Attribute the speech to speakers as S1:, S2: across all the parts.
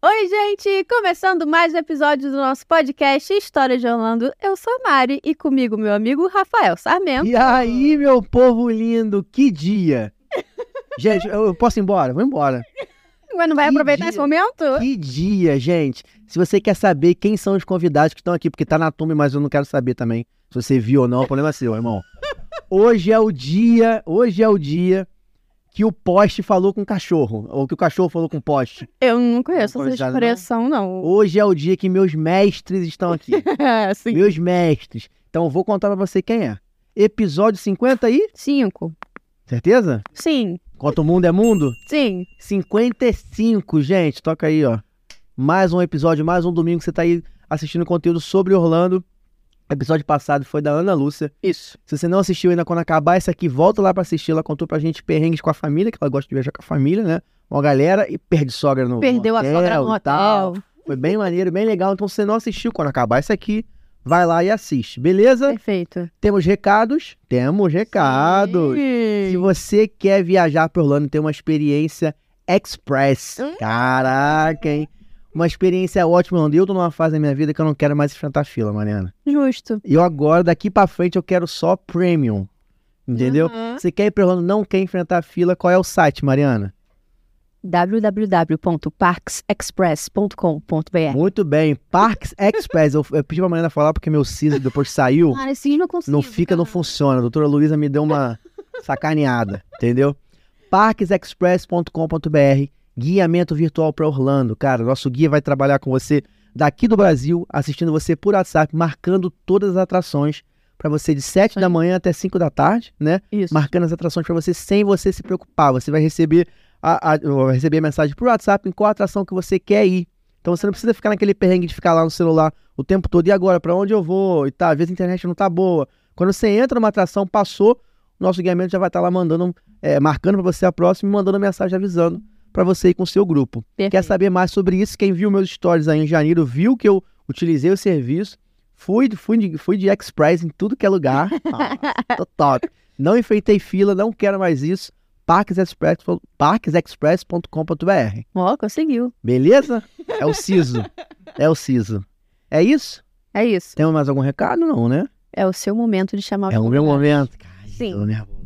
S1: Oi, gente! Começando mais um episódio do nosso podcast História de Orlando. Eu sou a Mari e comigo meu amigo Rafael Sarmento.
S2: E aí, meu povo lindo, que dia! Gente, eu eu posso ir embora? Vou embora.
S1: Mas não vai
S2: que
S1: aproveitar
S2: dia.
S1: esse momento?
S2: Que dia, gente! Se você quer saber quem são os convidados que estão aqui, porque tá na turma, mas eu não quero saber também se você viu ou não, o problema é seu, irmão. Hoje é o dia, hoje é o dia que o poste falou com o cachorro, ou que o cachorro falou com o poste.
S1: Eu não conheço essa
S2: Não conheço nada,
S1: expressão, não.
S2: Hoje é o dia que meus mestres estão aqui.
S1: É, assim,
S2: Meus mestres. Então eu vou contar pra você quem é. Episódio 50 e...
S1: cinco.
S2: Certeza?
S1: Sim,
S2: Quanto mundo é mundo?
S1: sim.
S2: 55, gente. Toca aí, ó. Mais um episódio, mais um domingo que você tá aí assistindo conteúdo sobre Orlando. O episódio passado foi da Ana Lúcia.
S1: Isso.
S2: Se você não assistiu ainda, quando acabar esse aqui, volta lá pra assistir. Ela contou pra gente perrengues com a família, que ela gosta de viajar com a família, né? Uma galera e perde sogra no
S1: Perdeu a
S2: hotel
S1: sogra no
S2: e tal.
S1: hotel.
S2: Foi bem maneiro, bem legal. Então, se você não assistiu, quando acabar isso aqui, vai lá e assiste,
S1: É.
S2: beleza?
S1: Perfeito.
S2: Temos recados? Temos recados. Se
S1: Sim.
S2: você quer viajar para Orlando e ter uma experiência express,
S1: Hum?
S2: caraca, hein? Uma experiência ótima, Orlando. Eu tô numa fase da minha vida que eu não quero mais enfrentar fila, Mariana.
S1: Justo.
S2: E eu agora, daqui para frente, eu quero só premium. Entendeu?
S1: Aham.
S2: Você quer ir pra Orlando, não quer enfrentar fila, qual é o site, Mariana?
S1: www.parksexpress.com.br
S2: Muito bem, Parks Express. Eu, eu pedi pra Mariana falar porque meu CISO depois saiu.
S1: Cara, esses não consigo.
S2: Não fica, não
S1: cara.
S2: funciona. A doutora Luísa me deu uma sacaneada, entendeu? parquesexpress.com.br, guiamento virtual para Orlando. Cara, nosso guia vai trabalhar com você daqui do Brasil, assistindo você por WhatsApp, marcando todas as atrações para você de 7 da manhã até 5 da tarde, né?
S1: Isso.
S2: Marcando as atrações para você sem você se preocupar. Você vai receber a, a- vai receber a mensagem por WhatsApp em qual atração que você quer ir. Então você não precisa ficar naquele perrengue de ficar lá no celular o tempo todo. E agora, para onde eu vou? E tá, às vezes a internet não tá boa. Quando você entra numa atração, passou, o nosso guiamento já vai estar lá mandando, é, marcando para você a próxima e mandando mensagem avisando para você ir com o seu grupo. Quer
S1: Perfeito.
S2: saber mais sobre isso? Quem viu meus stories aí em janeiro viu que eu utilizei o serviço. Fui, fui, de, fui de Express em tudo que é lugar. Ah, tô top. Não enfrentei fila, não quero mais isso. Parquesexpress- Parquesexpress.com.br.
S1: Ó, conseguiu.
S2: Beleza? É o Siso. É o Siso. É isso?
S1: É isso.
S2: Tem mais algum recado? Não, né?
S1: É o seu momento de chamar
S2: É o meu momento. Cara,
S1: Sim.
S2: tô nervoso.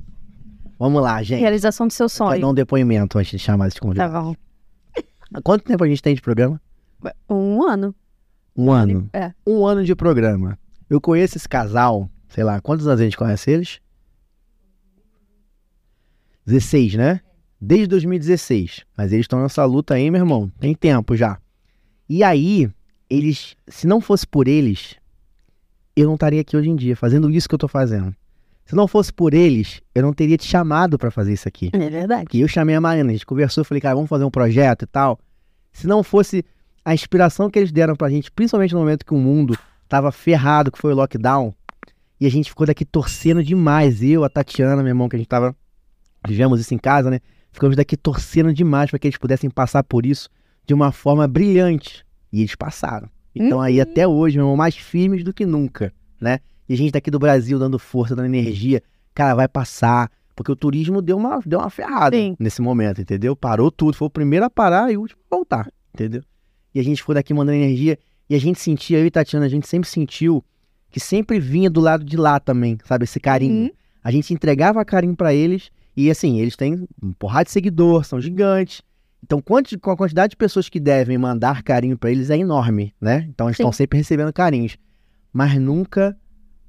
S2: Vamos lá, gente.
S1: realização do seu
S2: Vai dar
S1: sonho.
S2: um depoimento antes de chamar esse
S1: Tá
S2: convidado.
S1: bom.
S2: Quanto tempo a gente tem de programa?
S1: Um ano.
S2: Um ano.
S1: É.
S2: Um ano de programa. Eu conheço esse casal, sei lá, quantos anos a gente conhece eles? 16, né? Desde 2016. Mas eles estão nessa luta aí, meu irmão. Tem tempo já. E aí, eles, se não fosse por eles, eu não estaria aqui hoje em dia, fazendo isso que eu tô fazendo. Se não fosse por eles, eu não teria te chamado pra fazer isso aqui.
S1: É verdade.
S2: Que eu chamei a Mariana, a gente conversou, falei, cara, vamos fazer um projeto e tal. Se não fosse a inspiração que eles deram pra gente, principalmente no momento que o mundo tava ferrado, que foi o lockdown, e a gente ficou daqui torcendo demais, eu, a Tatiana, meu irmão, que a gente tava, vivemos isso em casa, né? Ficamos daqui torcendo demais pra que eles pudessem passar por isso de uma forma brilhante. E eles passaram. Então aí
S1: Uhum.
S2: até hoje, meu irmão, mais firmes do que nunca, né? E a gente daqui do Brasil dando força, dando energia, cara, vai passar. Porque o turismo deu uma, deu uma ferrada
S1: Sim.
S2: nesse momento, entendeu? Parou tudo. Foi o primeiro a parar e o último a voltar, entendeu? E a gente foi daqui mandando energia. E a gente sentia, eu e Tatiana, a gente sempre sentiu que sempre vinha do lado de lá também, sabe? Esse carinho.
S1: Uhum.
S2: A gente entregava carinho pra eles. E assim, eles têm um porrada de seguidor, são gigantes. Então, quanti- com a quantidade de pessoas que devem mandar carinho pra eles é enorme, né? Então, eles
S1: Sim.
S2: estão sempre recebendo carinhos. Mas nunca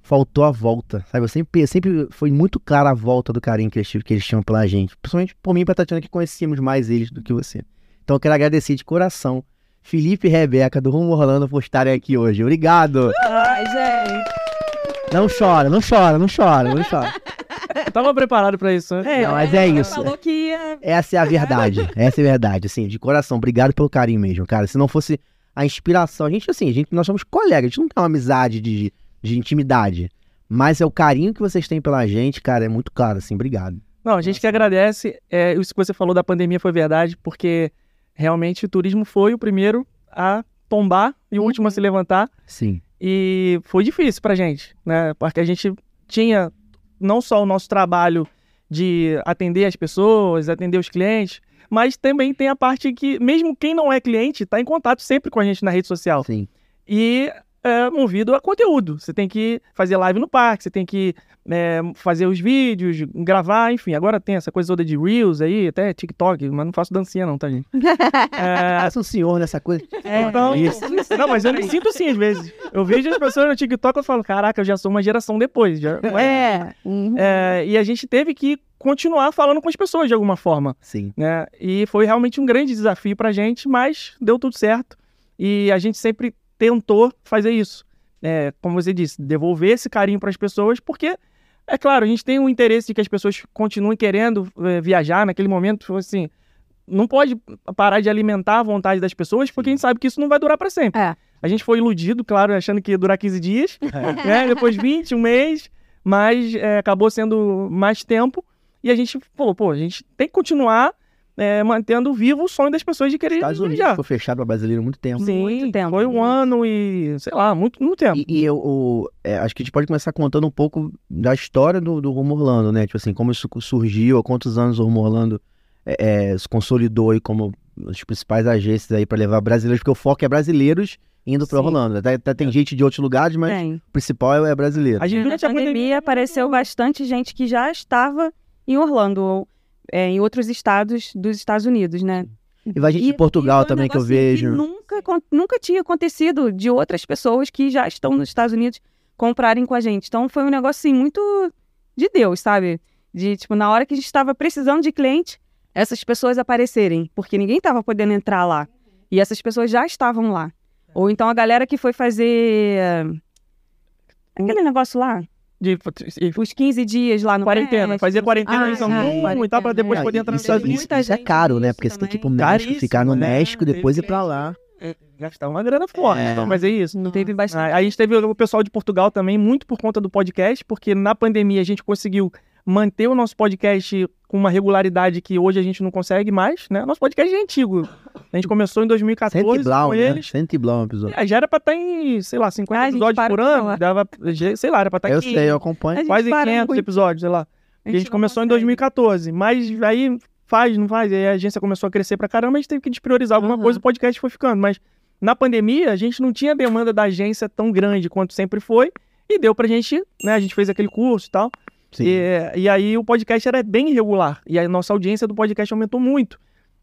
S2: faltou a volta, sabe? Eu sempre, sempre foi muito clara a volta do carinho que eles, ti- que eles tinham pela gente. Principalmente por mim e pra Tatiana, que conhecíamos mais eles do que você. Então, eu quero agradecer de coração Felipe e Rebeca do Rumo Orlando por estarem aqui hoje. Obrigado!
S1: Ai, gente.
S2: Não chora, não chora, não chora, não chora.
S3: É, Tava preparado pra isso, né?
S2: Não, mas é isso.
S3: Falou que ia.
S2: Essa é a verdade. Essa é a verdade, assim, de coração. Obrigado pelo carinho mesmo, cara. Se não fosse a inspiração, a gente, assim, a gente, nós somos colegas, a gente não tem uma amizade de, de intimidade. Mas é o carinho que vocês têm pela gente, cara, é muito claro, assim, obrigado.
S3: Não, a gente que agradece. É, isso que você falou da pandemia foi verdade, porque realmente o turismo foi o primeiro a tombar e o último a se levantar.
S2: Sim.
S3: E foi difícil pra gente, né? Porque a gente tinha não só o nosso trabalho de atender as pessoas, atender os clientes, Mas também tem a parte que, mesmo quem não é cliente, está em contato sempre com a gente na rede social.
S2: Sim.
S3: E é movido a conteúdo. Você tem que fazer live no parque, você tem que é, fazer os vídeos, gravar, enfim. Agora tem essa coisa toda de Reels aí, até TikTok, mas não faço dancinha não, tá, gente? É,
S2: Parece um senhor nessa coisa.
S3: então- não, mas eu me sinto assim às vezes. Eu vejo as pessoas no TikTok e falo, caraca, eu já sou uma geração depois. Já...
S1: É. Uhum.
S3: É, e a gente teve que continuar falando com as pessoas de alguma forma,
S2: Sim.
S3: né? E foi realmente um grande desafio pra gente, mas deu tudo certo. E a gente sempre tentou fazer isso. É, como você disse, devolver esse carinho pras pessoas, porque, é claro, a gente tem um interesse de que as pessoas continuem querendo é, viajar naquele momento, foi assim, não pode parar de alimentar a vontade das pessoas, porque a gente sabe que isso não vai durar pra sempre.
S1: É.
S3: A gente foi iludido, claro, achando que ia durar 15 dias, né? Depois 20, um mês, mas é, acabou sendo mais tempo. E a gente falou, pô, a gente tem que continuar é, mantendo vivo o sonho das pessoas de querer
S2: Estados Unidos
S3: viajar.
S2: ficou fechado pra brasileiro há muito tempo.
S3: Sim,
S1: Muito tempo.
S3: foi um ano e, sei lá, muito, muito tempo.
S2: E, e eu, o- é, acho que a gente pode começar contando um pouco da história do, do Rumo Orlando, né? Tipo assim, como isso surgiu, há quantos anos o Rumo Orlando é, é, se consolidou e como as principais agências aí pra levar brasileiros, porque o foco é brasileiros indo pra
S3: Sim. É.
S2: Orlando. Até, até tem gente de outros lugares, mas
S4: Tem.
S2: o principal é, é brasileiro.
S3: A gente
S4: Na
S3: durante a pandemia,
S4: pandemia apareceu bastante gente que já estava em Orlando ou é, em outros estados dos Estados Unidos, né?
S2: E vai gente
S4: E-
S2: de Portugal
S4: e foi um
S2: também que eu
S4: negócio
S2: vejo.
S4: nunca, acon- nunca tinha acontecido de outras pessoas que já estão nos Estados Unidos comprarem com a gente. Então foi um negócio assim, muito de Deus, sabe? De tipo, na hora que a gente estava precisando de cliente, essas pessoas aparecerem, porque ninguém estava podendo entrar lá. E essas pessoas já estavam lá. Ou então a galera que foi fazer eh, aquele negócio lá,
S3: de, e-
S4: os 15 dias lá no
S3: quarentena,
S4: México.
S3: fazer quarentena
S1: Ah,
S3: em São
S1: sim.
S3: Paulo e tal, pra depois
S2: Ah,
S3: poder entrar
S2: isso,
S3: no
S4: é-
S2: isso,
S3: Brasil.
S4: Brasil. Muita
S2: isso é
S4: gente
S2: caro, né?
S4: isso
S2: Porque você tem que ir pro
S3: também.
S2: México, ficar no
S3: Caríssimo, né?
S2: México, depois ir
S3: Teve
S2: pra lá.
S3: É, Gastar uma grana fora,
S2: É.
S3: então, mas é isso.
S4: Não teve bastante.
S3: Aí a gente teve o pessoal de Portugal também, muito por conta do podcast, porque na pandemia a gente conseguiu manter o nosso podcast com uma regularidade que hoje a gente não consegue mais, né? Nosso podcast é antigo. A gente começou em 2014
S2: Sente Blau,
S3: com
S2: né?
S3: eles.
S2: Sente Blau é um episódio.
S3: É, já era pra estar em, sei lá, 50
S4: Ah, a gente
S3: episódios
S4: para
S3: por
S4: de
S3: ano.
S4: falar.
S3: Dava, sei lá, era pra tá estar
S2: Eu
S3: em
S2: sei, eu acompanho.
S4: A gente
S3: quase
S4: para
S3: 500
S4: muito.
S3: episódios, sei lá. A gente,
S4: não
S3: começou em
S4: consegue.
S3: 2014, mas aí faz, não faz, aí a agência começou a crescer pra caramba, a gente teve que despriorizar alguma
S1: Aham.
S3: coisa, o podcast foi ficando, mas na pandemia a gente não tinha demanda da agência tão grande quanto sempre foi, e deu pra gente, né, a gente fez aquele curso e tal,
S2: Sim.
S3: e, e aí o podcast era bem irregular. E a nossa audiência do podcast aumentou muito.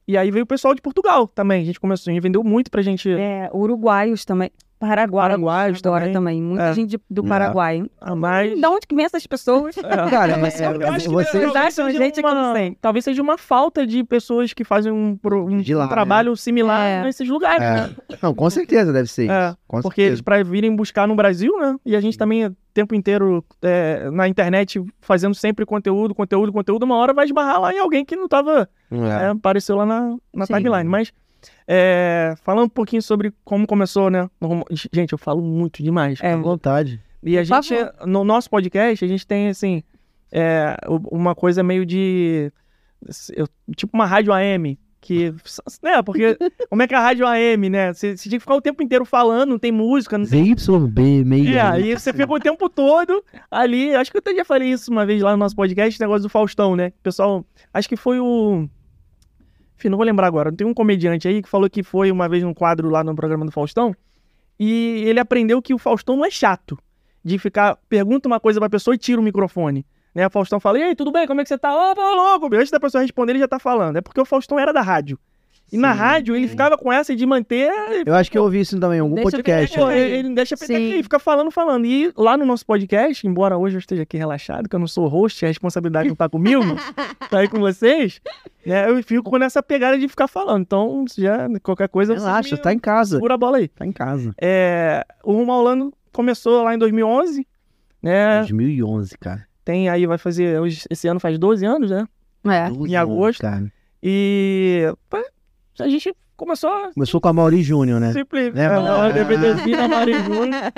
S3: E aí veio o pessoal de Portugal também. A gente começou, a gente vendeu muito pra gente.
S4: É, uruguaios também. Paraguai.
S3: Paraguaios
S4: agora
S3: também.
S4: também. Muita
S3: É.
S4: gente de- do
S2: É.
S4: Paraguai.
S3: A mais.
S4: Da onde que vem essas pessoas?
S3: É.
S2: Cara, é, é,
S3: Eu acho que
S2: você,
S3: talvez
S4: acham
S3: seja
S4: gente que
S3: uma-
S4: não sei.
S3: Talvez seja uma falta de pessoas que fazem um, pro- um
S2: De lá, né?
S3: trabalho similar
S4: É.
S3: nesses lugares. né?
S2: É. Não, com certeza deve ser isso.
S3: É,
S2: com
S3: Porque eles
S2: certeza.
S3: pra virem buscar no Brasil, né? E a gente também o tempo inteiro é, na internet fazendo sempre conteúdo, conteúdo, conteúdo, uma hora vai esbarrar lá em alguém que não tava
S2: É.
S3: É, apareceu lá na, na
S4: Sim.
S3: timeline. Mas, é, falando um pouquinho sobre como começou, né? no Rumo- Gente, eu falo muito demais.
S4: É.
S2: Fica à vontade.
S3: E a
S1: Por
S3: gente, no nosso podcast, a gente tem, assim, é, u- uma coisa meio de. eu- tipo uma rádio AM. Que, né, porque como é que é a rádio AM, né? Você você tinha que ficar o tempo inteiro falando, não tem música, não
S2: ZYB, meio. né? Tipo assim.
S3: é, aí você fica o tempo todo ali. Acho que eu até já falei isso uma vez lá no nosso podcast, esse negócio do Faustão, né? O pessoal, acho que foi o. Enfim, não vou lembrar agora. Tem um comediante aí que falou que foi uma vez num quadro lá no programa do Faustão e ele aprendeu que o Faustão não é chato de ficar. Pergunta uma coisa pra pessoa e tira o microfone. Né? O Faustão fala: E aí, tudo bem? Como é que você tá? Ô, ô, louco! meu." Antes da pessoa responder, ele já tá falando. É porque o Faustão era da rádio. E na
S2: Sim.
S3: rádio ele ficava com essa de manter
S2: Eu acho que eu ouvi isso também em algum
S1: Deixa eu
S2: podcast.
S1: pegar-
S3: Pô, ele, ele deixa pra
S1: Sim.
S3: ele fica falando, falando. E lá no nosso podcast, embora hoje eu esteja aqui relaxado, que eu não sou host, a responsabilidade não tá comigo, tá aí com vocês, né? Eu fico nessa pegada de ficar falando. Então, se já qualquer coisa,
S2: Relaxa,
S3: vocês me
S2: tá em casa.
S3: segura a bola aí.
S2: Tá em casa.
S3: É, o Rumo ao Lando começou lá em 2011, né?
S2: 2011, cara.
S3: Tem aí, vai fazer, hoje- esse ano faz 12 anos, né?
S1: É.
S2: 12 anos,
S3: Em agosto.
S2: cara.
S3: E pá, a gente começou a
S2: Começou com a Mauri Júnior, né?
S3: Simples.
S2: Né, mano?
S3: Ah, DVD na Marijuna.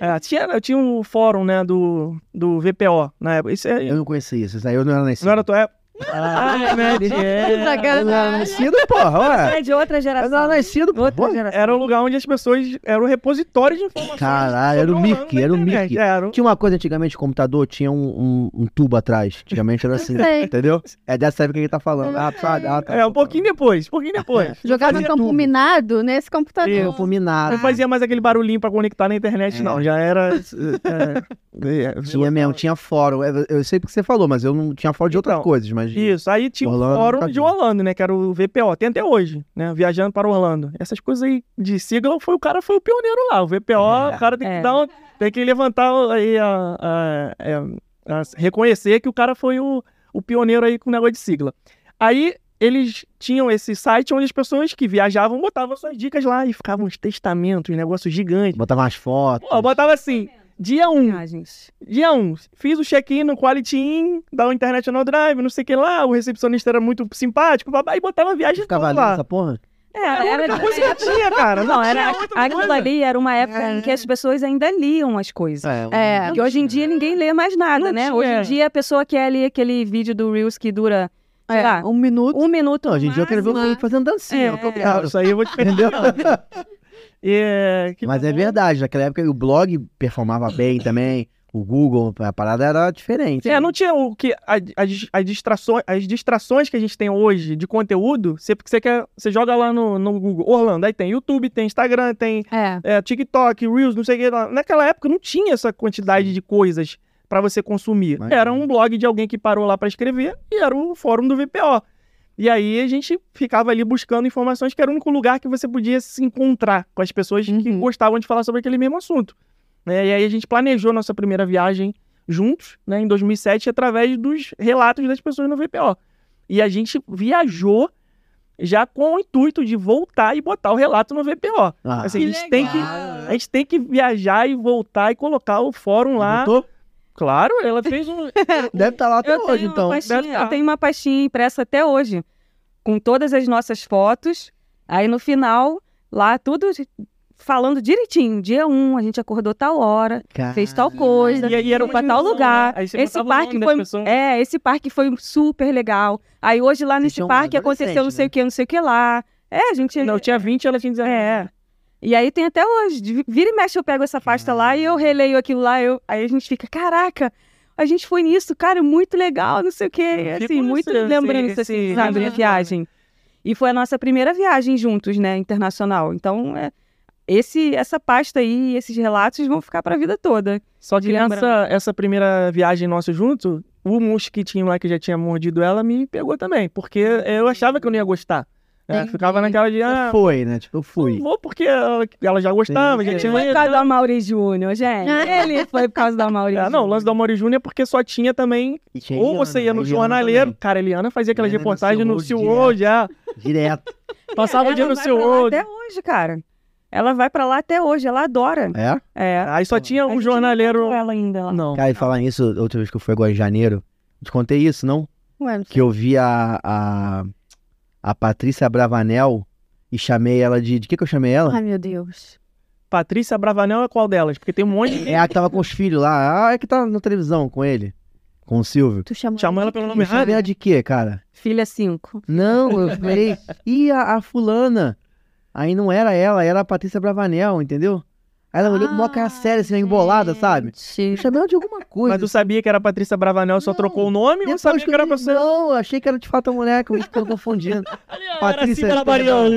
S3: É, tinha, eu tinha um fórum, né, do, do VPO na época. Isso é,
S2: Eu não conhecia isso. Isso aí eu não era nesse.
S3: não era tua época.
S2: Ela
S3: Ai, Matt, é.
S2: ela não Ah, era um
S1: Sacanagem.
S2: nascido, porra, ué.
S4: É de outra
S2: Ela
S4: geração.
S2: não era nascido, porra.
S4: Outra geração.
S3: Era um- o lugar onde as pessoas. Era o repositório de informações.
S2: Caralho, era o
S3: sobre
S2: Mirk,
S3: Orlando na
S2: era o
S3: internet.
S2: Mirk.
S3: Era um- o-
S2: Tinha uma coisa antigamente, computador tinha um, um- um tubo atrás. Antigamente era assim,
S1: Sei.
S2: entendeu? É dessa época que ele tá falando. Ah, sabe, ah, tá.
S3: É, um pouquinho depois, um pouquinho depois.
S1: Jogava no
S3: Fazia
S1: campo
S3: tudo.
S1: minado nesse computador.
S2: Eu fui minado.
S3: Não fazia mais aquele barulhinho pra conectar na internet,
S2: É.
S3: não. Já era. é,
S2: Tinha mesmo, tinha fórum. Eu- Eu sei porque você falou, mas eu não tinha fórum de outras
S3: Então,
S2: coisas, mas.
S3: Isso, aí tinha o
S2: Orlando,
S3: fórum
S2: nunca
S3: de
S2: vi.
S3: Orlando, né? Que era o VPO, tem até hoje, né? Viajando para Orlando. Essas coisas aí de sigla, foi o cara foi o pioneiro lá. O VPO,
S2: É.
S3: o cara tem que
S4: É.
S3: dar um- tem que levantar o- aí a, a- é, a- reconhecer que o cara foi o, o pioneiro aí com o negócio de sigla. Aí eles tinham esse site onde as pessoas que viajavam botavam suas dicas lá e ficavam os testamentos, negócios gigantes.
S2: Botava umas fotos.
S3: Pô, botava assim, dia 1, um,
S4: Imagens.
S3: Dia 1, fiz o check-in no Quality Inn da International Drive, não sei o que lá, o recepcionista era muito simpático, babá, e botava a viagem
S2: Ficava
S3: toda
S2: ali
S3: lá.
S2: nessa porra?
S4: É, era
S3: Era
S4: de...
S3: coisa que tinha, cara.
S4: Não, era
S3: tinha outra
S4: aquilo
S3: coisa. É.
S4: ali era uma época em que as pessoas ainda liam as coisas.
S1: É.
S4: Porque hoje em dia ninguém lê mais nada,
S3: Não
S4: né?
S3: tinha.
S4: Hoje em dia a pessoa quer ler aquele vídeo do Reels que dura
S1: É,
S4: Tá.
S1: um minuto.
S4: um minuto.
S2: Não, hoje em dia eu quero ver o
S1: Mas-
S2: Felipe fazendo dancinha.
S4: É.
S2: é o que eu
S3: Ah,
S2: quero.
S3: isso aí eu vou te perder.
S2: Entendeu?
S3: É, que
S2: Mas é
S3: bom.
S2: verdade, naquela época o blog performava bem também, o Google, a parada era diferente.
S3: É, não tinha o que. a- As, as distrações, as distrações que a gente tem hoje de conteúdo, você, porque você quer. Você joga lá no, no Google Orlando, aí tem YouTube, tem Instagram, tem
S1: É.
S3: é, TikTok, Reels, não sei o que. lá. Naquela época não tinha essa quantidade de coisas pra você consumir.
S2: Imagina.
S3: Era um blog de alguém que parou lá pra escrever e era o fórum do VPO. E aí a gente ficava ali buscando informações que era o único lugar que você podia se encontrar com as pessoas que
S1: Uhum.
S3: gostavam de falar sobre aquele mesmo assunto. né? E aí a gente planejou nossa primeira viagem juntos, né, em 2007, através dos relatos das pessoas no VPO. E a gente viajou já com o intuito de voltar e botar o relato no VPO.
S2: Ah,
S3: assim, a gente tem que a
S1: legal.
S3: gente tem que viajar e voltar e colocar o fórum lá.
S2: botou?
S3: Claro, ela fez um.
S2: Deve estar lá até
S4: Eu
S2: hoje,
S4: tenho,
S2: então.
S4: uma pastinha,
S3: Deve tá.
S4: eu tenho uma pastinha impressa até hoje, com todas as nossas fotos. Aí no final, lá tudo falando direitinho. Dia 1, um, a gente acordou tal hora, fez tal coisa,
S3: E aí era um
S4: foi pra
S3: uma
S4: tal
S3: junção,
S4: lugar.
S3: né? Aí você
S4: Esse
S3: botava o nome
S4: parque
S3: das
S4: foi.
S3: pessoas.
S4: É, esse parque foi super legal. Aí hoje lá nesse
S2: tinham
S4: parque
S2: um adolescente,
S4: aconteceu não sei
S2: né?
S4: o que, não sei o que lá. É, a gente.
S3: Não, eu tinha 20 ela tinha 19.
S4: É. E aí tem até hoje. de- Vira e mexe, eu pego essa pasta lá
S3: Ah.
S4: e eu releio aquilo lá. Eu... Aí a gente fica, caraca, a gente foi nisso, cara, muito legal, não sei o quê.
S3: Fica
S4: Assim,
S3: com
S4: muito
S3: esse-
S4: lembrança,
S3: esse-
S4: assim,
S3: esse
S4: sabe, da
S3: registro,
S4: viagem. E foi a nossa primeira viagem juntos, né, internacional. Então, é... Esse, essa pasta aí, esses relatos vão ficar pra vida toda.
S3: Só que
S4: De
S3: nessa
S4: lembrança.
S3: essa primeira viagem nossa junto, o mosquitinho lá que já tinha mordido ela me pegou também. Porque eu achava que eu não ia gostar. né?
S1: Entendi.
S3: Ficava naquela de. Ah,
S2: Foi, né? Tipo, eu fui.
S3: não vou porque ela, ela já gostava, já
S4: Ele
S3: tinha.
S4: foi por causa do Amaury Júnior, gente. Ele foi por causa do Amaury
S3: Ah, não, o lance do Amor Júnior é porque só tinha também
S2: E tinha
S3: Ou
S2: Eliana,
S3: você ia
S2: a
S3: no
S2: Eliana
S3: jornaleiro.
S2: também,
S3: Cara, a Eliana fazia aquelas
S2: Eliana no
S3: reportagens no
S2: Sea
S3: Sea
S2: World,
S3: World, é.
S2: Direto.
S3: Passava o dia
S4: Ela
S3: no
S4: É, vai
S3: Sea
S4: pra lá
S3: World.
S4: Até hoje, cara. Ela vai pra lá até hoje, ela adora.
S2: É?
S4: É.
S3: Aí só tinha
S4: A gente
S3: um
S4: não encontrou
S3: jornaleiro.
S4: Ela ainda lá.
S3: Não.
S2: Cara, e falar nisso, outra vez que eu fui agora em janeiro, te contei isso, não?
S1: Ué, não sei.
S2: Que eu vi a, a, a Patrícia Bravanel e chamei ela de. De que que eu chamei ela?
S1: Ai, meu Deus.
S3: Patrícia Bravanel é qual delas? Porque tem um monte de.
S2: É a que tava com os filhos lá. Ah, é que tá na televisão com ele. Com o Silvio.
S1: Tu chamou
S3: Chamou ela
S1: de
S3: pelo
S1: quê?
S3: nome
S2: Eu chamei ela de quê, cara?
S4: Filha 5.
S2: Não, eu falei. Ih, a, a fulana. Aí não era ela, era a Patrícia Bravanel, entendeu? Aí ela olhou com uma cara
S1: Ah,
S2: séria, assim, meio embolada, sabe? Eu
S1: gente.
S2: chamei ela de alguma coisa.
S3: Mas tu sabia que era Patrícia Bravanel e só
S2: é. Não.
S3: trocou o nome ou
S2: Depois
S3: sabia que era
S2: eu li-
S3: você?
S2: Não, eu achei que era de fato a mulher, que eu estou confundindo. Patrícia-
S3: Era Bravanel.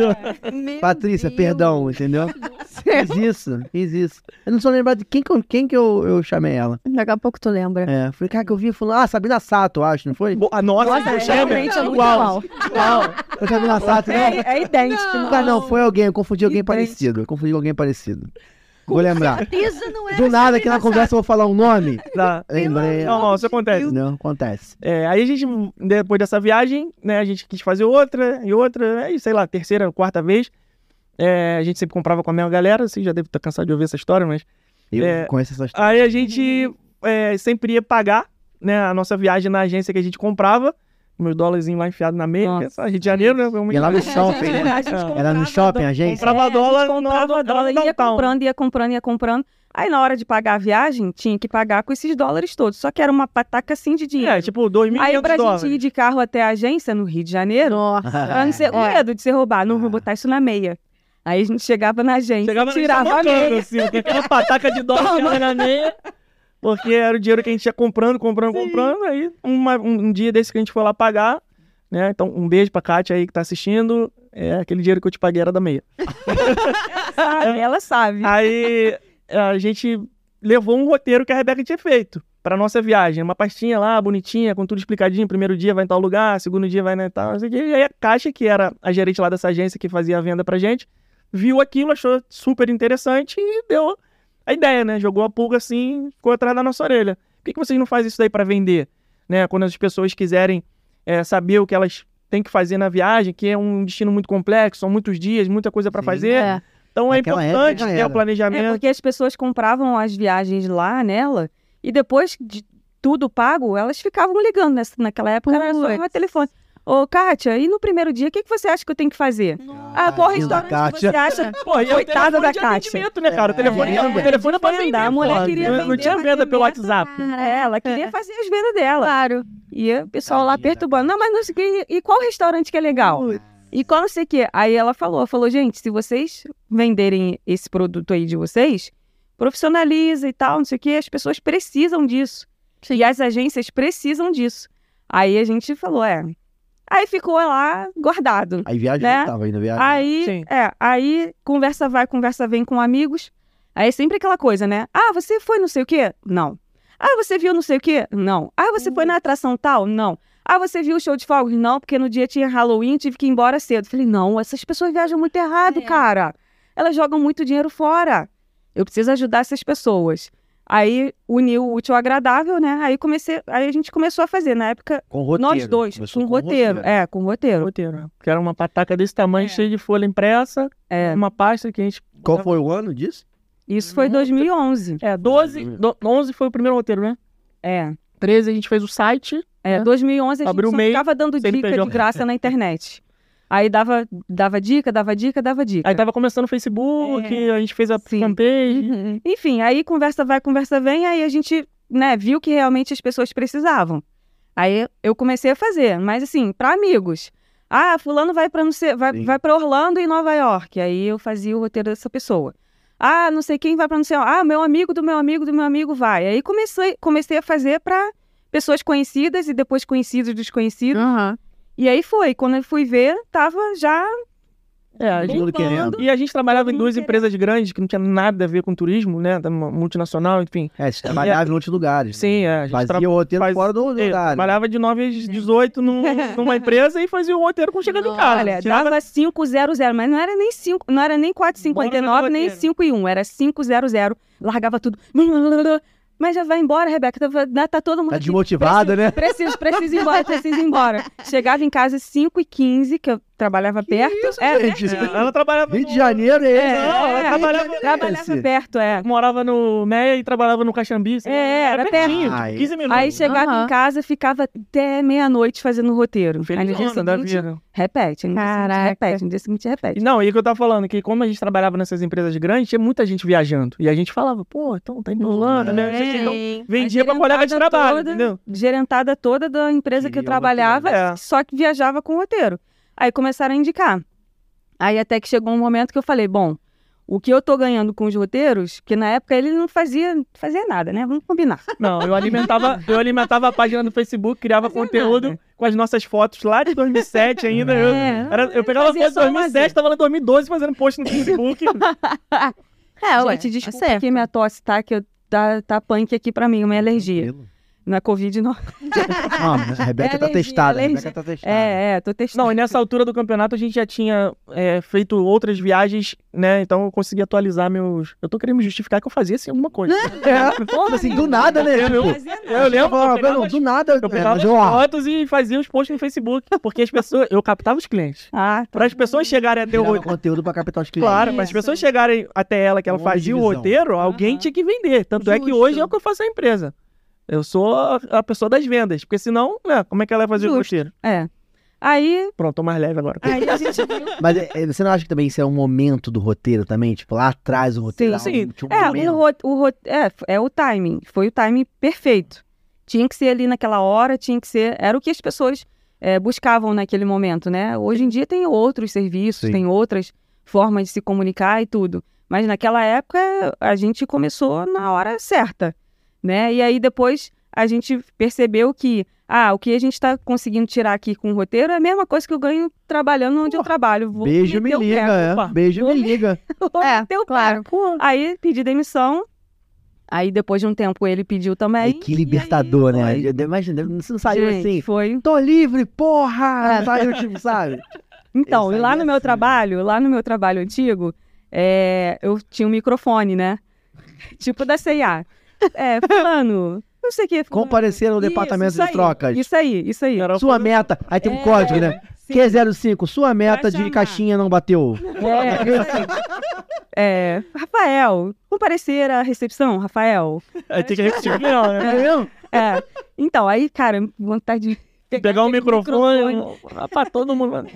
S1: Meu
S2: Patrícia,
S1: Deus.
S2: perdão, entendeu? Fiz isso, fiz isso. Eu não sou lembrado de quem que eu, quem que eu, eu chamei ela.
S1: Daqui a pouco tu lembra.
S2: É, falei, cara, que eu vi fulano. Ah, Sabina Sato, eu acho, não foi?
S3: Bo- ah, Nossa,
S1: Nossa,
S3: tu
S1: é,
S3: chama?
S1: realmente é muito igual.
S3: Uau.
S2: Foi Sabina Sato, né?
S4: É, é idêntico.
S2: Ah, não, foi alguém, eu confundi alguém
S4: Idêntico.
S2: parecido. Eu confundi alguém parecido. Vou lembrar.
S1: Patrícia não é
S2: Do nada, aqui na conversa eu vou falar um nome.
S3: Tá.
S2: Lembrei.
S3: Não, não, isso acontece.
S2: Não, acontece.
S3: É, aí a gente, depois dessa viagem, né, a gente quis fazer outra e outra, né, e sei lá, terceira, quarta vez. É, a gente sempre comprava com a mesma galera, você já deve estar cansado de ouvir essa história, mas.
S2: Eu
S3: É.
S2: conheço essa história.
S3: Aí a gente é, sempre ia pagar né, a nossa viagem na agência que a gente comprava. meus dólares lá enfiados na meia, que
S4: Nossa.
S3: é Rio de Janeiro, né? Foi muito-
S2: E lá no shopping, né?
S4: A gente
S3: Era
S4: comprava
S2: Era no shopping, a
S4: dó-
S2: gente?
S3: Comprava
S4: É, a gente
S3: dólar no-
S4: comprava
S3: no-
S4: dólar, ia
S3: downtown.
S4: comprando, ia comprando, ia comprando. Aí na hora de pagar a viagem, tinha que pagar com esses dólares todos. Só que era uma pataca assim de dinheiro.
S3: É, tipo,
S4: Aí
S3: 2.500
S4: pra
S3: dólares.
S4: gente ir de carro até a agência no Rio de Janeiro,
S1: Nossa.
S4: pra não ser com
S1: É.
S4: medo de ser roubado, não vou botar isso na meia. Aí a gente chegava na agência,
S3: Chegava na
S4: tirava a meia.
S3: tirava assim, com aquela pataca de dólar enfiada na meia. Porque era o dinheiro que a gente ia comprando, comprando, comprando. Aí uma- um, um dia desse que a gente foi lá pagar, né? Então, um beijo pra Kátia aí que tá assistindo. É, aquele dinheiro que eu te paguei era da meia.
S4: sabe? Ela sabe.
S3: Aí a gente levou um roteiro que a Rebeca tinha feito pra nossa viagem. Uma pastinha lá, bonitinha, com tudo explicadinho. Primeiro dia vai em tal lugar, segundo dia vai em tal, não sei o quê. E aí a Kátia, que era a gerente lá dessa agência que fazia a venda pra gente, viu aquilo, achou super interessante e deu a ideia, né? Jogou a pulga assim, ficou atrás da nossa orelha. Por que, que vocês não fazem isso daí pra vender? Né? Quando as pessoas quiserem eh, saber o que elas têm que fazer na viagem, que é um destino muito complexo, são muitos dias, muita coisa pra
S2: Sim.
S3: fazer.
S1: É.
S3: Então é
S2: Naquela época
S3: importante
S2: já
S3: ter
S2: era.
S3: o planejamento.
S4: É porque as pessoas compravam as viagens lá nela e depois de tudo pago, elas ficavam ligando. Nessa, naquela época era só
S1: Putz.
S4: o telefone. Ô, Kátia, e no primeiro dia, o que, que você acha que eu tenho que fazer? Ah, qual
S2: Tadinho da
S4: restaurante que você acha?
S3: Pô, e é o
S4: Coitada
S3: telefone
S4: da
S3: de
S4: Kátia.
S3: atendimento, né, cara? O telefone,
S1: É,
S3: o telefone é pra
S4: de
S3: vender,
S4: venda, a mulher
S3: porra.
S4: queria
S3: Não- Não
S4: vender,
S3: tinha
S4: mas
S3: venda pelo
S4: atendimento.
S3: WhatsApp.
S1: Cara,
S4: É, Ela queria fazer as vendas dela.
S1: Claro.
S4: E o pessoal lá
S2: Tadinha da
S4: perturbando. Não, mas não sei o que. E qual restaurante que é legal? E qual não sei o que. Aí ela falou, falou, gente, se vocês venderem esse produto aí de vocês, profissionaliza e tal, não sei o que. As pessoas precisam disso.
S1: Sim.
S4: E as agências precisam disso. Aí a gente falou, é. Aí ficou lá guardado.
S2: Aí viajou,
S4: Né?
S2: tava indo viajar.
S4: Aí,
S3: Sim.
S4: é, aí conversa vai, conversa vem com amigos. Aí é sempre aquela coisa, né? Ah, você foi não sei o quê? Não. Ah, você viu não sei o quê? Não. Ah, você foi na atração tal? Não. Ah, você viu o show de fogos? Não, porque no dia tinha Halloween, tive que ir embora cedo. Falei, não, essas pessoas viajam muito errado,
S1: É.
S4: cara. Elas jogam muito dinheiro fora. Eu preciso ajudar essas pessoas. Aí uniu o útil ao agradável, né? Aí comecei, aí a gente começou a fazer. Na época,
S2: Com roteiro.
S4: nós dois,
S2: Começou
S4: com, roteiro. É, com roteiro.
S3: Roteiro, né? Que era uma pataca desse tamanho,
S4: É.
S3: cheia de folha impressa,
S4: É.
S3: uma pasta que a gente...
S2: Qual foi o ano disso?
S4: Isso
S3: Uhum.
S4: foi em 2011.
S3: É, 12, do- 11 foi o primeiro roteiro, né?
S4: É.
S3: 13 a gente fez o site,
S4: É,
S3: né?
S4: 2011 a
S3: Abriu
S4: gente
S3: o
S4: só
S3: MEI,
S4: ficava dando dica
S3: CNPJ.
S4: de graça na internet. Aí dava, dava dica, dava dica, dava dica.
S2: É.
S3: aí tava começando o Facebook, a gente fez a
S4: É. Sim.
S3: fanpage.
S4: Enfim, aí conversa vai, conversa vem, aí a gente né, viu que realmente as pessoas precisavam. Aí eu comecei a fazer, mas assim, para amigos. Ah, fulano vai para vai,
S2: Sim.
S4: vai pra Orlando e Nova York. Aí eu fazia o roteiro dessa pessoa. Ah, não sei quem vai para não sei onde. Ah, meu amigo do meu amigo do meu amigo vai. Aí comecei, comecei a fazer para pessoas conhecidas e depois conhecidos dos conhecidos.
S1: Aham.
S4: E aí foi, quando eu fui ver, tava já.
S3: É, a gente...
S2: Todo mundo querendo.
S3: E a gente trabalhava em
S4: Todo mundo
S3: duas
S4: querendo.
S3: empresas grandes, que não tinha nada a ver com turismo, né? Da multinacional, enfim.
S2: É, você trabalhava em outros lugares. né?
S3: Sim, é, a gente
S2: Fazia
S3: tra-
S2: o roteiro
S3: faz-
S2: fora do
S3: É,
S2: lugar.
S3: trabalhava de 9
S4: É.
S3: às 18 num- numa empresa e fazia o roteiro com chegando em
S1: Nossa,
S3: casa.
S4: Olha,
S3: Tirava-
S4: né? dava 500, mas não era nem 5, não era nem 4,59,
S3: Bora
S4: nem
S3: fazer
S4: 5,1, era 500, largava tudo. Mas já vai embora, Rebeca, tá, né, tá todo mundo.
S2: Tá
S4: aqui.
S2: desmotivado, né?
S4: Preciso, preciso ir embora, preciso ir embora. Chegava em casa 5h15, que eu trabalhava perto. é,
S2: gente.
S3: É, ela trabalhava
S2: Rio
S3: no-
S2: de Janeiro é
S4: É,
S2: esse.
S3: Não, ela
S4: é,
S3: trabalhava-
S4: trabalhava perto, é.
S3: morava no Meia e trabalhava no Caxambi. sei lá.
S4: É, era
S3: pertinho,
S2: perto.
S3: tipo, 15 minutos.
S4: Aí chegava
S1: Aham.
S4: em casa, ficava até meia-noite fazendo o roteiro. Aí no dia
S3: Felizona da
S4: seguinte,
S3: vida.
S4: repete. aí no dia seguinte
S1: Caraca.
S4: Repete, no dia seguinte repete.
S3: E Não, e o que eu tava falando, que como a gente trabalhava nessas empresas grandes, tinha muita gente viajando. E a gente falava, pô, então tá enrolando, né? Não sei o
S4: É.
S3: que, então,
S1: Sim.
S3: vendia pra
S4: gerentada
S3: colega de trabalho,
S4: toda-
S3: entendeu?
S4: gerentada toda da empresa que
S2: Queria
S4: eu
S2: o
S4: trabalhava,
S3: roteiro. É.
S4: só que viajava com o roteiro. Aí começaram a indicar. Aí até que chegou um momento que eu falei, bom, o que eu tô ganhando com os roteiros, que na época ele não fazia, fazia nada, né? Vamos combinar.
S3: Não, eu alimentava, eu alimentava a página do Facebook, criava
S4: Fazia
S3: conteúdo
S4: é nada.
S3: com as nossas fotos lá de 2007 ainda.
S2: É,
S3: eu,
S4: É,
S3: era- eu pegava
S4: fazia
S3: foto de
S4: só
S3: 2007, tava lá em 2012 fazendo post no Facebook.
S1: É, ué,
S4: Gente,
S1: tá
S4: desculpa
S1: certo.
S4: que minha tosse tá, que eu, tá, tá punk aqui pra mim, uma alergia.
S2: Tranquilo. Tá.
S4: Na Covid não.
S2: Não, mas a Rebeca
S4: É
S2: tá
S4: alergia,
S2: testada. A
S4: alergia.
S2: Rebeca tá testada.
S4: É, é, tô testando.
S3: Não, e nessa altura do campeonato a gente já tinha é, feito outras viagens, né? Então eu consegui atualizar meus. Eu tô querendo me justificar que eu fazia assim alguma coisa.
S2: É, Como assim, do nada, né? Tipo,
S4: fazia nada.
S3: Eu lembro.
S2: falava,
S3: Eu pegava
S2: não,
S3: as-
S2: do nada.
S3: eu
S2: é,
S3: pegava
S2: mas,
S3: as
S2: ó,
S3: fotos e fazia os posts no Facebook. Porque as pessoas. Eu captava os clientes.
S4: Ah, tá.
S3: Para as pessoas chegarem até o
S2: Gerava
S3: roteiro.
S2: conteúdo pra capital os clientes.
S3: Claro, para as
S1: Isso.
S3: pessoas chegarem até ela que ela
S2: Um homem de
S3: fazia o
S2: visão.
S3: roteiro, alguém
S4: Aham.
S3: tinha que vender. Tanto é que
S1: Justo.
S3: hoje é o que eu faço na empresa. Eu sou a, a pessoa das vendas, porque senão, né, como é que ela vai fazer o
S4: Justo.
S3: roteiro?
S4: É. Aí,
S3: Pronto, tô mais leve agora.
S2: É,
S4: aí a gente viu.
S2: Mas é, é, você não acha que também isso é um momento do roteiro também? Tipo, lá atrás o roteiro.
S3: Sim,
S2: ah,
S3: sim.
S2: um- tinha um
S4: É,
S2: momento.
S4: o, ro- o, ro- é, f- é o timing. Foi o timing perfeito. Tinha que ser ali naquela hora, tinha que ser. Era o que as pessoas é, buscavam naquele momento, né? Hoje em dia tem outros serviços,
S2: Sim.
S4: tem outras formas de se comunicar e tudo. Mas naquela época a gente começou na hora certa, né? E aí depois a gente percebeu que ah, o que a gente está conseguindo tirar aqui com o roteiro é a mesma coisa que eu ganho trabalhando onde eu trabalho. Vou
S2: Beijo me
S4: meter o pé.
S2: liga, é.
S3: opa.
S2: Beijo me liga.
S4: Vou
S1: É,
S4: meter o pé.
S1: claro.
S4: Aí pedi demissão. Aí depois de um tempo ele pediu também.
S2: Ai, que libertador,
S4: E aí,
S2: né? Imagina, você não saiu
S4: Gente, É.
S2: assim.
S4: Foi.
S2: Tô livre, porra! Saiu, tipo, sabe?
S4: Então,
S2: Eu
S4: e lá
S2: saí
S4: no meu
S2: assim.
S4: trabalho, lá no meu trabalho antigo, é, eu tinha um microfone, né? tipo da CIA. É, fulano, não sei o que. fulano.
S2: Comparecer no
S4: Isso,
S2: departamento
S4: isso
S2: de
S4: aí,
S2: trocas.
S4: Isso aí, isso aí.
S3: Era
S2: Sua meta. Aí tem um
S4: É,
S2: código, né?
S4: Sim.
S2: Q05, sua meta de
S4: chamar.
S2: caixinha não bateu.
S4: É, isso aí. É, Rafael, comparecer à recepção, Rafael.
S3: Aí tem que repetir o final, né?
S2: É mesmo?
S4: É, então, aí, cara, vontade de
S3: Pegar o
S4: aquele
S3: microfone, um microfone. pra todo mundo. mano.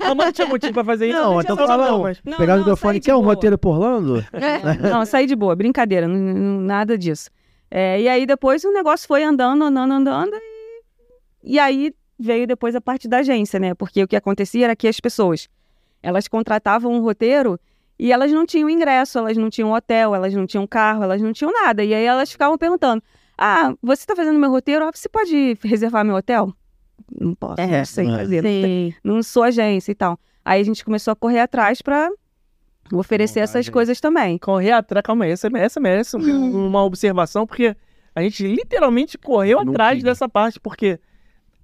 S3: Ah, mas não tinha motivo pra fazer isso.
S2: Não,
S3: não
S2: então
S3: tinha motivo,
S2: fala
S3: não,
S2: um.
S3: mas-
S4: Não,
S2: Pegar o
S4: não,
S2: microfone,
S4: sai de
S2: quer um
S4: boa.
S2: roteiro por Orlando?
S1: É.
S4: Não, saí de boa, brincadeira, n- n- nada disso. É, e aí depois o negócio foi andando, andando, andando, e, e aí veio depois a parte da agência, né? Porque o que acontecia era que as pessoas, elas contratavam um roteiro e elas não tinham ingresso, elas não tinham hotel, elas não tinham carro, elas não tinham nada. E aí elas ficavam perguntando, ah, você está fazendo meu roteiro, Ah, você pode reservar meu hotel? Não posso,
S1: É,
S4: não sei
S2: é.
S4: fazer, não tenho
S1: Sim.
S4: não sou agência e tal. Aí a gente começou a correr atrás pra oferecer
S2: Montar
S4: essas
S2: agência.
S4: coisas também.
S3: Correr atrás, calma aí, essa, é, essa merece um- uma observação, porque a gente literalmente correu
S2: Não
S3: atrás
S2: queria.
S3: dessa parte, porque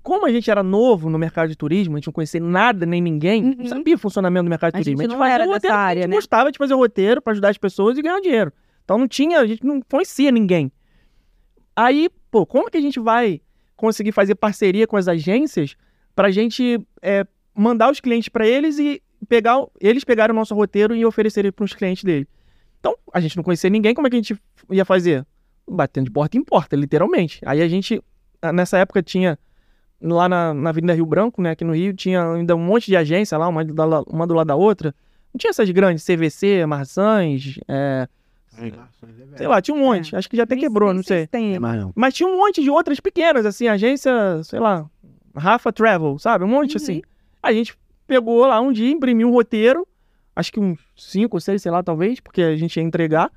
S3: como a gente era novo no mercado de turismo, a gente não conhecia nada nem ninguém,
S1: Uhum.
S3: não sabia o funcionamento do mercado de
S4: A gente
S3: turismo.
S4: não
S3: fazia
S4: era
S3: o roteiro
S4: dessa
S3: porque
S4: área,
S3: a gente
S4: né?
S3: gostava de fazer o roteiro pra ajudar as pessoas e ganhar dinheiro. Então não tinha, a gente não conhecia ninguém. Aí, pô, como que a gente vai conseguir fazer parceria com as agências pra gente é, mandar os clientes pra eles e pegar, o- eles pegarem o nosso roteiro e oferecerem para os clientes deles? Então, a gente não conhecia ninguém, como é que a gente ia fazer? Batendo de porta em porta, literalmente. Aí a gente, ah, nessa época, tinha lá na, na Avenida Rio Branco, né, aqui no Rio, tinha ainda um monte de agência lá, uma, da- uma do lado da outra. Não tinha essas grandes, CVC, Marzães, é, sei lá, tinha um monte. Acho que já até
S4: É. Nem-
S3: quebrou,
S4: nem
S3: não sei.
S4: se tem.
S2: É, mas não.
S3: Mas tinha um monte de outras pequenas, assim, agência, sei lá, Rafa Travel, sabe? Um monte
S4: Uhum.
S3: assim. A gente pegou lá um dia, imprimiu um roteiro, acho que uns cinco ou seis, sei lá, talvez, porque a gente ia entregar.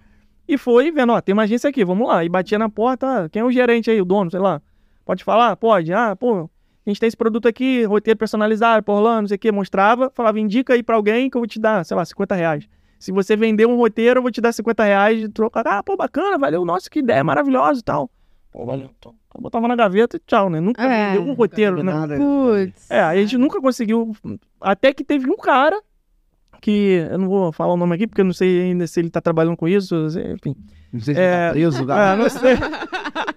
S3: E foi vendo, ó, tem uma agência aqui, vamos lá. E batia na porta, ah, quem é o gerente aí, o dono, sei lá. Pode falar? Pode. Ah, pô, a gente tem esse produto aqui, roteiro personalizado, por lá, não sei o quê. Mostrava, falava, indica aí pra alguém que eu vou te dar, sei lá, 50 reais. Se você vender um roteiro, eu vou te dar 50 reais de troca. Ah, pô, bacana, valeu, nossa, que ideia, maravilhosa e tal. Pô, valeu. Tô. Então, Botava na gaveta e tchau, né? Nunca
S1: É,
S3: vendeu um roteiro, né?
S2: Nada.
S1: Putz.
S3: É, a gente nunca conseguiu. Até que teve um cara que eu não vou falar o nome aqui, porque eu não sei ainda se ele tá trabalhando com isso, se- enfim.
S2: Não sei se tá
S3: É,
S2: preso.
S3: Ah, não sei.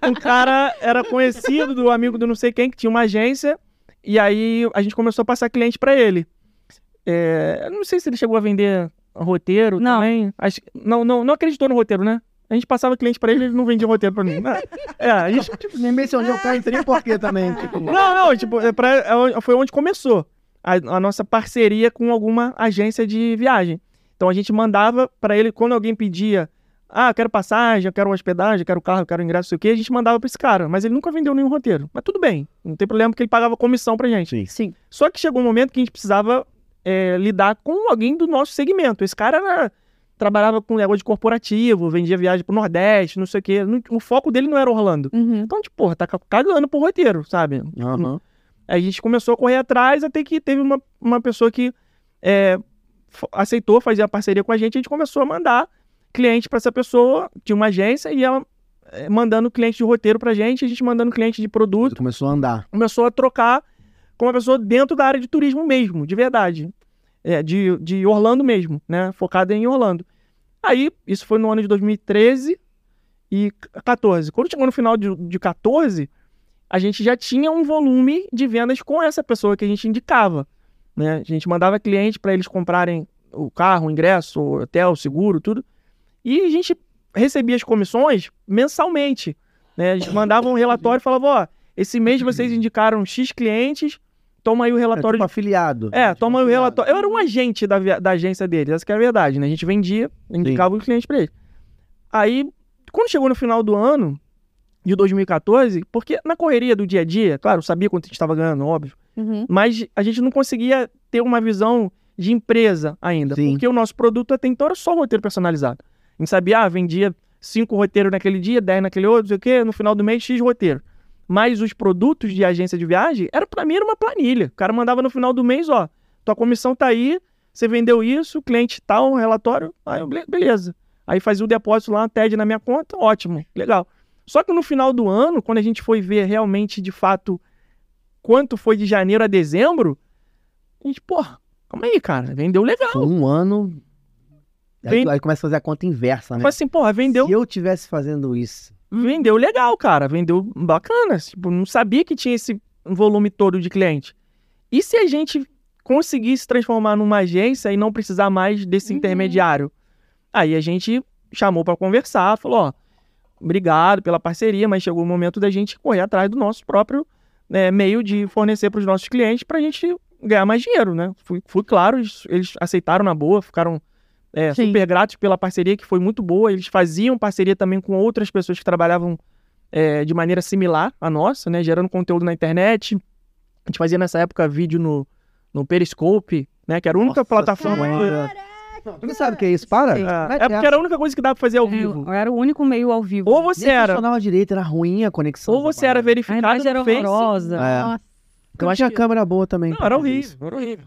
S3: Um cara era conhecido do amigo do não sei quem, que tinha uma agência, e aí a gente começou a passar cliente pra ele. É, eu não sei se ele chegou a vender roteiro
S4: Não.
S3: também. Acho, que- não, não, não acreditou no roteiro, né? A gente passava cliente pra ele, ele não vendia roteiro pra mim. É, a gente
S2: Tipo, Nem mencionei o cara, não sei nem porquê também. Tipo,
S3: Não, não, tipo, é pra- é onde- foi onde começou a, a nossa parceria com alguma agência de viagem. Então a gente mandava pra ele, quando alguém pedia, ah, eu quero passagem, eu quero hospedagem, eu quero carro, eu quero ingresso, não sei o quê, a gente mandava pra esse cara. Mas ele nunca vendeu nenhum roteiro. Mas tudo bem, não tem problema, porque ele pagava comissão pra gente.
S2: Sim.
S1: Sim.
S3: Só que chegou um momento que a gente precisava é, lidar com alguém do nosso segmento. Esse cara era- trabalhava com negócio de corporativo, vendia viagem pro Nordeste, não sei o quê. Não- O foco dele não era Orlando.
S1: Uhum.
S3: Então, tipo, porra, tá ca- cagando pro roteiro, sabe?
S2: Aham.
S3: A gente começou a correr atrás até que teve uma, uma pessoa que é, f- aceitou fazer a parceria com a gente. A gente começou a mandar cliente para essa pessoa, tinha uma agência, e ela é, mandando cliente de roteiro pra gente, a gente mandando cliente de produto.
S2: Tudo começou a andar.
S3: Começou a trocar com uma pessoa dentro da área de turismo mesmo, de verdade. É, de, de Orlando mesmo, né? Focada em Orlando. Aí, isso foi no ano de 2013 e 14. Quando chegou no final de, de 14, a gente já tinha um volume de vendas com essa pessoa que a gente indicava. Né? A gente mandava cliente para eles comprarem o carro, o ingresso, o hotel, o seguro, tudo. E a gente recebia as comissões mensalmente. Né? Eles mandavam um relatório e falavam, ó, esse mês vocês indicaram X clientes, toma aí o
S2: É,
S3: relatório
S2: tipo afiliado.
S3: é,
S2: Tipo
S3: toma o
S2: afiliado.
S3: relatório. Eu era um agente da, via- da agência deles, essa que é a verdade, né? A gente vendia, indicava os clientes pra eles. Aí, quando chegou no final do ano, de 2014, porque na correria do dia a dia, claro, eu sabia quanto a gente estava ganhando, óbvio,
S1: Uhum.
S3: mas a gente não conseguia ter uma visão de empresa ainda,
S2: Sim.
S3: porque o nosso produto até então era só roteiro personalizado. A gente sabia, ah, vendia cinco roteiros naquele dia, 10 naquele outro, não sei o quê, no final do mês, X roteiro. Mas os produtos de agência de viagem, era pra mim era uma planilha. O cara mandava no final do mês, ó, tua comissão tá aí, você vendeu isso, cliente tal, um relatório, aí eu, "Ble- beleza. Aí fazia o depósito lá, TED na minha conta, ótimo, legal. Só que no final do ano, quando a gente foi ver realmente, de fato, quanto foi de janeiro a dezembro, a gente, porra, calma aí, cara, vendeu legal.
S2: Foi um ano. Aí,
S3: Vem-
S2: tu- aí começa a fazer a conta inversa, né?
S3: Falei assim, porra, vendeu
S2: Se eu tivesse fazendo isso,
S3: vendeu legal, cara. Vendeu bacana. Tipo, não sabia que tinha esse volume todo de cliente. E se a gente conseguisse transformar numa agência e não precisar mais desse
S1: Uhum.
S3: intermediário? Aí a gente chamou pra conversar, falou, ó, obrigado pela parceria, mas chegou o momento da gente correr atrás do nosso próprio né, meio de fornecer para os nossos clientes pra gente ganhar mais dinheiro, né? Fui, fui claro, eles, eles aceitaram na boa, ficaram é,
S1: Sim.
S3: super gratos pela parceria, que foi muito boa. Eles faziam parceria também com outras pessoas que trabalhavam é, de maneira similar à nossa, né? Gerando conteúdo na internet. A gente fazia nessa época vídeo no, no Periscope, né? Que era a única
S2: Nossa
S3: plataforma.
S2: Senhora. Tu não sabe o que é isso? Para.
S4: Sim.
S3: Ah,
S2: Mete
S3: é porque
S2: essa.
S3: era a única coisa que dava pra fazer ao vivo.
S4: É, Eu, eu era o único meio ao vivo.
S3: Ou você
S2: Nem
S3: era,
S2: funcionava direito, era ruim a conexão.
S3: ou
S2: da
S3: você era
S2: parada.
S4: A
S3: verificado
S4: imagem era
S3: no Face.
S4: horrorosa.
S2: É.
S1: Nossa.
S2: Porque eu tinha câmera boa também.
S3: Não, era horrível, era horrível.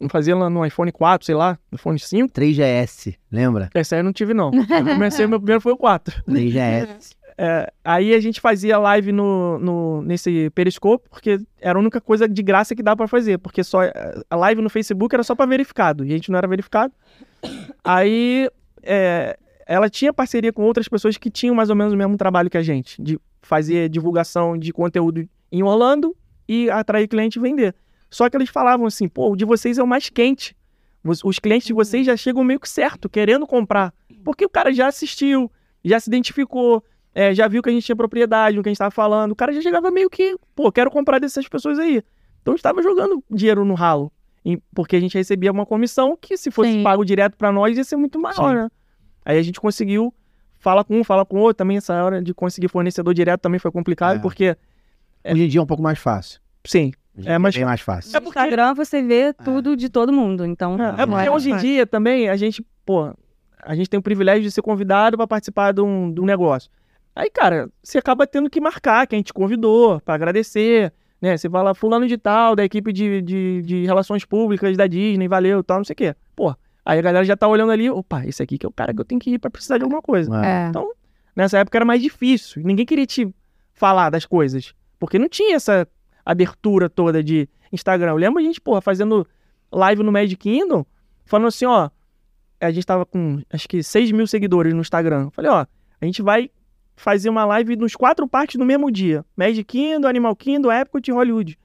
S3: Eu fazia lá no iPhone 4, sei lá, no iPhone 5.
S2: 3GS, lembra?
S3: Essa aí eu não tive, não. Eu comecei, meu primeiro foi o 4.
S2: 3GS.
S3: É, aí a gente fazia live no, no- nesse Periscope, porque era a única coisa de graça que dava pra fazer, porque só a live no Facebook era só pra verificado, e a gente não era verificado. Aí é, ela tinha parceria com outras pessoas que tinham mais ou menos o mesmo trabalho que a gente, de fazer divulgação de conteúdo em Orlando e atrair cliente e vender. Só que eles falavam assim, pô, o de vocês é o mais quente. Os os clientes de vocês já chegam meio que certo, querendo comprar. Porque o cara já assistiu, já se identificou, é, já viu que a gente tinha propriedade, o que a gente estava falando. O cara já chegava meio que, pô, quero comprar dessas pessoas aí. Então estava jogando dinheiro no ralo. E- porque a gente recebia uma comissão que, se fosse
S1: Sim.
S3: pago direto para nós, ia ser muito maior,
S2: Sim.
S3: né? Aí a gente conseguiu, fala com um, fala com o outro. Também essa hora de conseguir fornecedor direto também foi complicado,
S2: É.
S3: porque,
S2: Hoje em dia é um pouco mais fácil.
S3: sim,
S2: Hoje em
S3: É,
S2: dia
S3: mas-
S2: bem mais fácil.
S3: É
S4: No
S3: porque-
S4: Instagram você vê tudo de todo mundo, então...
S3: É, é
S4: não
S3: porque
S4: era
S3: hoje em
S4: fácil.
S3: dia também a gente, pô, a gente tem o privilégio de ser convidado para participar de um, de um negócio. Aí, cara, você acaba tendo que marcar quem te convidou para agradecer, né? Você fala fulano de tal, da equipe de, de, de relações públicas da Disney, valeu, tal, não sei o quê. Pô, aí a galera já tá olhando ali, opa, esse aqui que é o cara que eu tenho que ir para precisar de alguma coisa.
S2: Mano,
S1: É.
S3: Nessa época era mais difícil, ninguém queria te falar das coisas, porque não tinha essa abertura toda de Instagram. Eu lembro a gente, porra, fazendo live no Magic Kingdom, falando assim, ó, a gente tava com acho que 6 mil seguidores no Instagram. Eu Falei, ó, a gente vai fazer uma live nos quatro parques no mesmo dia. Magic Kingdom, Animal Kingdom, Epcot e Hollywood.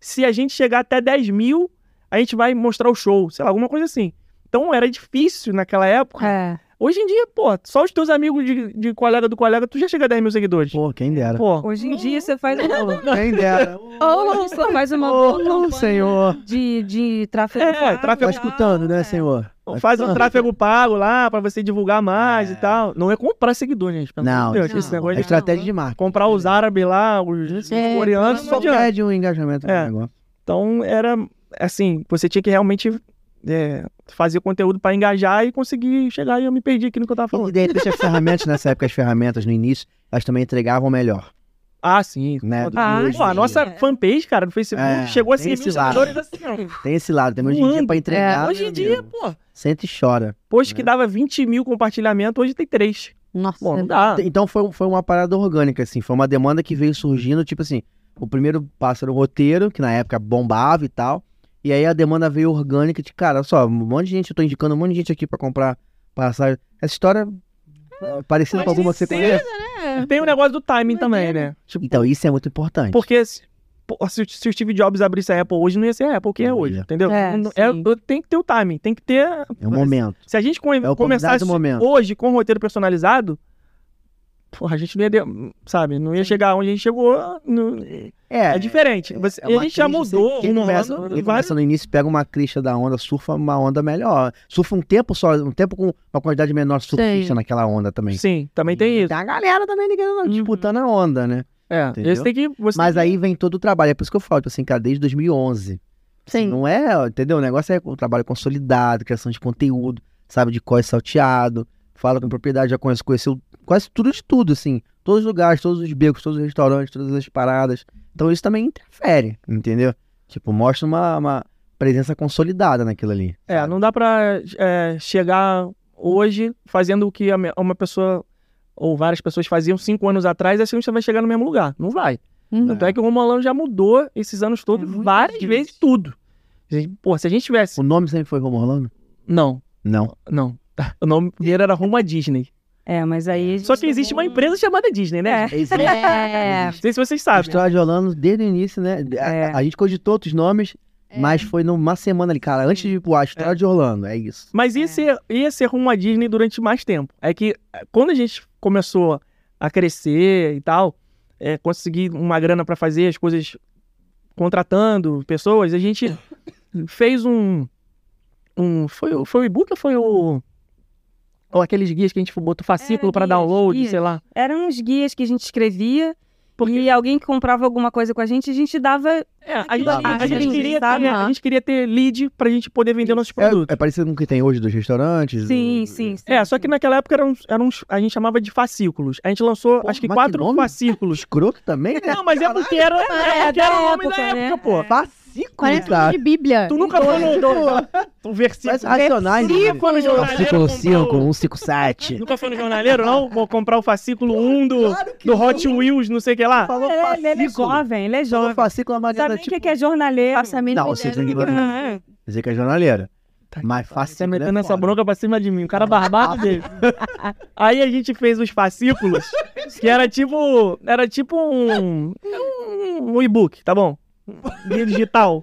S3: Se a gente chegar até 10 mil, a gente vai mostrar o show, sei lá, alguma coisa assim. Então era difícil naquela época.
S4: É.
S3: Hoje em dia, pô, só os teus amigos de, de colega do colega, tu já chega a 10 mil seguidores.
S2: Pô, quem dera.
S3: Pô,
S4: Hoje em dia você faz...
S2: Quem dera.
S4: Ou só faz uma boa
S2: Ô, senhor.
S4: de, de tráfego.
S3: É,
S4: pago,
S3: tráfego-
S2: Tá
S4: tal,
S2: escutando, né,
S4: é.
S2: senhor? Tá
S3: faz um
S2: escutando?
S3: tráfego pago lá pra você divulgar mais
S2: É.
S3: e tal. Não é comprar seguidor, gente. Pelo amor
S2: Não,
S3: de Deus,
S1: não.
S3: esse negócio
S2: É
S3: de
S2: estratégia de marketing.
S3: comprar os árabes lá, os, os
S1: É,
S3: coreanos,
S1: pelo
S2: Só
S3: não adianta.
S2: pede um engajamento no
S3: É.
S2: negócio.
S3: Então era assim, você tinha que realmente é, fazer conteúdo pra engajar e conseguir chegar e eu me perdi aqui no que eu tava
S2: E
S3: falando.
S2: de repente as ferramentas, nessa época, as ferramentas no início, elas também entregavam melhor.
S3: Ah, sim.
S2: Né?
S3: Pô,
S4: Ah,
S2: Hoje em
S3: Pô, a
S2: dia.
S3: nossa
S4: É.
S3: fanpage, cara, no Facebook
S2: É,
S3: chegou a
S2: tem
S3: 100 mil
S2: esse lado.
S3: seguidores assim, ó.
S2: Tem esse lado, também hoje em dia
S3: Voando. É,
S2: pra entregar.
S3: Hoje em
S2: meu
S3: dia,
S2: amigo,
S3: pô,
S2: Senta e chora.
S3: post que dava 20 mil compartilhamento, hoje tem 3.
S1: Nossa. É.
S3: Bom, não dá.
S2: Então foi, foi uma parada orgânica, assim, foi uma demanda que veio surgindo, tipo assim, o primeiro passo era o roteiro, que na época bombava e tal. E aí a demanda veio orgânica de, cara, olha só, um monte de gente, eu tô indicando um monte de gente aqui pra comprar passagem. Essa história é, parecida com
S3: Pode
S2: alguma que você
S3: ser,
S2: conhece.
S1: É.
S3: Tem o negócio do timing
S1: Doideira.
S3: também, né? Tipo,
S2: Então, isso é muito importante.
S3: porque se, pô, se, o- se o Steve Jobs abrisse a Apple hoje, não ia ser a Apple que é
S2: Não
S3: hoje,
S2: ia.
S3: entendeu?
S4: É,
S3: Não- é-
S4: sim.
S3: tem que ter o timing, tem que ter...
S2: É o momento.
S3: Se a gente come-
S2: É a oportunidade
S3: começasse
S2: do momento.
S3: hoje com roteiro personalizado, porra, a gente não ia, de- sabe, não ia chegar onde a gente chegou. não- é, diferente. Você-
S2: uma
S3: a gente já
S2: crista,
S3: mudou.
S2: Quem começa,
S3: mudou,
S2: quem
S3: vários-
S2: começa no início pega uma crista da onda, surfa uma onda melhor. Surfa um tempo só, um tempo com uma quantidade menor de surfista
S1: Sim.
S2: naquela onda também.
S3: Sim, também tem isso.
S2: Tem a galera também ligando,
S3: Uhum.
S2: disputando a onda, né?
S3: É,
S2: Entendeu?
S3: esse tem que. Você
S2: Mas
S3: tem que-
S2: aí vem todo o trabalho. É por isso que eu falo, tipo assim, cara, desde 2011. Assim,
S1: Sim.
S2: Não é, entendeu? O negócio é um trabalho consolidado, criação de conteúdo, sabe, de cós salteado. Fala com propriedade, já conheço, conheceu quase tudo de tudo, assim. Todos os lugares, todos os becos, todos os restaurantes, todas as paradas. Então isso também interfere, entendeu? Tipo, mostra uma, uma presença consolidada naquilo ali.
S3: É,
S2: sabe?
S3: não dá pra é, chegar hoje fazendo o que a me- uma pessoa ou várias pessoas faziam cinco anos atrás, assim você vai chegar no mesmo lugar. Não vai.
S1: Uhum.
S3: Tanto é que o Romualão já mudou esses anos todos
S4: É muitas
S3: várias
S4: vezes.
S3: vezes tudo. Gente, Pô, se a gente tivesse.
S2: O nome sempre foi Romo Orlando?
S3: Não,
S2: Não.
S3: não. O nome primeiro era Rumo à Disney.
S4: É, mas aí. a
S3: Só
S4: gente
S3: que existe
S4: tomou
S3: uma
S4: um-
S3: empresa chamada Disney, né?
S2: Existe.
S1: É.
S2: Existe.
S3: Não sei se vocês
S2: A
S3: sabem.
S2: história de Orlando, desde o início, né? A-
S4: né? É.
S2: A, gente cogitou outros nomes, mas foi numa semana ali, cara, antes de ir pro ar, a história de Orlando, é isso.
S3: Mas ia,
S4: É.
S3: ser, ia ser rumo à Disney durante mais tempo. É que eh, quando a gente começou a crescer e tal, eh, conseguir uma grana pra fazer as coisas contratando pessoas, a gente fez um. um foi, o- foi o e-book ou foi o. Ou aqueles guias que a gente botou fascículo
S4: Era
S3: pra
S4: guias,
S3: download,
S4: guias.
S3: sei lá.
S4: Eram uns guias que a gente escrevia.
S3: Porque-
S4: E alguém que comprava alguma coisa com a gente, a gente dava.
S3: É, a, gente,
S2: dava
S3: a gente
S2: lead,
S3: queria,
S1: sabe?
S3: ter- a gente queria ter lead pra gente poder vender nossos
S2: É,
S3: produtos.
S2: é parecido com o que tem hoje dos restaurantes.
S4: Sim,
S2: o-
S4: sim. sim,
S3: É, só que
S4: sim.
S3: naquela época eram, uns- eram uns- a gente chamava de fascículos. A gente lançou,
S2: Porra,
S3: acho que
S2: mas que
S3: quatro
S2: nome?
S3: fascículos.
S2: Escroto também, né?
S3: Não, mas é porque era, é, porque era o nome da época, né? É. pô.
S2: Fascículo,
S1: 40
S4: um
S2: cara.
S1: anos de Bíblia.
S3: Tu nunca foi no, no
S2: Tipo, Mas
S3: versículo.
S2: racionais. né? Tipo,
S3: Nunca foi no
S2: É
S3: jornaleiro.
S2: Fascículo
S3: comprar
S2: 5,
S3: o-
S2: 157.
S3: Nunca foi no jornaleiro, não? Vou comprar o fascículo 1 do, do Hot Wheels, não sei o que lá.
S2: Falou
S4: É, ele, ele é
S2: fascículo.
S4: jovem, ele é
S2: Falou
S4: jovem.
S2: fascículo, a Mariana,
S4: Sabe nem o
S2: tipo...
S4: que que é jornaleiro?
S1: Faça a é mínima
S2: Não, vocês
S1: ideia.
S2: não ignoram. Dizer que é jornaleira.
S3: Tá
S2: Mas
S3: Você
S2: fascículo
S3: metendo
S2: é
S3: essa
S2: foda. Ah.
S3: bronca pra cima de mim, o cara barbado dele. Aí a gente fez os fascículos, que era tipo. Era tipo um. Um, um e-book, tá bom? Guia digital.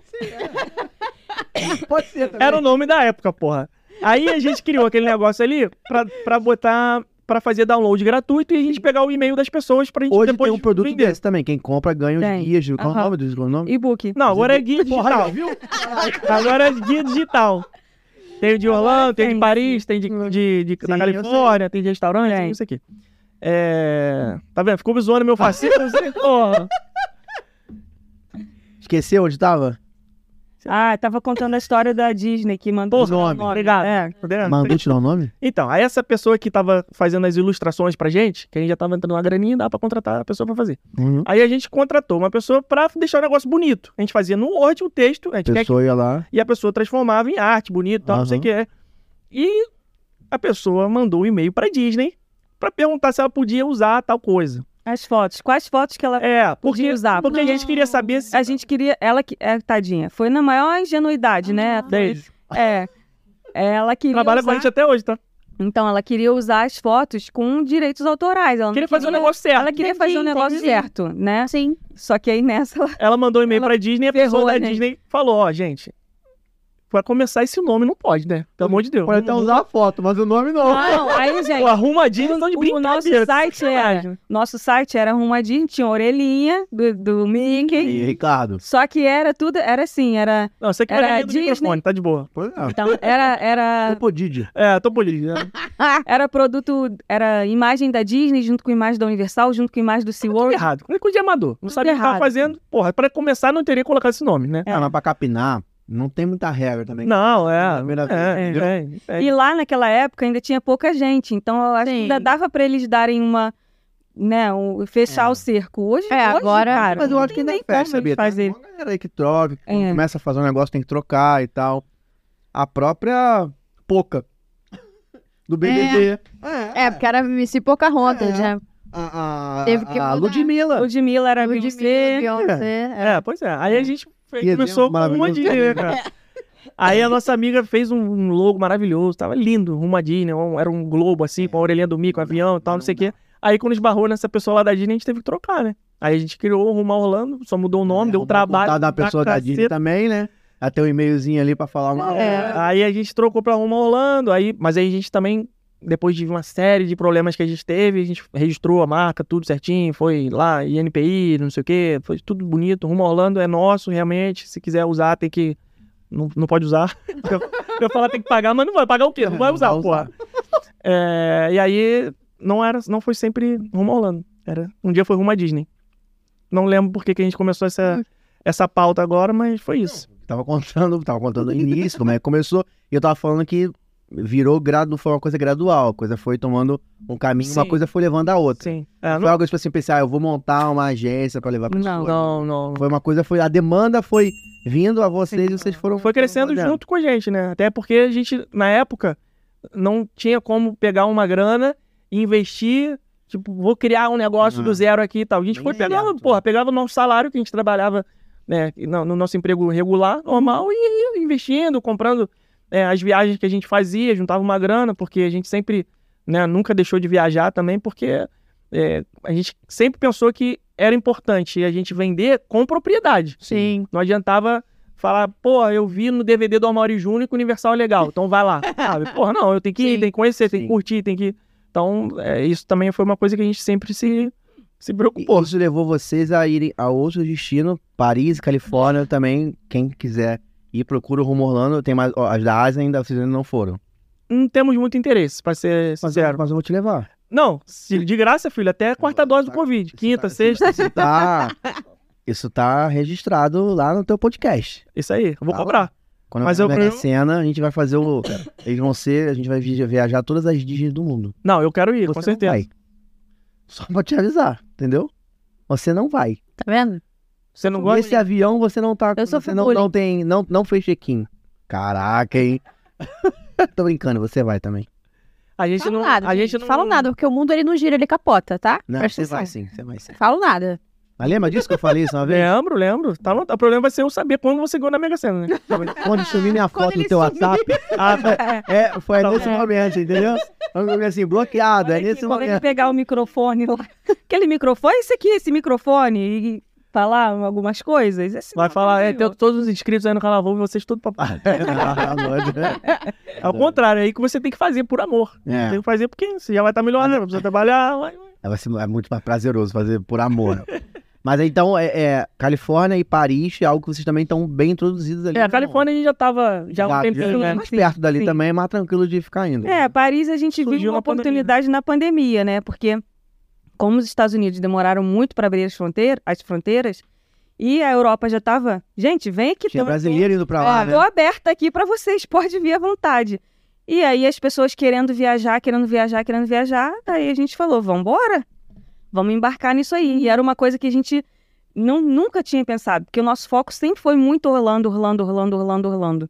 S2: Pode ser
S4: É,
S2: também.
S3: Era o nome da época, porra. Aí a gente criou aquele negócio ali pra, pra botar. Pra fazer download gratuito e a gente pegar o e-mail das pessoas pra gente
S2: Hoje
S3: depois
S2: tem um produto
S3: vender.
S2: desse também. Quem compra ganha os
S4: Tem.
S2: guias. Qual o
S4: Aham.
S2: nome do nome?
S4: E-book.
S3: Não, agora é guia digital.
S2: viu?
S3: Agora é guia digital. Tem o de Orlando, tem o de
S4: tem.
S3: Paris, tem de, de, de- da
S2: Sim,
S3: Califórnia, tem de restaurante, tem
S4: Tem.
S3: isso aqui. É... Tá vendo? Ficou me zoando
S2: Ah.
S3: meu fascista. não sei, porra.
S2: Esqueceu onde tava?
S4: Ah, tava contando a história da Disney que mandou.
S2: Porra, nome.
S3: Obrigado.
S4: É.
S3: Tá vendo?
S2: Mandou tirar o nome?
S3: Então, aí essa pessoa que tava fazendo as ilustrações pra gente, que a gente já tava entrando na graninha, dá pra contratar a pessoa pra fazer.
S2: Uhum.
S3: Aí a gente contratou uma pessoa pra deixar o negócio bonito. A gente fazia no Word o texto, a gente
S2: A
S3: quer que-
S2: pessoa ia lá.
S3: e a pessoa transformava em arte, bonito, tal, não sei
S2: Aham.
S3: o que é. E a pessoa mandou um e-mail pra Disney pra perguntar se ela podia usar tal coisa.
S4: É. As fotos. Quais fotos que ela.
S3: É, porque,
S4: Podia usar.
S3: porque a gente
S1: Não.
S3: queria saber se...
S4: A gente queria. Ela que. É, tadinha. Foi na maior ingenuidade, né?
S3: Desde.
S4: É. Ela queria.
S3: Trabalha com a
S4: usar...
S3: gente até hoje, tá?
S4: Então, ela queria usar as fotos com direitos autorais. Ela não
S3: Queria fazer o negócio certo.
S4: Ela queria fazer o
S1: Entendi,
S4: negócio
S1: entendi.
S4: certo, né?
S1: Sim.
S4: Só que aí nessa ela.
S3: Ela mandou um e-mail
S4: Ela
S3: pra Disney e a
S4: ferrou
S3: pessoa da
S4: a gente.
S3: Disney falou, ó, gente, pra começar esse nome não pode, né? Pelo amor de Deus.
S2: Pode até usar a foto, mas o nome não.
S4: Não, aí, gente.
S3: Pô, arruma a Disney, tão de
S4: É, O nosso
S3: É brincadeira.
S4: site era, nosso site era arrumadinho, tinha orelhinha do, do Mickey.
S2: E Ricardo.
S4: Só que era tudo, era assim, era.
S3: Não, você que
S4: Era
S3: vai do
S4: Disney.
S3: microfone, tá de boa.
S2: Pois é.
S4: Então, era, era,
S2: Opa, Didi.
S3: É, tô polido. né?
S4: era produto, era imagem da Disney junto com imagem da Universal, junto com imagem do
S3: Tudo
S4: SeaWorld.
S3: errado. Coisa de amador. Não
S4: Tudo
S3: sabia o que tava
S4: errado.
S3: fazendo. Porra, pra começar não teria colocado esse nome, né?
S2: Ah, mas pra capinar, não tem muita regra também.
S3: Não, é.
S2: Primeira
S3: é,
S2: vez,
S3: é, é.
S4: E lá naquela época ainda tinha pouca gente, então eu acho que
S1: Sim.
S4: ainda dava pra eles darem uma, né, um- fechar
S2: É.
S4: o cerco. Hoje,
S1: É,
S4: hoje,
S1: agora-
S4: cara,
S2: Mas eu acho que
S4: não
S2: nem
S4: tem como
S2: fecha,
S4: eles
S2: sabia? Tem
S4: fazerem.
S2: uma galera aí que troca, que
S4: É.
S2: começa a fazer um negócio, tem que trocar e tal. A própria Poca do BBB. É,
S1: É, porque era MC Pocahontas,
S2: É.
S1: né?
S2: A, a,
S1: Teve que
S2: a
S1: mudar.
S2: Ludmilla.
S4: Ludmilla era Beyoncé.
S1: Beyoncé.
S3: É, pois é. Aí a gente fe-
S2: Que exemplo
S3: começou com uma
S2: maravilhoso.
S3: Disney, né, cara? Aí a nossa amiga fez um- um logo maravilhoso, tava lindo, uma Disney, um- era um globo assim, com a orelhinha do Mico, avião e tal, não sei o quê. Aí quando esbarrou nessa pessoa lá da Disney, a gente teve que trocar, né? Aí a gente criou o Rumar Orlando, só mudou o nome, deu
S2: Arrumar É,
S3: um
S2: o
S3: trabalho.
S2: contato da
S3: pra
S2: pessoa da Disney
S3: caceta.
S2: também, né? Até um e-mailzinho ali pra falar uma.
S1: É.
S3: Aí a gente trocou pra Rumar Orlando, aí, mas aí a gente também depois de uma série de problemas que a gente teve, a gente registrou a marca, tudo certinho, foi lá, INPI, não sei o quê, foi tudo bonito. Rumo a Orlando é nosso, realmente. Se quiser usar, tem que. Não, não pode usar. Eu, eu falar tem que pagar, mas não vai pagar o quê? Não vai usar,
S2: Não vai usar.
S3: porra. É, e aí, não, era, não foi sempre rumo a Orlando. Era, um dia foi rumo à Disney. Não lembro por que que a gente começou essa, essa pauta agora, mas foi isso.
S2: Tava contando, tava contando o início, como é que começou. E eu tava falando que virou gradu, foi uma coisa gradual. A coisa foi tomando um caminho, uma
S3: Sim.
S2: coisa foi levando a outra.
S3: Sim. É,
S2: Foi
S3: não,
S2: algo tipo assim, pensar, ah, eu vou montar uma agência pra levar pessoas.
S3: não, não.
S2: Foi uma coisa, foi a demanda foi vindo a vocês e vocês foram
S3: Foi crescendo
S2: foram
S3: junto com a gente, né? Até porque a gente, na época, não tinha como pegar uma grana e investir. Tipo, vou criar um negócio
S2: Ah.
S3: do zero aqui e tal. A gente
S2: Nem né?
S3: foi pegava,
S2: certo.
S3: porra, pegava o nosso salário que a gente trabalhava né, no, no nosso emprego regular, normal, e ia investindo, comprando é, as viagens que a gente fazia, juntava uma grana, porque a gente sempre, né, nunca deixou de viajar também, porque é, a gente sempre pensou que era importante a gente vender com propriedade.
S1: Sim.
S3: Não adiantava falar, porra, eu vi no DVD do Amaury Júnior que o Universal é legal, então vai lá. Sabe? Porra, não, eu tenho que ir,
S1: Sim.
S3: tenho que conhecer, tenho
S2: Sim.
S3: que curtir, tenho que. Então, é, isso também foi uma coisa que a gente sempre se, se
S2: E
S3: preocupou.
S2: Isso levou vocês a irem a outro destino, Paris, Califórnia também. Quem quiser ir, procura o Rumo Orlando. Tem mais, ó, as da Ásia ainda, vocês ainda não foram.
S3: Não temos muito interesse, pra ser
S2: Mas,
S3: sincero.
S2: mas eu vou te levar.
S3: Não, se- de graça, filho, até a quarta dose do Covid. Quinta, sexta,
S2: tá Isso tá, isso tá registrado lá no teu podcast.
S3: isso aí, eu vou
S2: Tá lá.
S3: cobrar.
S2: Quando
S3: Mas
S2: eu
S3: eu-
S2: tiver
S3: eu-
S2: na cena, a gente vai fazer o. Eles vão ser, a gente vai vi- viajar todas as Disney do mundo.
S3: Não, eu quero ir,
S2: Você
S3: com
S2: não
S3: certeza.
S2: vai. Só pra te avisar, entendeu? Você não vai.
S1: Tá vendo?
S3: Você não
S2: E
S3: gosta?
S2: esse é avião você não tá.
S1: Eu sofri
S2: você não,
S1: bullying.
S2: não tem. Não, não fez check-in. Caraca, hein? Tô brincando, você vai também.
S3: A gente
S1: Falo
S3: não.
S1: nada,
S3: a
S1: gente.
S3: gente não
S1: Falo nada, porque o mundo ele não gira, ele capota, tá?
S2: Não,
S1: Presta
S2: né? você vai
S1: atenção.
S2: sim, você vai sim.
S1: Falo nada.
S2: Mas lembra disso que eu falei isso uma vez?
S3: Lembro, lembro. Tá, no- o problema vai ser eu saber quando você ganhou na Mega Sena, né?
S2: Quando sumi minha
S1: Quando
S2: foto no
S1: ele
S2: teu
S1: sumir.
S2: WhatsApp,
S3: Ah, tá.
S2: é, foi
S3: Tá
S2: nesse
S4: bom.
S2: momento, entendeu? Eu fiquei assim, bloqueado, é
S4: Olha
S2: nesse
S4: aqui, quando ele
S2: momento.
S4: pegar o microfone lá, aquele microfone, esse aqui, esse microfone, e falar algumas coisas. esse
S3: Vai
S4: não,
S3: falar, é,
S4: entendeu?
S3: tenho todos os inscritos aí no canal, vou ver vocês tudo pra.
S2: Ah, doido.
S3: Ao contrário, é aí que você tem que fazer por amor.
S2: É,
S3: Tem que fazer porque você já vai estar melhorando, precisa trabalhar. vai-
S2: é, vai ser- é muito mais prazeroso fazer por amor. Mas então, é, é, Califórnia e Paris é algo que vocês também estão bem introduzidos ali.
S3: É, a
S2: né?
S3: Califórnia a gente já tava
S4: é
S3: já há um
S2: Já-
S3: tempinho,
S2: já
S3: né?
S2: mais perto dali
S4: sim.
S2: também, é mais tranquilo de ficar indo.
S4: É, Paris a gente
S3: Surgiu
S4: viu uma
S3: na pandemia.
S4: oportunidade na pandemia, né? Porque como os Estados Unidos demoraram muito para abrir as fronteiras, as fronteiras, e a Europa já estava, gente, vem aqui,
S2: Tinha
S4: tamo-
S2: brasileiro indo pra lá,
S4: Ó,
S2: né?
S4: tô aberta aqui para vocês, pode vir à vontade. E aí as pessoas querendo viajar, querendo viajar, querendo viajar, aí a gente falou, vamos embora, vamos embarcar nisso aí. E era uma coisa que a gente não, nunca tinha pensado, porque o nosso foco sempre foi muito Orlando, Orlando, Orlando, Orlando, Orlando.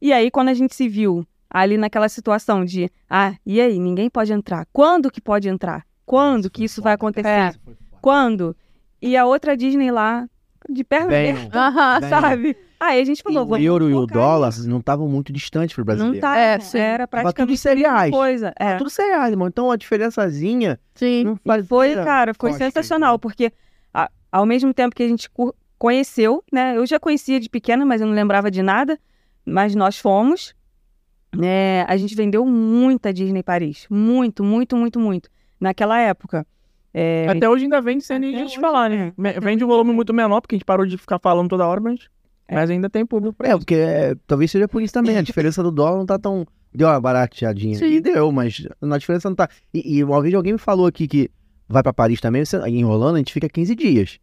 S4: E aí quando a gente se viu ali naquela situação de, ah, e aí, ninguém pode entrar, quando que pode entrar? Quando que isso vai acontecer?
S1: É.
S4: Quando? E a outra Disney lá, de perna
S2: Bem,
S4: aberta,
S1: Aham.
S2: bem,
S4: sabe? Aí a gente falou,
S2: Né? o
S4: vamos
S2: euro e o
S4: focar
S2: dólar não estavam muito distantes pro brasileiro.
S4: Não tá,
S1: É,
S4: é,
S1: sim.
S4: era
S2: Tava tudo em
S4: praticamente
S2: cereais.
S4: coisa. É.
S2: Tava Tudo cereais, irmão. Então a diferençazinha
S1: Sim.
S2: não faz...
S4: Foi, cara, foi
S2: Costa,
S4: sensacional, porque a- ao mesmo tempo que a gente cu- conheceu, né? Eu já conhecia de pequena, mas eu não lembrava de nada, mas nós fomos. né, a gente vendeu muita Disney Paris. Muito, muito, muito, muito. Naquela época. É,
S3: Até hoje ainda vende sem nem a gente falar, né? Me- Vende um volume muito menor, porque a gente parou de ficar falando toda hora, mas, mas ainda tem público pra
S2: É, porque é, talvez seja por isso também. A diferença do dólar não tá tão... Deu uma barateadinha.
S1: Sim.
S2: E deu, mas a diferença não tá... E, e uma vez alguém me falou aqui que vai pra Paris também, você, em Orlando a gente fica 15 dias.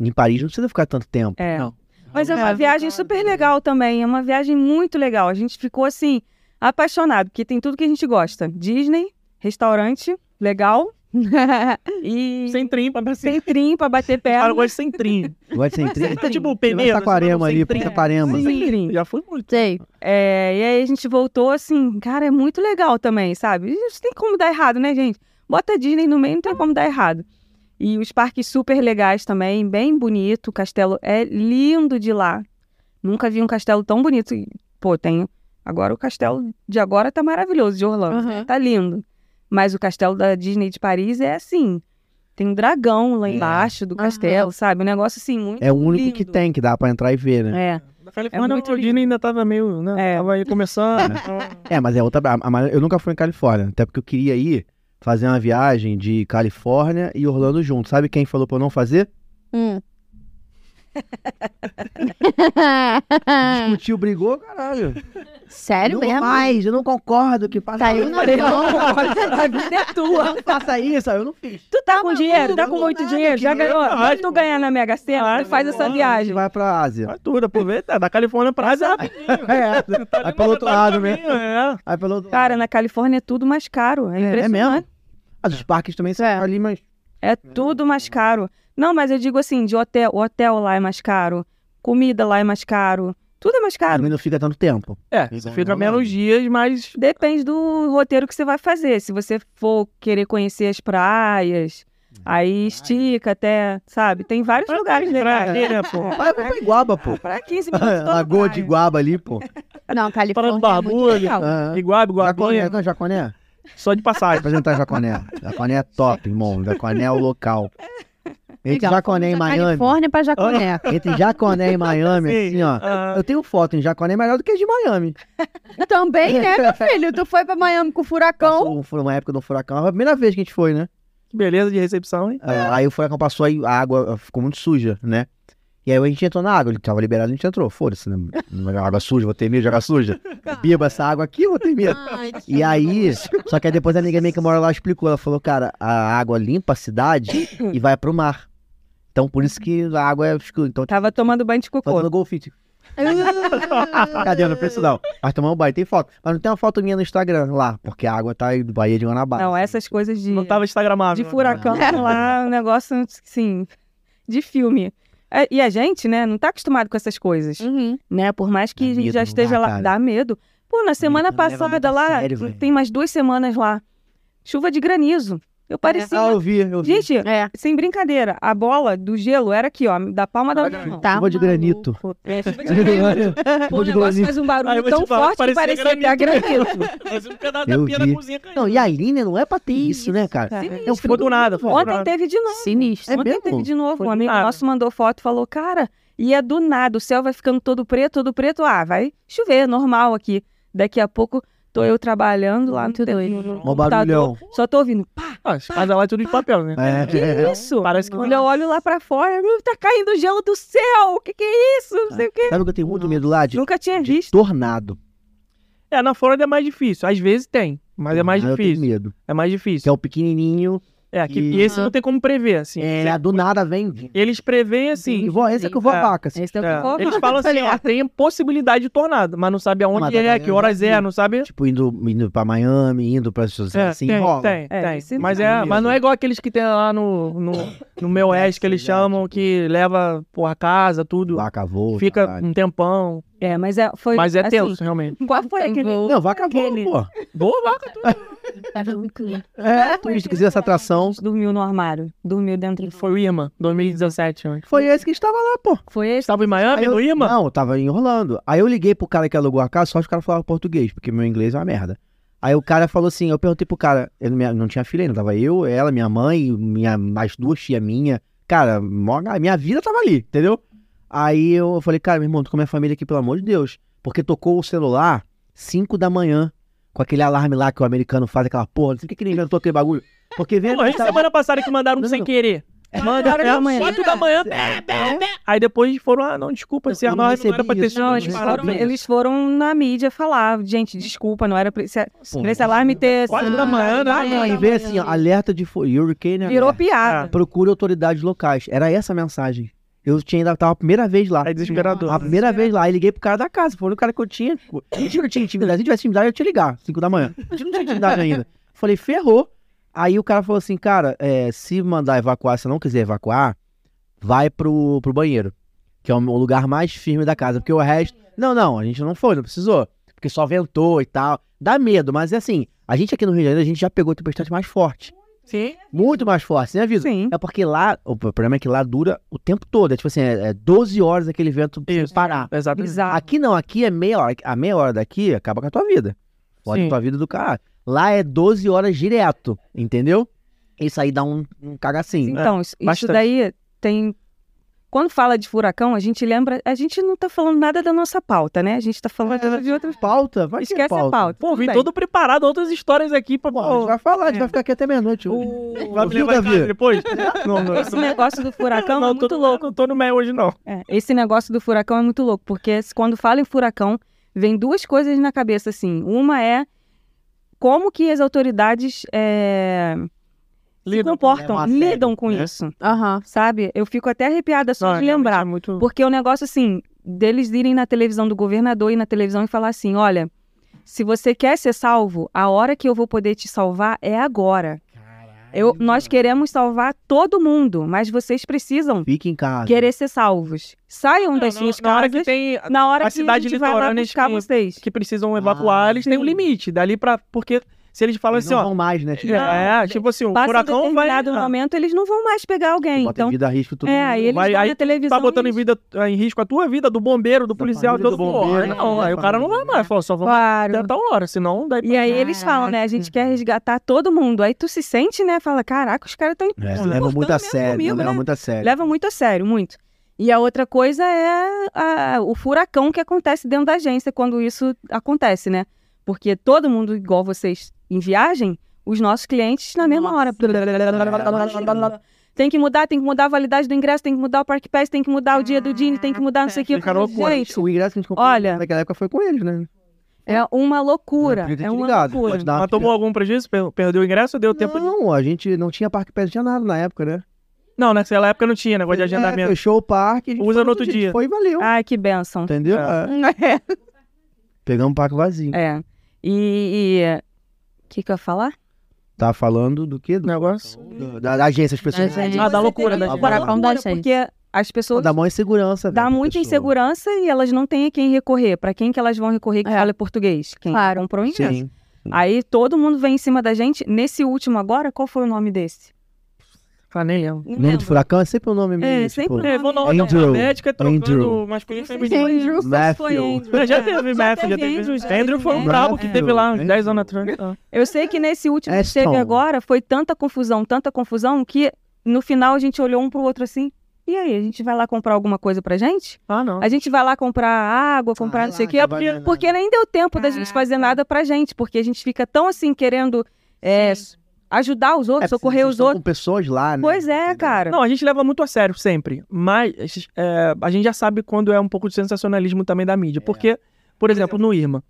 S2: Em Paris não precisa ficar tanto tempo.
S4: é.
S3: Não.
S4: Mas é
S1: É,
S4: uma viagem
S1: verdade,
S4: super legal também. É uma viagem muito legal. A gente ficou assim, apaixonado, porque tem tudo que a gente gosta: Disney, restaurante, legal. E
S3: Sem trim, pra assim.
S4: Sem trim pra bater
S3: Cara,
S4: perna.
S3: eu gosto de sem trim.
S2: Vai sem trinta.
S3: Tá tipo o
S2: Você vai
S3: Peneira,
S2: pra Saquarema
S3: você vai
S2: ali,
S3: pra
S2: pra
S3: Sem Trinta.
S2: Saquarema.
S4: Sem trim.
S3: Já fui muito.
S1: Sei.
S4: É, e aí a gente voltou assim, cara, é muito legal também, sabe? Isso tem como dar errado, né, gente? Bota a Disney no meio, não tem como dar errado. E os parques super legais também, bem bonito. O castelo é lindo de lá. Nunca vi um castelo tão bonito. E, Pô, tem. Agora o castelo de agora tá maravilhoso, de Orlando.
S1: Aham.
S4: Tá lindo. Mas o castelo da Disney de Paris é assim. Tem um dragão lá
S2: É.
S4: embaixo do
S1: Aham.
S4: castelo, sabe? Um negócio assim muito.
S2: É o único que
S4: lindo.
S2: tem, que dá pra entrar e ver, né?
S4: É.
S3: Na Califórnia,
S4: muito
S3: o Disney ainda tava meio, né?
S4: É.
S3: Tava aí começando. então,
S2: É, mas é outra. a- a maior- eu nunca fui em Califórnia, até porque eu queria ir fazer uma viagem de Califórnia e Orlando junto. Sabe quem falou pra eu não fazer?
S1: Hum.
S2: Discutiu, brigou, caralho.
S1: Sério
S2: não
S1: mesmo?
S2: mais, eu não concordo que faça
S1: Saiu na
S4: A vida é tua.
S2: Não faça isso, eu não fiz.
S4: Tu tá com
S2: maluco,
S4: dinheiro, tá com
S2: não
S4: muito
S2: nada,
S4: dinheiro, já
S2: dinheiro,
S4: ganhou.
S3: lógico.
S4: Mas tu ganhar na Mega Sena,
S3: Claro,
S4: tu faz essa
S3: lógico.
S2: A gente
S4: viagem.
S2: vai pra Ásia.
S3: faz tá tudo, aproveita. Da Califórnia pra tá Ásia é
S2: É, aí pelo outro lado mesmo.
S3: É.
S2: Aí pelo outro
S4: Cara, na Califórnia é tudo mais caro. É,
S2: é
S4: impressionante.
S2: mesmo? Ah, os parques também são
S1: É.
S2: ali, mas.
S4: É tudo mais caro. Não, mas eu digo assim, de hotel, o hotel lá é mais caro, comida lá é mais caro, tudo é mais caro.
S2: Também não fica tanto tempo.
S3: É,
S2: Igual
S3: você fica
S2: Orlando.
S3: menos dias, mas
S4: Depende do roteiro que você vai fazer. Se você for querer conhecer as praias,
S3: Hum,
S4: aí estica até, sabe? Tem vários lugares legais.
S3: Praia,
S1: É.
S3: né, pô?
S2: Vai é pra Iguaba, pô.
S4: Pra 15 minutos. tô na
S2: Lagoa de
S1: né?
S4: praia.
S2: Iguaba ali, pô.
S1: Não, Califórnia.
S3: Falando
S1: é muito
S3: barbudo.
S1: legal.
S2: Ah,
S3: Iguabe,
S2: Jaconé,
S3: Guabinha,
S2: não é Jaconé?
S3: só de
S2: Vai
S3: passagem.
S2: apresentar Jaconé. Jaconé é top, irmão. Jaconé é o local. Entre
S1: Legal.
S2: Jaconé e
S1: Fomos da
S2: Miami.
S1: Califórnia pra Jaconé.
S2: Entre Jaconé e Miami, assim, ó.
S3: Ah,
S2: Eu tenho foto em Jaconé é melhor do que de Miami. Ah.
S1: Também, né, meu filho? Tu foi pra Miami com o furacão.
S2: Passou um- Foi uma época do furacão. Foi a primeira vez que a gente foi, né?
S3: que beleza de recepção, hein?
S4: É.
S2: Ah, Aí o furacão passou, aí a água ah, ficou muito suja, né? E aí a gente entrou na água, ele tava liberado, a gente entrou. Foda-se, né? Não é Água suja, vou ter medo de água suja. Biba essa água aqui, eu vou ter medo.
S1: Ai, que
S2: E aí, só que aí depois a amiga minha que mora lá explicou, ela falou, cara, a água limpa a cidade e vai pro mar. Então por isso que a água é escura. Então
S4: Tava tomando banho de cocô.
S2: faltando golfite.
S1: Ah.
S2: Cadê? Eu Não preciso não. Mas tomamos banho, tem foto. Mas não tem uma foto minha no Instagram lá, porque a água tá aí do Bahia de Guanabara. Ah.
S4: Não, essas coisas de,
S3: Não tava instagramável.
S4: de furacão lá, um negócio, assim, de filme. É, E a gente, né, não tá acostumado com essas coisas,
S3: Hum.
S1: Uhum.
S4: né? Por mais que
S2: Dá
S4: a gente
S2: medo
S4: já
S2: no
S4: esteja
S2: lugar,
S4: lá,
S2: cara.
S4: dá medo. Pô, na semana
S2: Americano leva muito
S4: passada
S2: a
S4: lá,
S2: sério, velho.
S4: tem mais duas semanas lá, chuva de granizo.
S3: É,
S4: Eu parecia...
S2: Ah, eu vi, eu vi.
S4: Gente,
S1: É.
S4: sem brincadeira, a bola do gelo era aqui, ó, da palma da minha mão.
S1: Tá
S2: Chuva de
S1: maluco.
S2: granito.
S4: É, chuva de granito. Pô,
S2: Chuva Tipo
S4: o
S2: de
S4: negócio
S2: granito.
S4: faz um
S3: Aí eu
S4: barulho
S3: vou
S4: tão
S3: te falar,
S4: forte que
S3: parecia
S4: parecia que é granito.
S3: Mas um pedaço
S2: Eu
S3: da pia
S2: vi.
S3: da cozinha caiu.
S2: Não, e a Aline não é pra ter isso, né, cara?
S4: Sinistro.
S2: É um filho
S3: Ficou do nada. ficou do
S4: Ontem
S3: nada.
S4: teve de novo.
S1: Sinistro.
S2: É
S4: Ontem
S2: mesmo?
S4: teve de novo.
S3: Foi
S4: Um
S3: do
S4: amigo
S3: nada.
S4: nosso mandou foto, falou, cara, e é do nada, o céu vai ficando todo preto, todo preto. Ah, vai chover, normal aqui. Daqui a pouco tô eu trabalhando lá no,
S1: Muito
S4: te-
S1: doido.
S4: no- no
S2: Mó
S4: computador,
S2: barulhão.
S4: Só tô ouvindo, pá,
S3: Ah, as casas lá é tudo de papel, né?
S2: É,
S4: que
S2: é, é.
S4: isso?
S3: Parece que-
S4: Quando eu olho lá pra fora, "Uh, tá caindo gelo do céu, o que que é isso? Não sei o quê.
S2: Sabe o que eu tenho muito medo lá? De,
S4: Nunca tinha
S2: de
S4: visto.
S2: tornado.
S3: É, na Flórida é mais difícil. Às vezes tem, mas é mais
S2: Ah, Eu tenho
S3: difícil.
S2: medo.
S3: É mais
S2: Que é
S3: difícil.
S2: o pequenininho,
S3: É, aqui,
S2: E-
S3: e esse não tem como prever, assim.
S2: é, do nada vem.
S3: Eles preveem, assim.
S2: Sim, vó, esse é que eu vou a
S3: É.
S2: vaca. assim.
S1: Esse é o que
S3: é,
S1: eu vou
S3: eles falam assim, ó, tem possibilidade de tornado, mas não sabe
S2: Mas
S3: aonde
S2: tá
S3: ele é, que
S2: ganhando
S3: horas é,
S2: aqui.
S3: não sabe.
S2: Tipo, indo, indo pra Miami, indo pra essas
S3: É,
S2: assim,
S3: tem,
S2: rola.
S3: tem,
S4: É,
S3: tem.
S4: esse
S3: Mas,
S2: não.
S3: é, mas não é igual aqueles que tem lá no, no, no meu
S2: É,
S3: oeste, que eles
S2: Exato.
S3: chamam, que leva porra casa, tudo.
S2: Vaca voa.
S3: Fica
S2: Ah, caralho.
S3: um tempão.
S4: É, mas é, foi
S3: Mas é
S4: assim,
S3: tenso, realmente.
S4: Qual foi aquele...
S2: Não, vaca voa,
S4: Aquele-
S2: pô.
S3: Boa vaca.
S1: Tá né?
S2: É, turístico, essa atração.
S4: Dormiu no armário, dormiu dentro do...
S3: Foi o IMA, 2017. né?
S2: Foi esse que estava lá, pô.
S4: Foi esse?
S3: Estava em Miami,
S2: Aí eu-
S3: no IMA?
S2: Não, eu tava enrolando. Aí eu liguei pro cara que alugou a casa, só que o cara falava português, porque meu inglês é uma merda. Aí o cara falou assim, eu perguntei pro cara, eu não, me- não tinha filha ainda, tava eu, ela, minha mãe, minha, mais duas tias minha. Cara, mó ga- minha vida tava ali, entendeu? Aí eu falei, cara, meu irmão, tô com a minha família aqui, pelo amor de Deus. Porque tocou o celular 5 da manhã, com aquele alarme lá que o americano faz, aquela porra, não sei o que que ele inventou aquele bagulho. Porque vem...
S3: Pô, essa semana passada que mandaram um
S2: Não,
S3: sem
S2: não. É.
S3: querer. Manda
S4: horas da manhã.
S3: 4 da manhã. pé, pé, pé. Aí depois foram, ah, não, desculpa, esse
S2: Eu não
S3: armário não era
S2: recebi
S3: pra ter
S2: isso,
S3: sido
S4: Não,
S2: Eles
S4: eles
S2: falaram
S4: foram,
S2: isso.
S4: eles foram na mídia falar, gente, desculpa, não era pra esse,
S2: Pô,
S4: pra esse alarme ter
S3: Quatro
S4: sido-
S3: da
S1: Ah,
S3: manhã, né?
S2: Não, e veio assim, ó, alerta de fo- hurricane.
S4: virou
S2: alert.
S4: piada.
S2: Procure autoridades locais. Era essa a mensagem. Eu tinha ainda tava a primeira vez lá.
S3: É desesperador.
S2: A primeira vez lá, e liguei pro cara da casa. Foi o cara que eu tinha. Tipo, a gente não tinha intimidade. Se tivesse intimidade, eu ia te ligar, 5 da manhã. A gente não tinha intimidade ainda. Falei, ferrou. Aí o cara falou assim, cara, é, se mandar evacuar, se não quiser evacuar, vai pro, pro banheiro. Que é o lugar mais firme da casa. Porque o resto. Não, não, a gente não foi, não precisou. Porque só ventou e tal. Dá medo, mas é assim, a gente aqui no Rio de Janeiro, a gente já pegou tempestade mais forte.
S3: Sim.
S2: Muito mais forte, sem aviso.
S4: Sim.
S2: É porque lá, o problema é que lá dura o tempo todo. É tipo assim, é é 12 horas aquele vento sem
S3: Isso.
S2: parar.
S3: Exatamente.
S4: Bizarro.
S2: Aqui não, aqui é meia hora. A meia hora daqui acaba com a tua vida. Pode
S3: Sim.
S2: tua vida do cara. Lá é 12 horas direto, entendeu? Isso aí dá um, um cagacinho.
S4: Então, isso, isso
S3: bastante.
S4: daí tem Quando fala de furacão, a gente lembra. A gente não tá falando nada da nossa pauta, né? A gente tá falando
S2: É.
S4: de outra.
S2: Pauta? Vai que
S4: Esquece
S2: pauta.
S4: a pauta.
S3: Pô,
S4: tudo
S3: vim
S4: bem.
S3: todo preparado, outras histórias aqui pra.
S2: Pô, a gente vai falar, a gente
S4: É.
S2: vai ficar aqui até meia-noite. hoje.
S3: O- Vai me
S2: Viu,
S3: levar em
S2: Davi?
S3: casa depois? Não, não.
S4: Esse negócio do furacão é
S3: Não,
S4: muito
S3: tô-
S4: louco.
S3: Não tô no meio hoje, não.
S4: É, esse negócio do furacão é muito louco, porque s- quando fala em furacão, vem duas coisas na cabeça, assim. Uma é como que as autoridades é, se
S3: Lidam com-
S4: comportam,
S2: levam a sério,
S4: lidam com
S2: né?
S4: isso,
S1: Aham.
S4: sabe? Eu fico até arrepiada só
S3: Não,
S4: de
S3: realmente
S4: lembrar.
S3: é muito-
S4: Porque o negócio, assim, deles irem na televisão do governador e na televisão e falar assim, olha, se você quer ser salvo, a hora que eu vou poder te salvar é agora. Eu, nós queremos salvar todo mundo, mas vocês precisam
S2: Fique em casa.
S4: querer ser salvos. Saiam das
S3: Não,
S4: suas
S3: na hora que
S4: casas.
S3: tem
S4: Na hora
S3: a
S4: que
S3: cidade
S4: a gente vai lá
S3: litorânea
S4: buscar
S3: que-
S4: vocês.
S3: que precisam evacuar, eles têm um
S4: sim.
S3: limite. Dali pra. Porque se eles falam
S2: Ah, Eles
S3: assim,
S2: não
S3: ó.
S2: vão mais, né? Tipo,
S3: É, tipo assim, o
S4: Passa um
S3: furacão vai.
S4: determinado
S3: ah,
S4: momento, eles não vão mais pegar alguém.
S2: bota
S4: Então,
S2: vida a risco tudo.
S4: é, aí eles
S3: Vai-
S4: vão
S3: aí
S4: na televisão.
S3: Tá botando em,
S4: eles-
S3: vida, em risco a tua vida, do bombeiro, do
S2: Da
S3: policial, de
S2: família
S3: todo
S2: do
S3: mundo.
S2: bombeiro,
S3: Aí Não,
S2: né?
S3: aí o cara não vai mais. Fala, só vamos até
S4: Claro.
S3: tal hora, senão daí.
S4: E aí eles falam, né? A gente quer resgatar todo mundo. Aí tu se sente, né? Fala, caraca, os caras estão
S2: É, leva muito a sério.
S4: comigo,
S2: leva
S4: né?
S2: muito a sério.
S4: Leva muito a sério, muito. E a outra coisa é a- o furacão que acontece dentro da agência quando isso acontece, né? Porque todo mundo, igual vocês, em viagem, os nossos clientes na mesma
S1: Nossa.
S4: hora. Tem que mudar, tem que mudar a validade do ingresso, tem que mudar o Park Pass, tem que mudar o dia do Dini, tem que mudar não sei o que.
S3: Ah, Fica loucura.
S4: Gente,
S2: O ingresso que a gente comprou
S4: Olha.
S2: naquela época foi com eles, né?
S4: é uma loucura.
S2: Podia ter
S4: É
S2: te
S4: uma
S2: ligado,
S4: loucura.
S2: pode dar uma
S3: Mas tomou algum prejuízo? Per- Perdeu o ingresso? Deu tempo de.
S2: Não, a gente não tinha parque pé, não tinha nada na época, né?
S3: Não, naquela época não tinha negócio de
S2: É,
S3: agendamento.
S2: fechou o parque. a gente
S3: Usa
S2: foi
S3: no outro
S2: a gente
S3: dia. É.
S2: Foi e valeu.
S4: Ai, que benção.
S2: Entendeu? É.
S4: É.
S2: Pegamos o parque vazio.
S4: É. E. e- O que, que eu ia falar?
S2: Tá falando do quê? Do-
S3: Negócio.
S2: do- da, da agência, as pessoas.
S1: Da agência.
S3: Ah, da loucura,
S4: Você
S3: da
S4: tem
S2: gente.
S4: uma
S1: Furacão da
S4: loucura,
S1: gente.
S4: Porque as pessoas
S2: Dá maior insegurança.
S4: dá
S2: velho, pra
S4: muita
S2: pessoa.
S4: insegurança e elas não têm a quem recorrer. Pra quem que elas vão recorrer que
S1: É.
S4: fala português? Quem
S1: Claro.
S4: comprou o ingresso.
S2: Sim.
S4: Aí todo mundo vem em cima da gente. Nesse último agora, qual foi o nome desse?
S3: Ah, nem lembro.
S2: O nome do furacão é sempre o nome mesmo.
S4: É, sempre
S2: tipo,
S4: o
S3: É, vou na
S4: Andrew.
S3: ordem alfabética trocando
S2: Andrew.
S3: masculino e feminino.
S1: Andrew.
S2: Matthew.
S4: Andrew.
S3: Já teve Matthew, já teve.
S4: Andrew,
S3: Andrew,
S4: já teve
S3: foi um
S4: Andrew.
S3: brabo que
S2: Matthew.
S3: teve lá uns
S2: Andrew.
S3: 10 anos atrás. Ah.
S4: Eu sei que nesse último que
S2: Aston.
S4: teve agora foi tanta confusão, tanta confusão, que no final a gente olhou um pro outro assim. E aí, a gente vai lá comprar alguma coisa pra gente?
S3: Ah, não.
S4: A gente vai lá comprar água, comprar
S2: Ah,
S4: não sei o quê. É Porque nem deu tempo da gente fazer nada pra gente, porque a gente fica tão assim querendo é, ajudar os outros, socorrer os outros.
S2: é, Com pessoas lá, né?
S4: Pois é,
S2: Entendeu?
S4: cara.
S3: Não, a gente leva muito a sério sempre. Mas é, a gente já sabe quando é um pouco de sensacionalismo também da mídia. Porque, por exemplo, no Irma,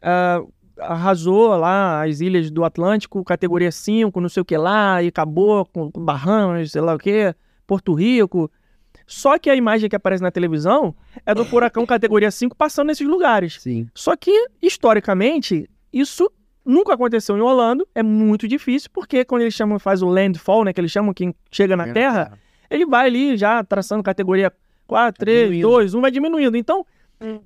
S3: ah, arrasou lá as ilhas do Atlântico, categoria 5, não sei o que lá, e acabou com, com Bahamas, sei lá o que, Porto Rico. Só que a imagem que aparece na televisão é do furacão categoria 5 passando nesses lugares.
S2: Sim.
S3: Só que, historicamente, isso nunca aconteceu em Orlando. É muito difícil, porque quando eles chamam, faz o landfall, né? Que eles chamam quem chega na Terra,
S2: É,
S3: ele vai ali já traçando categoria 4, 3,
S2: Diminuindo.
S3: 2, 1, vai diminuindo. Então,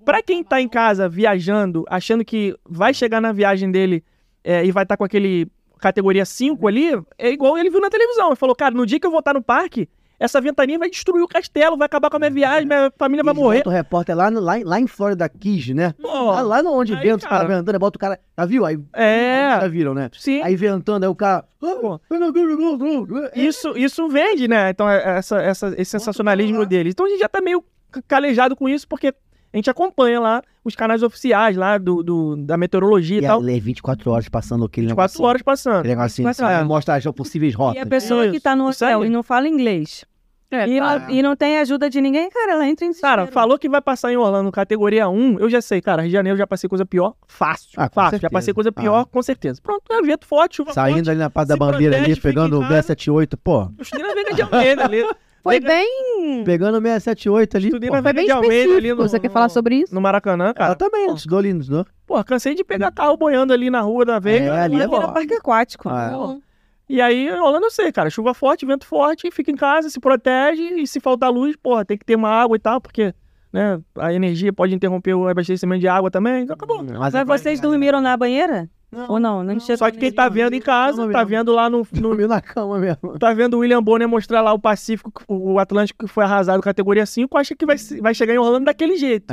S3: pra quem tá em casa viajando, achando que vai chegar na viagem dele é, e vai estar com aquele categoria 5 ali, é igual ele viu na televisão. Ele falou, cara, no dia que eu voltar no parque, essa ventania vai destruir o castelo, vai acabar com a
S2: Uhum.
S3: minha viagem, minha família vai
S2: Eles
S3: morrer.
S2: botam O repórter lá, no- lá, em- lá em Florida Keys, né?
S3: Pô,
S2: lá, lá no onde
S3: aí,
S2: vento, cara.
S3: cara.
S2: tá ventando, bota o cara. Já viu? Aí já
S3: é,
S2: viram, né?
S3: sim.
S2: Aí ventando, aí o cara. "Ah,
S3: Pô.
S2: eu não quero jogar o jogo." É,
S3: Isso, isso vende, né? Então, é- essa, essa- esse sensacionalismo
S1: né?
S2: falar.
S3: deles. Então, a gente já tá meio ca- calejado com isso, porque a gente acompanha lá os canais oficiais lá do, do- da meteorologia e,
S2: E
S3: tal.
S2: ali é 24 horas passando aquele
S3: Quatro horas passando.
S2: Aquele negocinho
S4: 24
S2: assim,
S3: horas.
S2: mostra as possíveis
S4: E
S2: rotas.
S4: a pessoa que tá no
S3: Isso aí.
S4: hotel e não fala inglês.
S1: É,
S4: E, ela- e não tem ajuda de ninguém, cara, ela entra em desespero.
S3: Cara, falou que vai passar em Orlando categoria 1, eu já sei, cara, Rio de Janeiro eu já passei coisa pior, fácil,
S2: Ah, com
S3: fácil,
S2: certeza.
S3: já passei coisa pior,
S2: Ah.
S3: com certeza. Pronto, é vento forte, chuva
S2: Saindo ali na parte da
S3: se
S2: bandeira
S3: protege,
S2: ali,
S3: fica em
S2: pegando o
S3: casa.
S2: 678, pô.
S3: forte, estudei na Vega de Almeida ali,
S1: Foi
S3: Vega-
S1: bem.
S2: Pegando o 678 ali.
S3: estudei
S2: pô.
S3: na
S1: Foi
S3: Vega
S1: bem
S3: de Almeida ali
S1: específico.
S3: no,
S1: Você quer falar
S3: no-
S1: sobre isso?
S3: no Maracanã,
S2: Ela tá
S3: cara.
S2: também, antes do Lindos, não?
S3: Pô, cansei de pegar carro boiando ali na rua da Vega.
S2: É, ali
S4: Ela
S2: é
S4: vira
S2: bom.
S4: parque aquático.
S2: Ah, é.
S3: E aí, Orlando, eu sei, cara. Chuva forte, vento forte, fica em casa, se protege. E se faltar luz, porra, tem que ter uma água e tal, porque né, a energia pode interromper o abastecimento de água também. Então acabou.
S2: Hum, Mas
S4: Mas vocês dormiram na banheira?
S2: né? Não.
S4: Ou não? Não chegou
S3: Só que quem tá vendo em casa,
S2: Não,
S3: tá
S2: meu.
S3: vendo lá no. no
S2: dormiu na cama mesmo.
S3: tá vendo o William Bonner mostrar lá o Pacífico, o Atlântico que foi arrasado categoria 5, acha que vai, se- vai chegar em Orlando daquele jeito.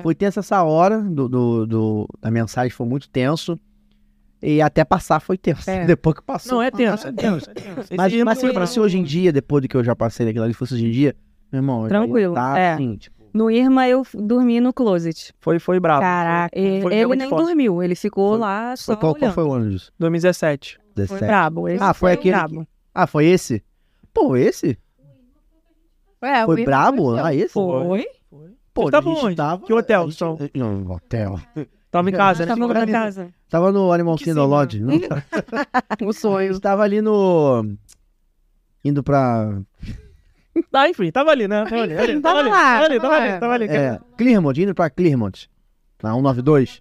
S1: É.
S2: Foi tensa essa hora do, do, do- da mensagem, foi muito tenso. E até passar foi tenso.
S4: É.
S2: Depois que passou.
S3: Não, é tenso, é tenso, é tenso.
S2: Mas,
S3: Esse
S2: mas
S3: irmão-
S2: se, se hoje em dia, depois do que eu já passei daquilo ali, fosse hoje em dia, Meu irmão,
S4: Tranquilo,
S2: Tá,
S4: é.
S2: assim, tipo,
S4: No Irma, eu f- dormi no closet.
S3: Foi, foi
S2: Ah,
S3: brabo.
S4: Caraca,
S3: Foi- foi
S4: ele
S3: realmente
S4: nem
S3: forte.
S4: dormiu, ele ficou
S2: Foi-
S4: lá só
S2: foi- qual, qual
S4: olhando.
S2: foi o ano disso?
S3: 2017.
S4: Foi
S2: 17.
S4: brabo. esse
S2: Ah, foi aquele
S4: brabo.
S2: Ah, foi esse? Pô, esse?
S1: Ué, É, o
S2: Foi
S1: Igor
S2: brabo?
S1: gostou.
S2: Ah, esse?
S4: Foi?
S2: Pô,
S3: Vocês estavam
S2: a gente
S3: onde?
S2: tava-
S3: Que hotel
S2: a gente-
S3: são?
S2: Não, hotel.
S3: Tava em casa, né?
S4: Tava
S2: Foi-
S4: em casa.
S2: Tava no Animal
S4: Que
S2: Kingdom
S4: sim,
S2: Lodge. Não,
S1: O um sonho.
S2: eu tava ali no... Indo pra...
S3: Ah, enfim, tava ali, né? Tava ali, ali,
S1: tava
S3: tava ali,
S1: lá,
S3: tava ali,
S1: tava
S3: tava
S1: lá.
S3: ali, tava ali.
S2: É, Clearmont, indo pra Clearmont. Na 192.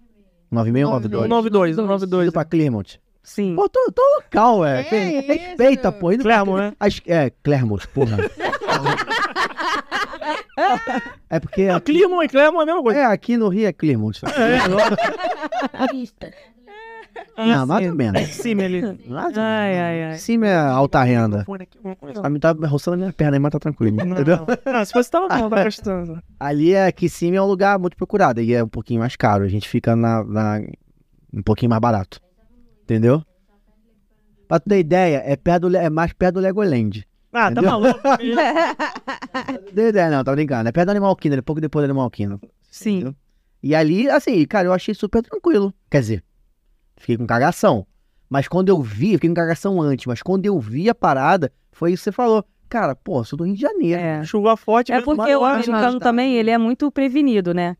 S2: 96
S1: 92.
S2: 92.
S3: Um 92, 92.
S2: um Indo pra Clearmont.
S4: Sim.
S2: Pô, tô, tô local, é.
S1: É isso.
S2: Respeita, pô. Indo pra
S3: Clermont, né?
S2: Acho que- é, Clermont, porra. é porque
S3: Ah, Clermont e Clermont é a mesma coisa.
S2: é, aqui no Rio é Clermont.
S3: É,
S2: Não, mais ou menos.
S3: Sim, ali.
S2: Mais ou
S4: Ai, ai,
S2: menos.
S4: ai.
S2: Cima é alta renda.
S3: Põe aqui, uma coisa.
S2: A mim tá roçando a minha perna aí, mas tá tranquilo.
S3: Não,
S2: Entendeu?
S3: não, se fosse tava bom, tava gastando.
S2: Ali é que cima é um lugar muito procurado e é um pouquinho mais caro. A gente fica na, na- um pouquinho mais barato. Entendeu? Pra tu ter ideia, é, perto do Le- é mais perto do Legoland.
S3: Ah, tá
S2: Entendeu?
S3: maluco.
S2: Deu ideia, não, tá brincando. É perto do Animal Kingdom, é pouco depois do Animal Kingdom.
S4: Sim.
S2: Entendeu? E ali, assim, cara, eu achei super tranquilo. Quer dizer, fiquei com cagação. Mas quando eu vi, eu fiquei com cagação antes, mas quando eu vi a parada, foi isso que você falou. Cara, pô, sou do Rio de Janeiro.
S4: É.
S3: Chuva forte.
S4: É
S3: mas-
S4: porque o
S3: mas-
S4: americano também, ele é muito prevenido, né?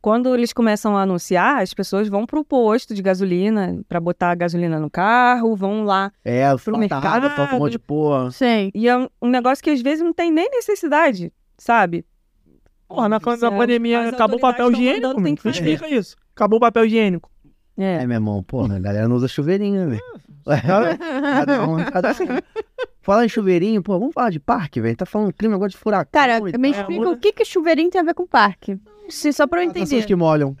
S4: Quando eles começam a anunciar, as pessoas vão pro posto de gasolina pra botar a gasolina no carro, vão lá.
S2: É, o
S4: Pro
S2: mercado,
S4: mercado.
S2: um monte de porra.
S1: Sim.
S4: E é um, um negócio que às vezes não tem nem necessidade, sabe?
S3: Porra, na, na
S4: Isso é- as
S3: pandemia acabou o papel
S4: autoridades tão
S3: higiênico.
S4: mandando, tem
S3: mano.
S4: que
S3: Me
S4: fazer.
S3: explica isso. Acabou o papel higiênico.
S4: É.
S2: É, meu irmão, porra, a galera não usa chuveirinho, né, velho?
S1: É,
S2: Ué, cada um, cada um. Falar em chuveirinho, pô, vamos falar de parque, velho. Tá falando um clima agora de furacão.
S1: Cara,
S2: e
S1: me
S2: tal.
S1: explica o que que chuveirinho tem a ver com parque. Sim, só pra eu
S2: Atrações
S1: entender.
S2: que molham.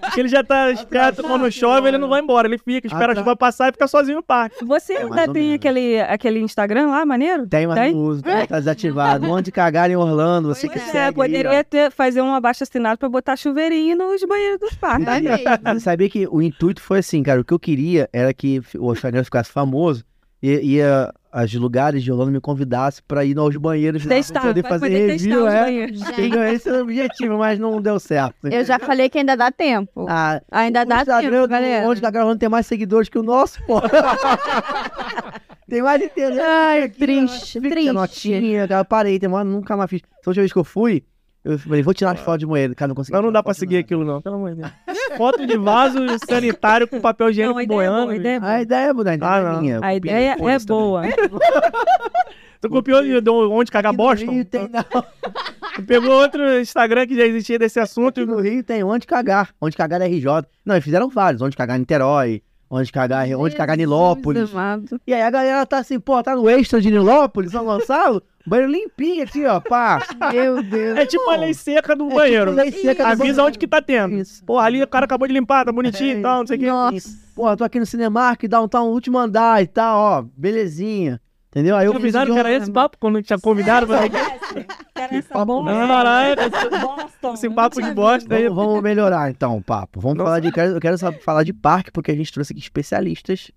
S3: Porque ele já tá esperto quando chove, ele não vai embora. Ele fica, espera a
S2: Atra-
S3: chuva passar e fica sozinho no parque.
S4: Você
S2: É, mais
S4: ainda
S2: ou
S4: tem
S2: menos.
S4: aquele, aquele Instagram lá, maneiro?
S2: Tem, mas
S4: Tem?
S2: não uso, tá tá desativado. Um monte de cagar em Orlando, você que
S1: Pois é,
S2: segue aí, ó.
S4: poderia ter- fazer um abaixo assinado pra botar chuveirinho nos banheiros dos parques.
S1: É mesmo.
S2: Você sabia que o intuito foi assim, cara. O que eu queria era que o Chanel ficasse famoso e, e a, as lugares de Orlando me convidassem pra ir aos banheiros lá pra
S4: Testar,
S2: poder
S4: vai
S2: fazer
S4: poder
S2: review.
S4: testar os
S2: É,
S4: banheiros.
S1: Gente,
S2: Entendeu? esse é o objetivo, mas não deu certo.
S1: eu já falei que ainda dá tempo.
S2: Ah,
S1: Ainda
S2: o
S1: dá
S2: Instagram
S1: tempo,
S2: do
S1: galera.
S2: Onde tá gravando tem mais seguidores que o nosso, pô. tem mais internet.
S1: Ai,
S2: aqui, né?
S1: triste,
S2: Fica
S1: triste.
S2: Notinha, cara. Eu parei, tem uma, nunca mais fiz. Então, a última vez que eu fui, eu falei, vou tirar as fotos de moeda. Cara, não consegui.
S3: Ah. Não, não
S2: tirar
S3: dá
S2: foto
S3: pra
S2: de
S3: seguir
S2: nada.
S3: aquilo, não. Pelo amor de Deus. Foto de vaso sanitário com papel higiênico
S4: Não, a ideia é boa,
S3: boiando.
S2: A
S4: a ideia é boa.
S2: ideia é mudar, a ideia
S3: Ah,
S2: não é
S3: não.
S2: minha. eu
S4: A
S2: copiei
S4: ideia
S2: depois
S4: é
S2: também.
S4: boa.
S3: Tu copiou de de onde cagar
S2: Aqui no
S3: bosta?
S2: Rio tem- não,
S3: Tu Pegou outro Instagram que já existia desse assunto.
S2: aqui no Rio tem onde cagar. Onde cagar é RJ. Não, eles fizeram vários. Onde cagar em Niterói. Onde cagar, é onde cagar em Nilópolis.
S1: Jesus amado.
S2: E aí a galera tá assim, pô, tá no extra de Nilópolis, São Gonçalo. Banheiro limpinho aqui, ó, pá.
S1: Meu Deus.
S3: É tipo a lei seca do
S2: É
S3: banheiro.
S2: tipo lei seca do
S3: Avisa
S2: banheiro.
S3: onde que tá tendo.
S2: Isso.
S3: Porra, ali o cara acabou de limpar, tá bonitinho e tal, não sei o quê.
S1: Nossa.
S2: Pô, tô aqui no Cinemark, downtown, um último andar e tal, ó, belezinha. Entendeu? Aí eu um
S3: Te avisaram que era esse papo quando tinha convidado? Pra...
S4: Cara, essa
S2: papo
S4: bosta.
S3: merda. Caraca,
S4: Boston.
S2: Assim,
S3: Esse é, papo de bosta aí.
S2: Vamos, vamos melhorar então o papo. Vamos
S3: Nossa.
S2: falar de. quero- Eu quero só falar de parque, porque a gente trouxe aqui especialistas,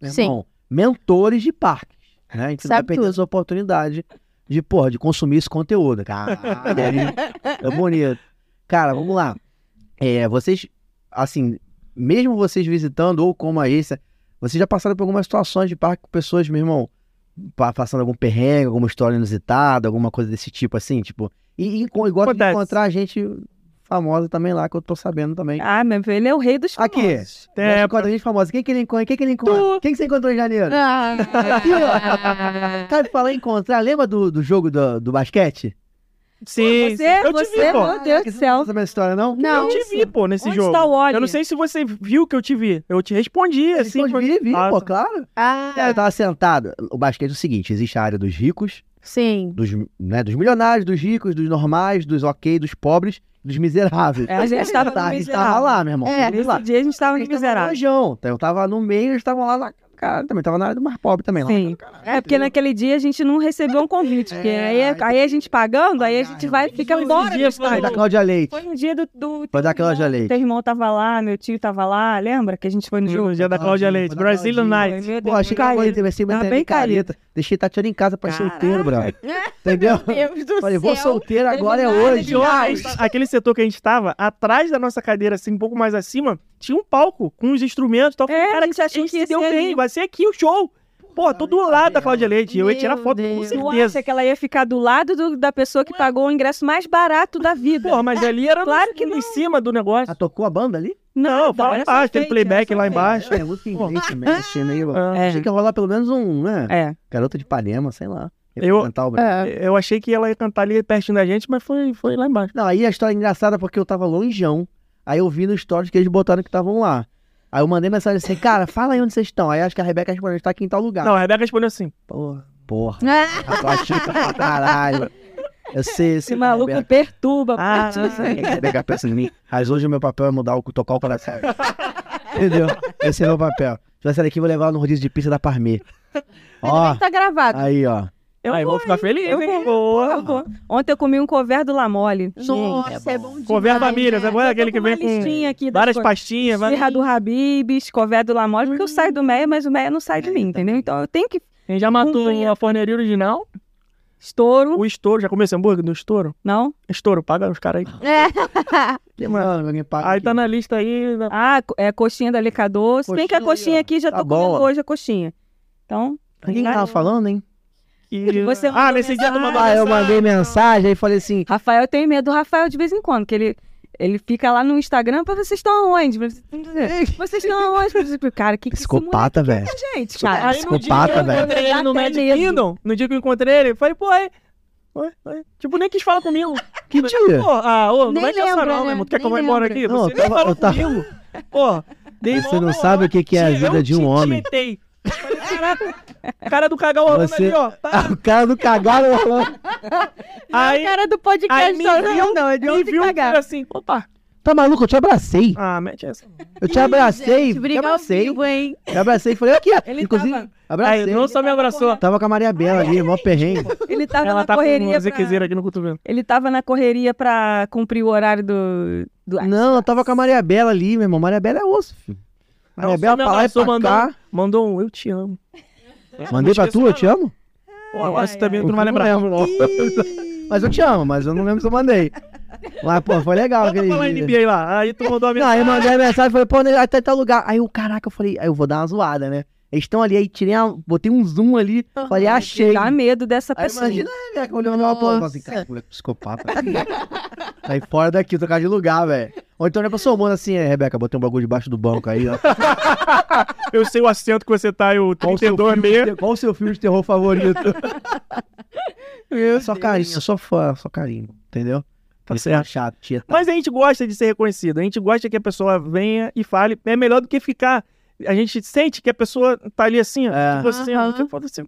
S2: né,
S1: Sim.
S2: irmão? mentores de parques. Né? A gente não vai
S1: Sabe
S2: perder
S1: tudo.
S2: essa oportunidade de, porra, de consumir esse conteúdo. Cara, é bonito. Cara, vamos lá. É, vocês, assim, mesmo vocês visitando ou como a esse, vocês já passaram por algumas situações de parque com pessoas, meu irmão, pa- passando algum perrengue, alguma história inusitada, alguma coisa desse tipo, assim, tipo. E, e, co- e gosto
S3: Acontece.
S2: de encontrar gente famosa também lá, que eu tô sabendo também.
S4: Ah, meu filho, ele é o rei dos
S2: Aqui.
S4: famosos.
S2: É,
S3: É,
S2: encontra gente famosa. Quem que ele encontra? Quem que ele encontra?
S3: Tu.
S2: Quem que você encontrou em janeiro?
S4: É.
S1: Ah.
S2: Cara, falar em encontrar, lembra do, do jogo do, do basquete?
S3: sim.
S4: Você,
S3: eu te
S4: você,
S3: vi, pô.
S4: meu Deus do
S2: Não
S4: céu.
S2: sabe a história, não?
S1: Não,
S3: Eu te vi, pô, nesse
S4: Onde
S3: jogo.
S4: tá o Oli?
S3: Eu não sei se você viu que eu te vi. Eu te respondi, assim.
S2: Responde, vi, vi,
S3: Ah,
S2: pô,
S3: tá.
S2: claro.
S4: É.
S2: Cara,
S1: ah,
S2: eu tava sentado. O basquete é o seguinte: existe a área dos ricos,
S1: sim.
S2: dos, né, dos milionários, dos ricos, dos normais, dos ok, dos pobres, dos miseráveis.
S4: É, a gente tava no
S2: Tá, a gente tava
S4: miserável.
S2: lá, meu irmão.
S1: É,
S2: Vamos lá.
S4: Nesse dia a gente tava no
S2: Eles tavam no
S4: miserável.
S2: rojão. Então, Eu tava no meio, eles estavam lá na cara, também tava na área do mais pobre também. lá.
S4: Sim. É porque naquele dia a gente não recebeu um convite. Porque
S2: né? É,
S4: aí,
S2: aí-
S4: aí a gente pagando, aí a gente vai e fica
S3: Foi
S4: embora.
S3: esse dia,
S4: do estádio.
S2: Foi da Cláudia Leite.
S4: Foi no dia do. do
S2: Foi da Cláudia
S4: Meu
S2: Leite.
S4: teu irmão tava lá, meu tio tava lá. Lembra que a gente foi no
S3: No
S2: Hum.
S4: jogo?
S3: dia da Cláudia
S2: Tadinho,
S3: Leite.
S2: tadinho.
S3: Brazilian
S4: Foi,
S3: Night.
S4: meu
S2: Pô, achei que
S4: Careta.
S2: eu ia ser
S4: Tava bem careta.
S2: é Deixei Tatiana em casa pra ir solteiro,
S4: Caraca.
S2: brother. Entendeu?
S1: Deus do
S2: Falei, vou
S1: céu.
S2: solteiro agora é
S1: Eliminada
S2: hoje.
S1: de nada.
S3: Aquele setor que a gente tava, atrás da nossa cadeira, assim, um pouco mais acima, tinha um palco com os instrumentos e tal.
S4: É,
S3: cara,
S4: a gente achou que ia
S3: se deu
S4: ser
S3: bem,
S4: ali.
S3: vai ser aqui o show. Pô, tô do lado da Cláudia Leite. Eu ia tirar
S1: Meu
S3: foto, com
S1: Deus.
S4: Tu
S3: certeza.
S4: acha que ela ia ficar do lado do- da pessoa que pagou o ingresso mais barato da é vida?
S3: Porra, mas ali era
S4: Claro
S3: no-
S4: que
S3: em cima do negócio.
S2: Ah, tocou a banda ali?
S3: Não, fala lá
S4: olha só
S3: embaixo,
S4: o
S3: tem
S4: fake,
S3: playback
S4: olha só
S3: lá
S4: o fake.
S3: embaixo.
S2: É, música em inglês também, esse time aí, mano.
S4: É.
S2: Achei que ia rolar pelo menos um, né?
S4: É.
S2: Garota de Ipanema, sei lá.
S3: Eu-
S2: Representar o Brasil.
S1: É.
S3: Eu achei que ela ia cantar ali pertinho da gente, mas foi, foi lá embaixo.
S2: Não, aí a história é engraçada porque eu tava longeão. Aí eu vi no stories que eles botaram que estavam lá. Aí eu mandei mensagem assim, cara, fala aí onde vocês estão. Aí acho que a Rebeca respondeu, a gente tá aqui em tal lugar.
S3: Não, a Rebeca respondeu assim.
S2: Porra. Porra.
S1: Ah,
S2: Eu achei pra caralho. Eu sei,
S4: Esse maluco perturba. assim,
S3: Ah,
S4: pô.
S2: Rebeca pensa em mim. Mas hoje o meu papel é mudar o tocar o coração. Entendeu? Esse é meu papel. Se vai sair daqui, eu vou levar ela no rodízio de pizza da Parmê.
S1: ainda bem
S2: Ó,
S1: que tá gravado.
S2: aí, ó.
S4: Eu
S3: aí
S4: vou,
S3: "Ah, vou ficar feliz,
S4: eu
S3: hein?
S4: eu vou. Ontem eu comi um cover do Lamole.
S1: Nossa, é bom demais.
S3: Cover da Miriam,
S1: né?
S3: agora aquele que vem
S4: Uma
S3: com
S4: listinha aqui das
S3: várias
S4: coisas.
S3: pastinhas. vai-
S4: Esfirra do Habibs, cover do Lamole, porque eu saio do Meia, mas o Meia não sai
S2: É,
S4: de mim, entendeu? Então eu tenho que...
S3: Quem já matou
S4: Cumprir.
S3: a forneria original,
S4: Estouro,
S3: o estouro, já comeu esse hambúrguer do estouro?
S4: não?
S3: Estouro, paga os caras aí.
S1: É.
S2: Demorando, alguém paga.
S3: Aí
S2: aqui.
S3: tá na lista aí. né?
S4: Ah, co- é coxinha da Lecador. Se bem que a
S2: Coxinha aí,
S4: coxinha
S2: ó.
S4: aqui já
S2: Tá
S4: tô
S2: bom,
S4: comendo
S2: ó.
S4: hoje a coxinha. Então,
S2: Quem que tava falando, hein?
S3: Que...
S4: Você
S3: ah,
S4: mandou
S3: nesse dia tu
S4: mensagem.
S3: mandou
S2: Ah, eu
S3: mensagem.
S2: mandei mensagem e falei assim,
S4: Rafael tem medo do Rafael de vez em quando, que ele, ele fica lá no Instagram pra vocês estão aonde? Vocês estão aonde? Cara, que que esse moleque
S2: psicopata, velho.
S4: é, gente, cara?
S2: Aí no dia que eu Psicopata, né? velho.
S3: encontrei ele no
S4: Dá até
S3: Magic
S4: medo.
S3: Kingdom, no dia que eu encontrei ele, eu falei, pô, aí. Oi, oi. Tipo, nem quis falar comigo.
S2: Que dia?
S3: Pô, ah, ô, não
S1: Nem
S3: vai nessa
S1: lembra,
S3: não,
S1: né?
S3: meu irmão. Tu quer que eu
S1: Nem
S3: vá embora
S1: lembra.
S3: aqui?
S2: Não,
S3: Você
S2: eu
S3: nem
S2: tava-
S3: falou
S2: eu tava-
S3: comigo. Pô, dei
S2: Você
S3: mó-
S2: não
S3: mó-
S2: sabe o que que é a
S3: Eu
S2: vida de um
S3: te
S2: homem.
S3: tietei. Falei, Caraca, o cara do cagão rolando
S2: Você- Ah,
S3: ali, ó. Tá.
S2: O cara do cagado rolando.
S1: O
S3: Aí,
S1: cara do
S3: aí
S1: podcast
S3: me
S4: tá
S1: só-
S3: viu,
S1: não, é de
S3: me
S1: onde
S3: viu,
S1: cagar.
S3: falou assim, opa.
S2: Tá maluco? Eu te abracei.
S3: Ah, mete essa.
S2: Eu te abracei.
S1: Gente,
S2: Te
S1: brigar ao
S2: abracei.
S1: vivo, hein?
S2: Te abracei e falei, aqui, ó.
S4: Ele
S2: Inclusive,
S4: tava-
S2: abracei.
S3: Aí, não só me abraçou.
S2: Tava com a Maria Bela ali, mó perrengue.
S4: Ele tava
S3: Ela
S4: na
S3: tá com
S4: correria.
S3: uma
S4: pra-
S3: ziquezeira aqui no cotovelo.
S4: Ele tava na correria pra cumprir o horário do. do...
S2: Não, eu tava com a Maria Bela ali, meu irmão. Maria Bela é osso, filho. Maria
S3: Não,
S2: Bela
S3: só me
S2: pra lá e
S3: abraçou,
S2: pra cá.
S3: Mandou um eu te amo. É,
S2: Mandei pra tu, eu te amo?
S3: Pô, essa também
S2: Eu
S3: tu não é vai lembrar.
S2: lembro, não. Mas eu te amo, mas eu não lembro se eu mandei. Mas, pô, foi legal
S3: Volta
S2: aquele
S3: pra lá
S2: dia.
S3: NBA lá. Aí tu mandou
S2: Não,
S3: a mensagem.
S2: aí eu mandei a mensagem, falei, pô, né, até tal lugar. Aí eu, caraca, eu falei, aí eu vou dar uma zoada, né? Eles estão ali, aí tirei a, botei um zoom ali,
S3: Ah,
S2: falei, achei.
S4: Dá medo dessa
S2: Aí né,
S4: pessoa.
S2: imagina a Rebeca olhando lá, pô, assim, cara, moleque psicopata. né?" Sai fora daqui, trocar de lugar, velho. Ou então olha pra sua mano assim, é, Rebeca, botei um bagulho debaixo do banco aí, ó.
S3: Eu sei o assento que você tá e o
S2: Qual o seu filme,
S3: 32B.
S2: de- qual o seu filme de terror favorito? só carinho, só fã, só carinho, entendeu?
S3: Tá
S2: Isso
S3: certo.
S2: é chato, tia.
S3: Mas a gente gosta de ser reconhecido. A gente gosta que a pessoa venha e fale. É melhor do que ficar. A gente sente que a pessoa tá ali assim, ó.
S2: É.
S3: Tipo assim,
S1: Aham.
S3: ó, tipo assim.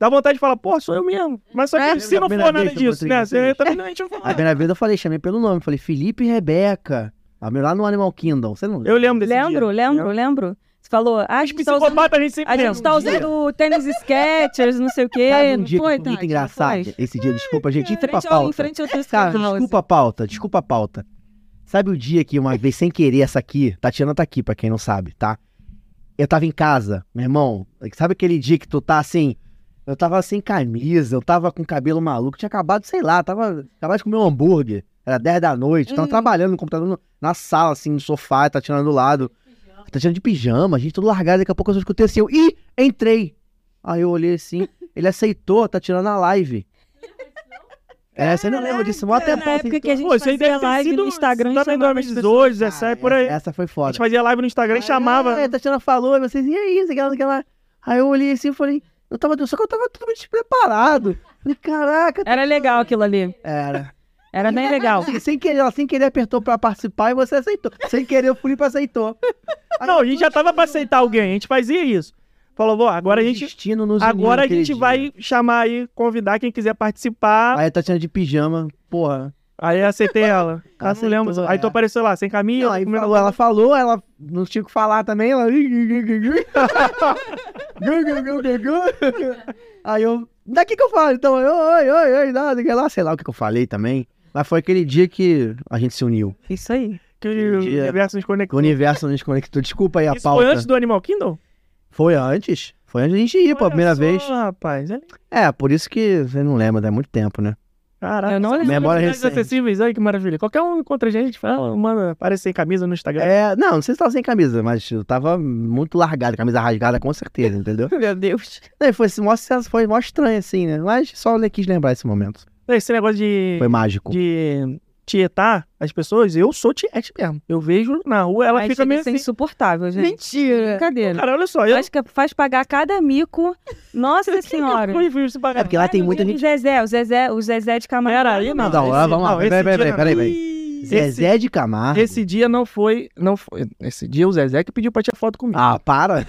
S3: Dá vontade de falar, pô, sou eu mesmo. Mas só que
S1: É.
S3: se não
S2: Primeira
S3: for nada
S2: vez que eu
S3: disso,
S2: encontrei
S3: né?
S2: vocês.
S3: Você também não, a gente não fala.
S2: A primeira vez eu falei, chamei pelo nome, falei, Felipe e Rebeca. Ah, meu, Lá no Animal Kingdom, você não
S3: Eu lembro desse
S4: Lembro,
S3: dia.
S4: lembro, lembro. Você falou, ah, a
S3: Os
S4: gente tá usando,
S3: psicopatas a gente sempre
S4: a
S3: lembra.
S4: gente tá usando tênis Skechers, não sei o quê.
S2: Sabe um
S4: não
S2: dia que
S4: foi,
S2: foi muito
S4: Tati?
S2: engraçado?
S4: Não foi? é
S2: Esse dia, desculpa, gente.
S4: Em
S2: Desculpa a
S4: frente, ao, em
S2: pauta.
S4: frente ao teu
S2: Cara,
S4: house.
S2: desculpa a pauta, desculpa a pauta. Sabe o dia que uma vez, sem querer, essa aqui, Tatiana tá aqui, pra quem não sabe, tá? Eu tava em casa, meu irmão. Sabe aquele dia que tu tá assim? Eu tava sem camisa, eu tava com cabelo maluco, tinha acabado, sei lá, tava acabado de comer um hambúrguer. Era 10 da noite, tava
S4: Hum.
S2: trabalhando no computador, no- na sala, assim, no sofá, Tatiana do lado. Tatiana de pijama, a gente tudo largado, daqui a pouco eu só escutei assim, eu, ih, entrei. Aí eu olhei assim, ele aceitou, tá tirando a live. É, você não lembra disso, mó assim,
S4: Caraca,
S2: tempo.
S4: na época que a gente
S3: Pô, isso aí
S4: fazia
S3: deve ter
S4: live
S3: sido
S4: no Instagram e
S3: também
S4: chamava as
S3: 2018, 17, é por aí.
S2: Ah, Essa foi
S3: A
S2: É, foda.
S3: gente fazia live no Instagram e
S4: é,
S3: chamava.
S2: Ah, a Tatiana falou, e vocês, e aí, não sei o que lá, não sei o que lá. Aí eu olhei assim e falei, eu tava, só que eu tava totalmente despreparado. Falei, caraca.
S4: Era legal aquilo ali.
S2: Era.
S4: Era bem legal.
S2: Assim, sem querer, ela sem querer apertou pra participar e você aceitou. Sem querer, o Felipe aceitou.
S3: Não, a gente já tava pra aceitar alguém, a gente fazia isso. Falou, "Vó, agora a gente,
S2: Destino nos uniu
S3: agora a
S2: naquele
S3: gente
S2: dia.
S3: vai chamar aí, convidar quem quiser participar.
S2: Aí a Tatiana de pijama, porra.
S3: Aí eu aceitei ela. Ah, você
S2: Aceitou,
S3: lembra? Aí tu
S2: é.
S3: apareceu lá, sem caminho.
S2: Não, aí falou, ela falou, ela não tinha o que falar também, ela. aí eu. Daqui que eu falo, então, eu, oi, oi, oi, nada, sei lá, sei lá o que que eu falei também. Mas foi aquele dia que a gente se uniu.
S4: Isso aí.
S3: Que o
S2: dia.
S3: universo nos
S2: Que o
S3: conectou.
S2: universo nos conectou. Desculpa aí a
S3: Isso
S2: pauta.
S3: foi antes do Animal Kingdom?
S2: Foi antes? Foi onde a gente ia, pô, a
S3: Olha
S2: primeira
S3: só,
S2: vez.
S3: rapaz. é-
S2: É, por isso que você não lembra, é muito tempo, né?
S3: Caraca.
S4: Eu não lembro.
S2: Memória
S3: Atividades
S2: recente.
S3: acessíveis, olha que maravilha. Qualquer um encontra a gente, fala, manda, aparece sem camisa no Instagram.
S2: É, não, não sei se tava sem camisa, mas eu tava muito largado, camisa rasgada com certeza, entendeu?
S4: Meu Deus.
S2: Não, É, foi, esse maior sucesso, foi mó estranho, assim, né? Mas só eu quis lembrar esse momento.
S3: É, Esse negócio de,
S2: Foi mágico.
S3: de tietar as pessoas, eu sou tiete mesmo. Eu vejo na rua, ela
S4: Aí
S3: fica
S4: chega
S3: meio
S4: a ser
S3: assim.
S4: insuportável, gente.
S1: Mentira.
S4: Brincadeira.
S3: Cara, olha só, eu.
S4: Acho que faz pagar cada mico. Nossa senhora.
S3: Eu fui se pagar.
S2: É porque lá tem muita
S4: O
S2: gente.
S4: Zezé, o Zezé, o Zezé de Camargo.
S3: Pera aí,
S2: Não,
S3: não. esse-
S2: vamos lá.
S3: não,
S2: Peraí,
S3: esse
S2: peraí,
S3: dia
S2: peraí,
S3: não.
S2: peraí, peraí. Zezé de Camargo.
S3: Esse dia não foi, não foi. Esse dia o Zezé que pediu pra tirar foto comigo.
S2: Ah, para.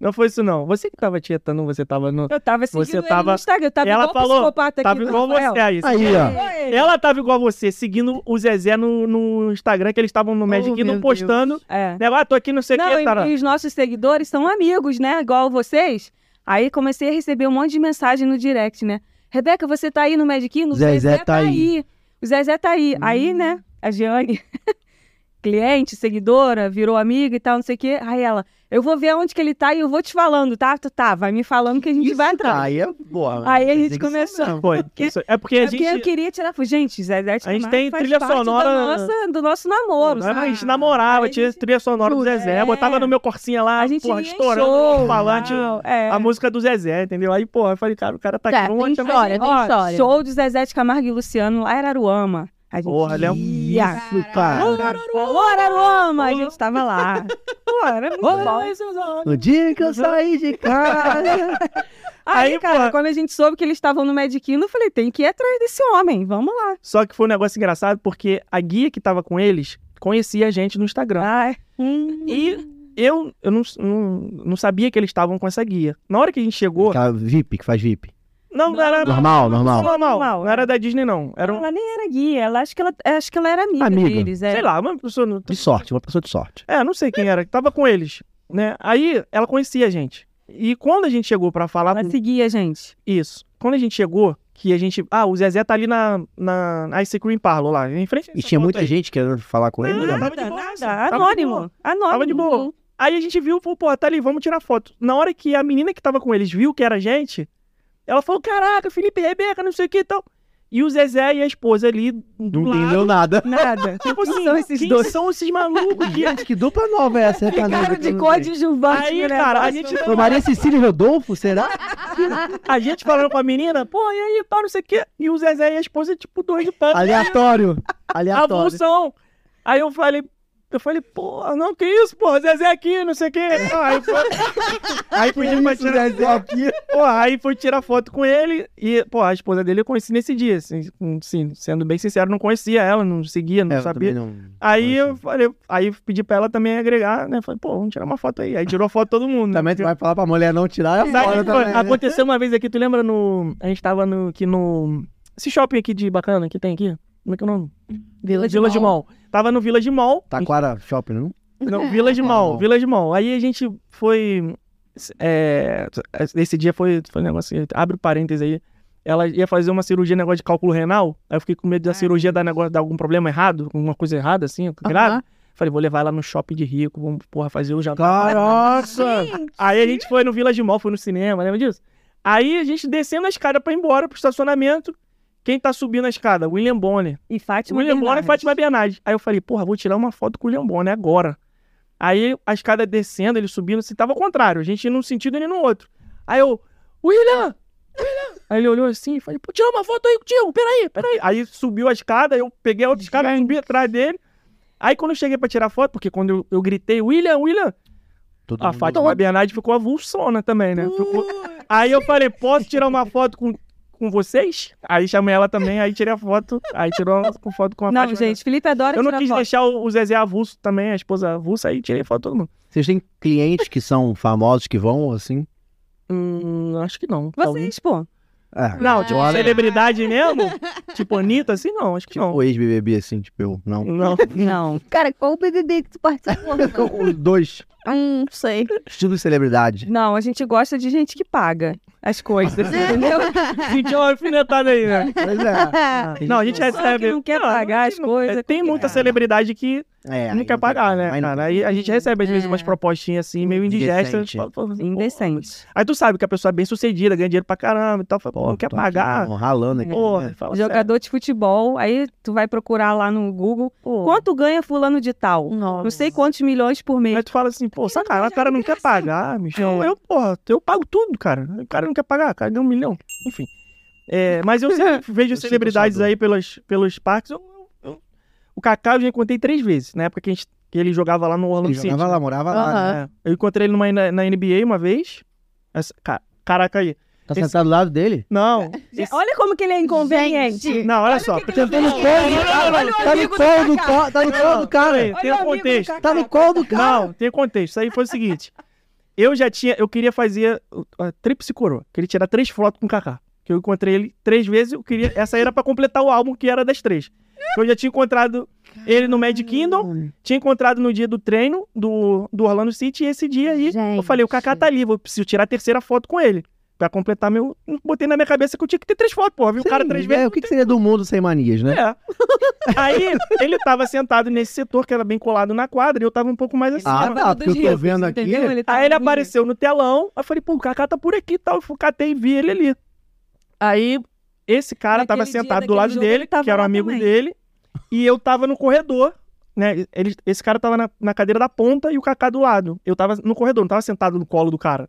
S3: Não foi isso, não. Você que tava tietando, você tava no.
S4: Eu tava seguindo
S3: Você
S4: ele
S3: tava-
S4: no Instagram. Eu tava
S3: Ela
S4: igual o
S3: falou,
S4: psicopata aqui.
S3: Tava
S4: do
S3: igual
S4: Rafael.
S3: você aí.
S2: Aí, ó.
S3: Ela tava igual você, seguindo o Zezé no, no Instagram, que eles estavam no Magic
S1: Oh,
S3: Kingdom
S1: meu
S3: postando.
S4: É.
S3: Né? Ah, tô aqui, não sei o
S4: Não,
S3: que,
S4: e,
S3: tará.
S4: e os nossos seguidores são amigos, né? Igual vocês. Aí comecei a receber um monte de mensagem no direct, né? Rebeca, você tá aí no Magic Kingdom? O
S2: Zezé tá aí.
S4: O Zezé tá aí. Aí, né,
S3: Hum.
S4: a Giane, cliente, seguidora, virou amiga e tal, não sei o quê. Aí ela, eu vou ver onde que ele tá e eu vou te falando, tá? Tu tá, vai me falando que a gente vai entrar.
S3: tá.
S2: Aí é boa.
S4: Aí a gente começou.
S3: Foi. Isso- É porque a
S4: É porque eu
S3: gente.
S4: queria tirar foto. Gente, Zezé de
S3: A gente
S4: Camargo
S3: tem
S4: faz
S3: trilha
S4: parte da
S3: sonora-
S4: nossa- do nosso namoro, Ah,
S3: Não, a
S4: sabe?
S3: gente namorava,
S4: Aí a
S3: tinha
S4: gente-
S3: trilha sonora do
S4: Tudo,
S3: Zezé,
S4: é.
S3: botava no meu corsinha lá,
S4: A gente
S3: porra,
S4: ia em
S3: estourando
S4: show,
S3: o falante
S4: tal, é.
S3: a música do Zezé, entendeu? Aí, porra, eu falei, cara, o cara tá
S1: Tá,
S3: aqui, não
S1: tem
S3: tinha mais-
S1: história, tem
S4: Ó,
S1: história.
S4: Show do Zezé de Camargo e Luciano lá em Araruama. A gente
S3: Porra, ele é um
S4: ia.
S2: Isso, cara.
S4: Alô, Araruama! A gente tava lá. Pô, era muito bom.
S3: é
S2: No dia que
S4: Uhum.
S2: eu saí de casa.
S4: Ah. Aí,
S3: Aí,
S4: cara,
S3: porra.
S4: quando a gente soube que eles estavam no Magic Kingdom, eu falei, tem que ir atrás desse homem, vamos lá.
S3: Só que foi um negócio engraçado porque a guia que tava com eles conhecia a gente no Instagram.
S4: Ai,
S3: Hum, E eu, eu não, não, não sabia que eles estavam com essa guia. Na hora que a gente chegou.
S2: Aquela VIP, que faz VIP.
S3: Não, não era.
S2: Normal, normal.
S3: Normal,
S4: Normal, é.
S3: não era da Disney, não. Era um,
S4: Ela nem era guia, ela, acho, que ela, acho que ela era amiga,
S2: Amiga.
S4: deles. É.
S3: sei lá, uma pessoa. não-
S2: De sorte, uma pessoa de sorte.
S3: É, não sei quem era, que tava com eles, né? Aí ela conhecia a gente. E quando a gente chegou pra falar
S4: Ela
S3: com-
S4: seguia a gente.
S3: isso, quando a gente chegou, que a gente, ah, o Zezé tá ali na na na Ice Cream Parlor lá, em frente. a
S2: E
S3: essa
S2: tinha
S3: foto
S2: muita
S3: aí.
S2: gente querendo falar com ele.
S3: Nada,
S4: Ah,
S2: né?
S3: tava de boa, assim,
S4: nada,
S3: tava de
S4: anônimo.
S3: boa.
S4: Anônimo.
S3: Tava de boa. Aí a gente viu, falou, pô, tá ali, vamos tirar foto. Na hora que a menina que tava com eles viu que era a gente, ela falou, caraca, Felipe, Rebeca, não sei o que e tal. E o Zezé e a esposa ali do
S2: Não
S3: lado,
S2: entendeu nada.
S4: Nada.
S3: tipo assim,
S4: São esses
S3: quem
S4: dois.
S3: são esses malucos? que-
S2: Gente, que dupla nova é essa? sacanagem
S4: Cara
S2: que eu
S4: de
S2: não sei.
S4: coadjuvante. né?
S3: Aí,
S4: no
S3: cara, a
S4: negócio.
S3: gente,
S2: Foi Maria Cecília e Rodolfo, será?
S3: a gente falando com a menina, pô, e aí, tal, não sei o que. E o Zezé e a esposa, tipo, dois de pano.
S2: Aleatório. Aleatório.
S3: avulsão. Aí eu falei, eu falei, pô, não, que isso, pô, Zezé aqui, não sei o quê. Aí foi, aí pedi pra
S2: Isso,
S3: tirar
S2: Zezé aqui.
S3: Pô, aí fui tirar foto com ele e, pô, a esposa dele eu conheci nesse dia, assim, com- sim, sendo bem sincero, não conhecia ela, não seguia, não
S2: É, eu
S3: sabia.
S2: também não-
S3: Aí
S2: não
S3: eu
S2: conhecia.
S3: falei, aí eu pedi pra ela também agregar, né? Falei, pô, vamos tirar uma foto aí. Aí tirou foto todo mundo. né?
S2: Também tu vai falar pra mulher não tirar, é
S3: Sabe
S2: fora
S3: o que foi?
S2: também. né?
S3: Aconteceu uma vez aqui, tu lembra no. A gente tava no. Aqui no. Esse shopping aqui de bacana que tem aqui? Como é que é o nome?
S4: Vila de
S3: de Mall. Tava no Vila de Mall.
S2: Taquara Shopping, não?
S3: Não, Vila de Mall, Vila de Mall. Aí a gente foi. É, esse dia foi, foi um negócio. assim, Abre o parênteses aí. Ela ia fazer uma cirurgia, negócio de cálculo renal. Aí eu fiquei com medo da cirurgia dar, negócio, dar algum problema errado, alguma coisa errada, assim, grave. Falei, vou levar ela no shopping de rico, vamos, porra, fazer o jantar.
S2: Caraca!
S3: Aí a gente foi no Village Mall, foi no cinema, lembra disso? Aí a gente descendo a escada pra ir embora pro estacionamento. Quem tá subindo a escada? William Bonner.
S4: E Fátima
S3: William Bonner e
S4: Bernardes.
S3: é Fátima Bernardes. Aí eu falei, porra, vou tirar uma foto com o William Bonner agora. Aí a escada descendo, ele subindo, se tava ao contrário. A gente ia num sentido, ele no outro. Aí eu, William! William! Aí ele olhou assim e falei, pô, tira uma foto aí contigo, peraí, peraí. Aí subiu a escada, eu peguei a outra escada, subi atrás dele. Aí quando eu cheguei pra tirar foto, porque quando eu, eu gritei, William, William,
S2: Todo
S3: a
S2: mundo-
S3: Fátima Bernardi ficou avulsona também, né? Ficou- Aí eu falei, posso tirar uma foto com, com vocês? Aí chamei ela também, aí tirei a foto. Aí tirou uma com foto com a
S4: Não,
S3: Fátima
S4: gente, Felipe adora
S3: Bernardi. Eu não
S4: tirar
S3: quis
S4: foto.
S3: deixar o o Zezé avulso também, a esposa avulsa, aí tirei foto de todo mundo.
S2: Vocês têm clientes que são famosos que vão, assim?
S3: Hum, acho que não. Talvez.
S4: Vocês, pô.
S2: É,
S3: Não, tipo,
S1: Ah.
S3: celebridade mesmo? Tipo Anitta, assim, não, acho que não.
S2: tipo ex-BBB, assim, tipo eu. Não.
S3: Não.
S4: Não.
S1: Cara, qual o BBB que tu participou?
S2: Os dois.
S1: Hum, sei.
S2: Estilo de celebridade.
S4: Não, a gente gosta de gente que paga as coisas, entendeu?
S3: Sentiu uma alfinetada aí, né?
S2: Pois é.
S3: Não, a gente
S4: Pessoal
S3: recebe.
S4: Ah, que não quer pagar as
S3: não-
S4: coisas, é
S3: Tem muita
S2: complicado.
S3: celebridade que
S2: É, aí
S3: não quer pagar, né?
S2: Aí não-
S3: cara? Aí a gente recebe, às vezes,
S1: É.
S3: umas propostinhas assim, meio indigestas.
S2: Indecente.
S3: Fala, pô,
S4: Indecente.
S3: Aí tu sabe que a pessoa é bem sucedida, ganha dinheiro pra caramba e tal. Fala, pô, não quer
S2: tô aqui,
S3: pagar.
S2: não, Ralando aqui.
S3: Pô,
S2: né?
S3: fala sério.
S4: Jogador de futebol, aí tu vai procurar lá no Google
S3: Pô.
S4: quanto ganha fulano de tal.
S1: Nossa.
S4: Não sei quantos milhões por mês.
S3: Aí tu fala assim, pô, sacanagem, o cara não quer pagar, bicho. Eu, porra, eu pago tudo, cara. O cara não quer pagar, o cara ganha um milhão. Enfim. É, mas eu sempre vejo
S2: Eu sei,
S3: celebridades
S2: torcedor.
S3: aí pelos, pelos parques. Eu- eu- o Kaká eu já encontrei três vezes, na época que, a gente- que ele jogava lá no Orlando
S2: Ele
S3: City.
S2: jogava lá, morava lá.
S1: Aham.
S3: É, eu encontrei ele numa, na, na NBA uma vez. Essa- ca- caraca aí.
S2: Tá
S3: Esse-
S2: sentado do lado dele?
S3: Não.
S4: Gente, Olha como que ele é inconveniente.
S1: Gente.
S3: Não, olha só. Tem, um
S2: Tá no colo do cara. Tá no colo do cara. Tá no colo do cara.
S3: tem um contexto.
S2: Tá no colo do cara.
S3: Não, tem um contexto. Isso aí foi o seguinte. Eu já tinha, eu queria fazer uh, a tríplice coroa. Queria tirar três fotos com o Kaká. Que eu encontrei ele três vezes. Eu queria, essa aí era pra completar o álbum que era das três. Que Eu já tinha encontrado ele no Mad Kingdom, tinha encontrado no dia do treino do, do Orlando City e esse dia é aí eu
S1: Gente.
S3: falei, o Kaká tá ali, vou preciso tirar a terceira foto com ele. Pra completar meu. Botei na minha cabeça que eu tinha que ter três fotos, porra. Vi o cara
S2: Sim,
S3: três
S2: é,
S3: vezes.
S2: O que, que seria do mundo sem manias, né?
S3: É. Aí ele tava sentado nesse setor que era bem colado na quadra e eu tava um pouco mais assim.
S2: Ah,
S4: Tava
S2: tá,
S4: no
S2: porque eu
S4: dos
S2: tô
S4: ricos,
S2: vendo aqui.
S4: entendeu? tá
S3: Aí ele
S4: no Rio.
S3: apareceu no telão, aí eu falei, pô, o Kaká tá por aqui e tal. Eu catei e vi ele ali. Aí esse cara
S4: Naquele
S3: tava
S4: dia,
S3: sentado do
S4: naquele
S3: lado
S4: jogo,
S3: dele,
S4: ele tava
S3: que era um
S4: lá
S3: amigo
S4: também.
S3: dele, e eu tava no corredor, né? Ele- esse cara tava na, na cadeira da ponta e o Kaká do lado. Eu tava no corredor, não tava sentado no colo do cara.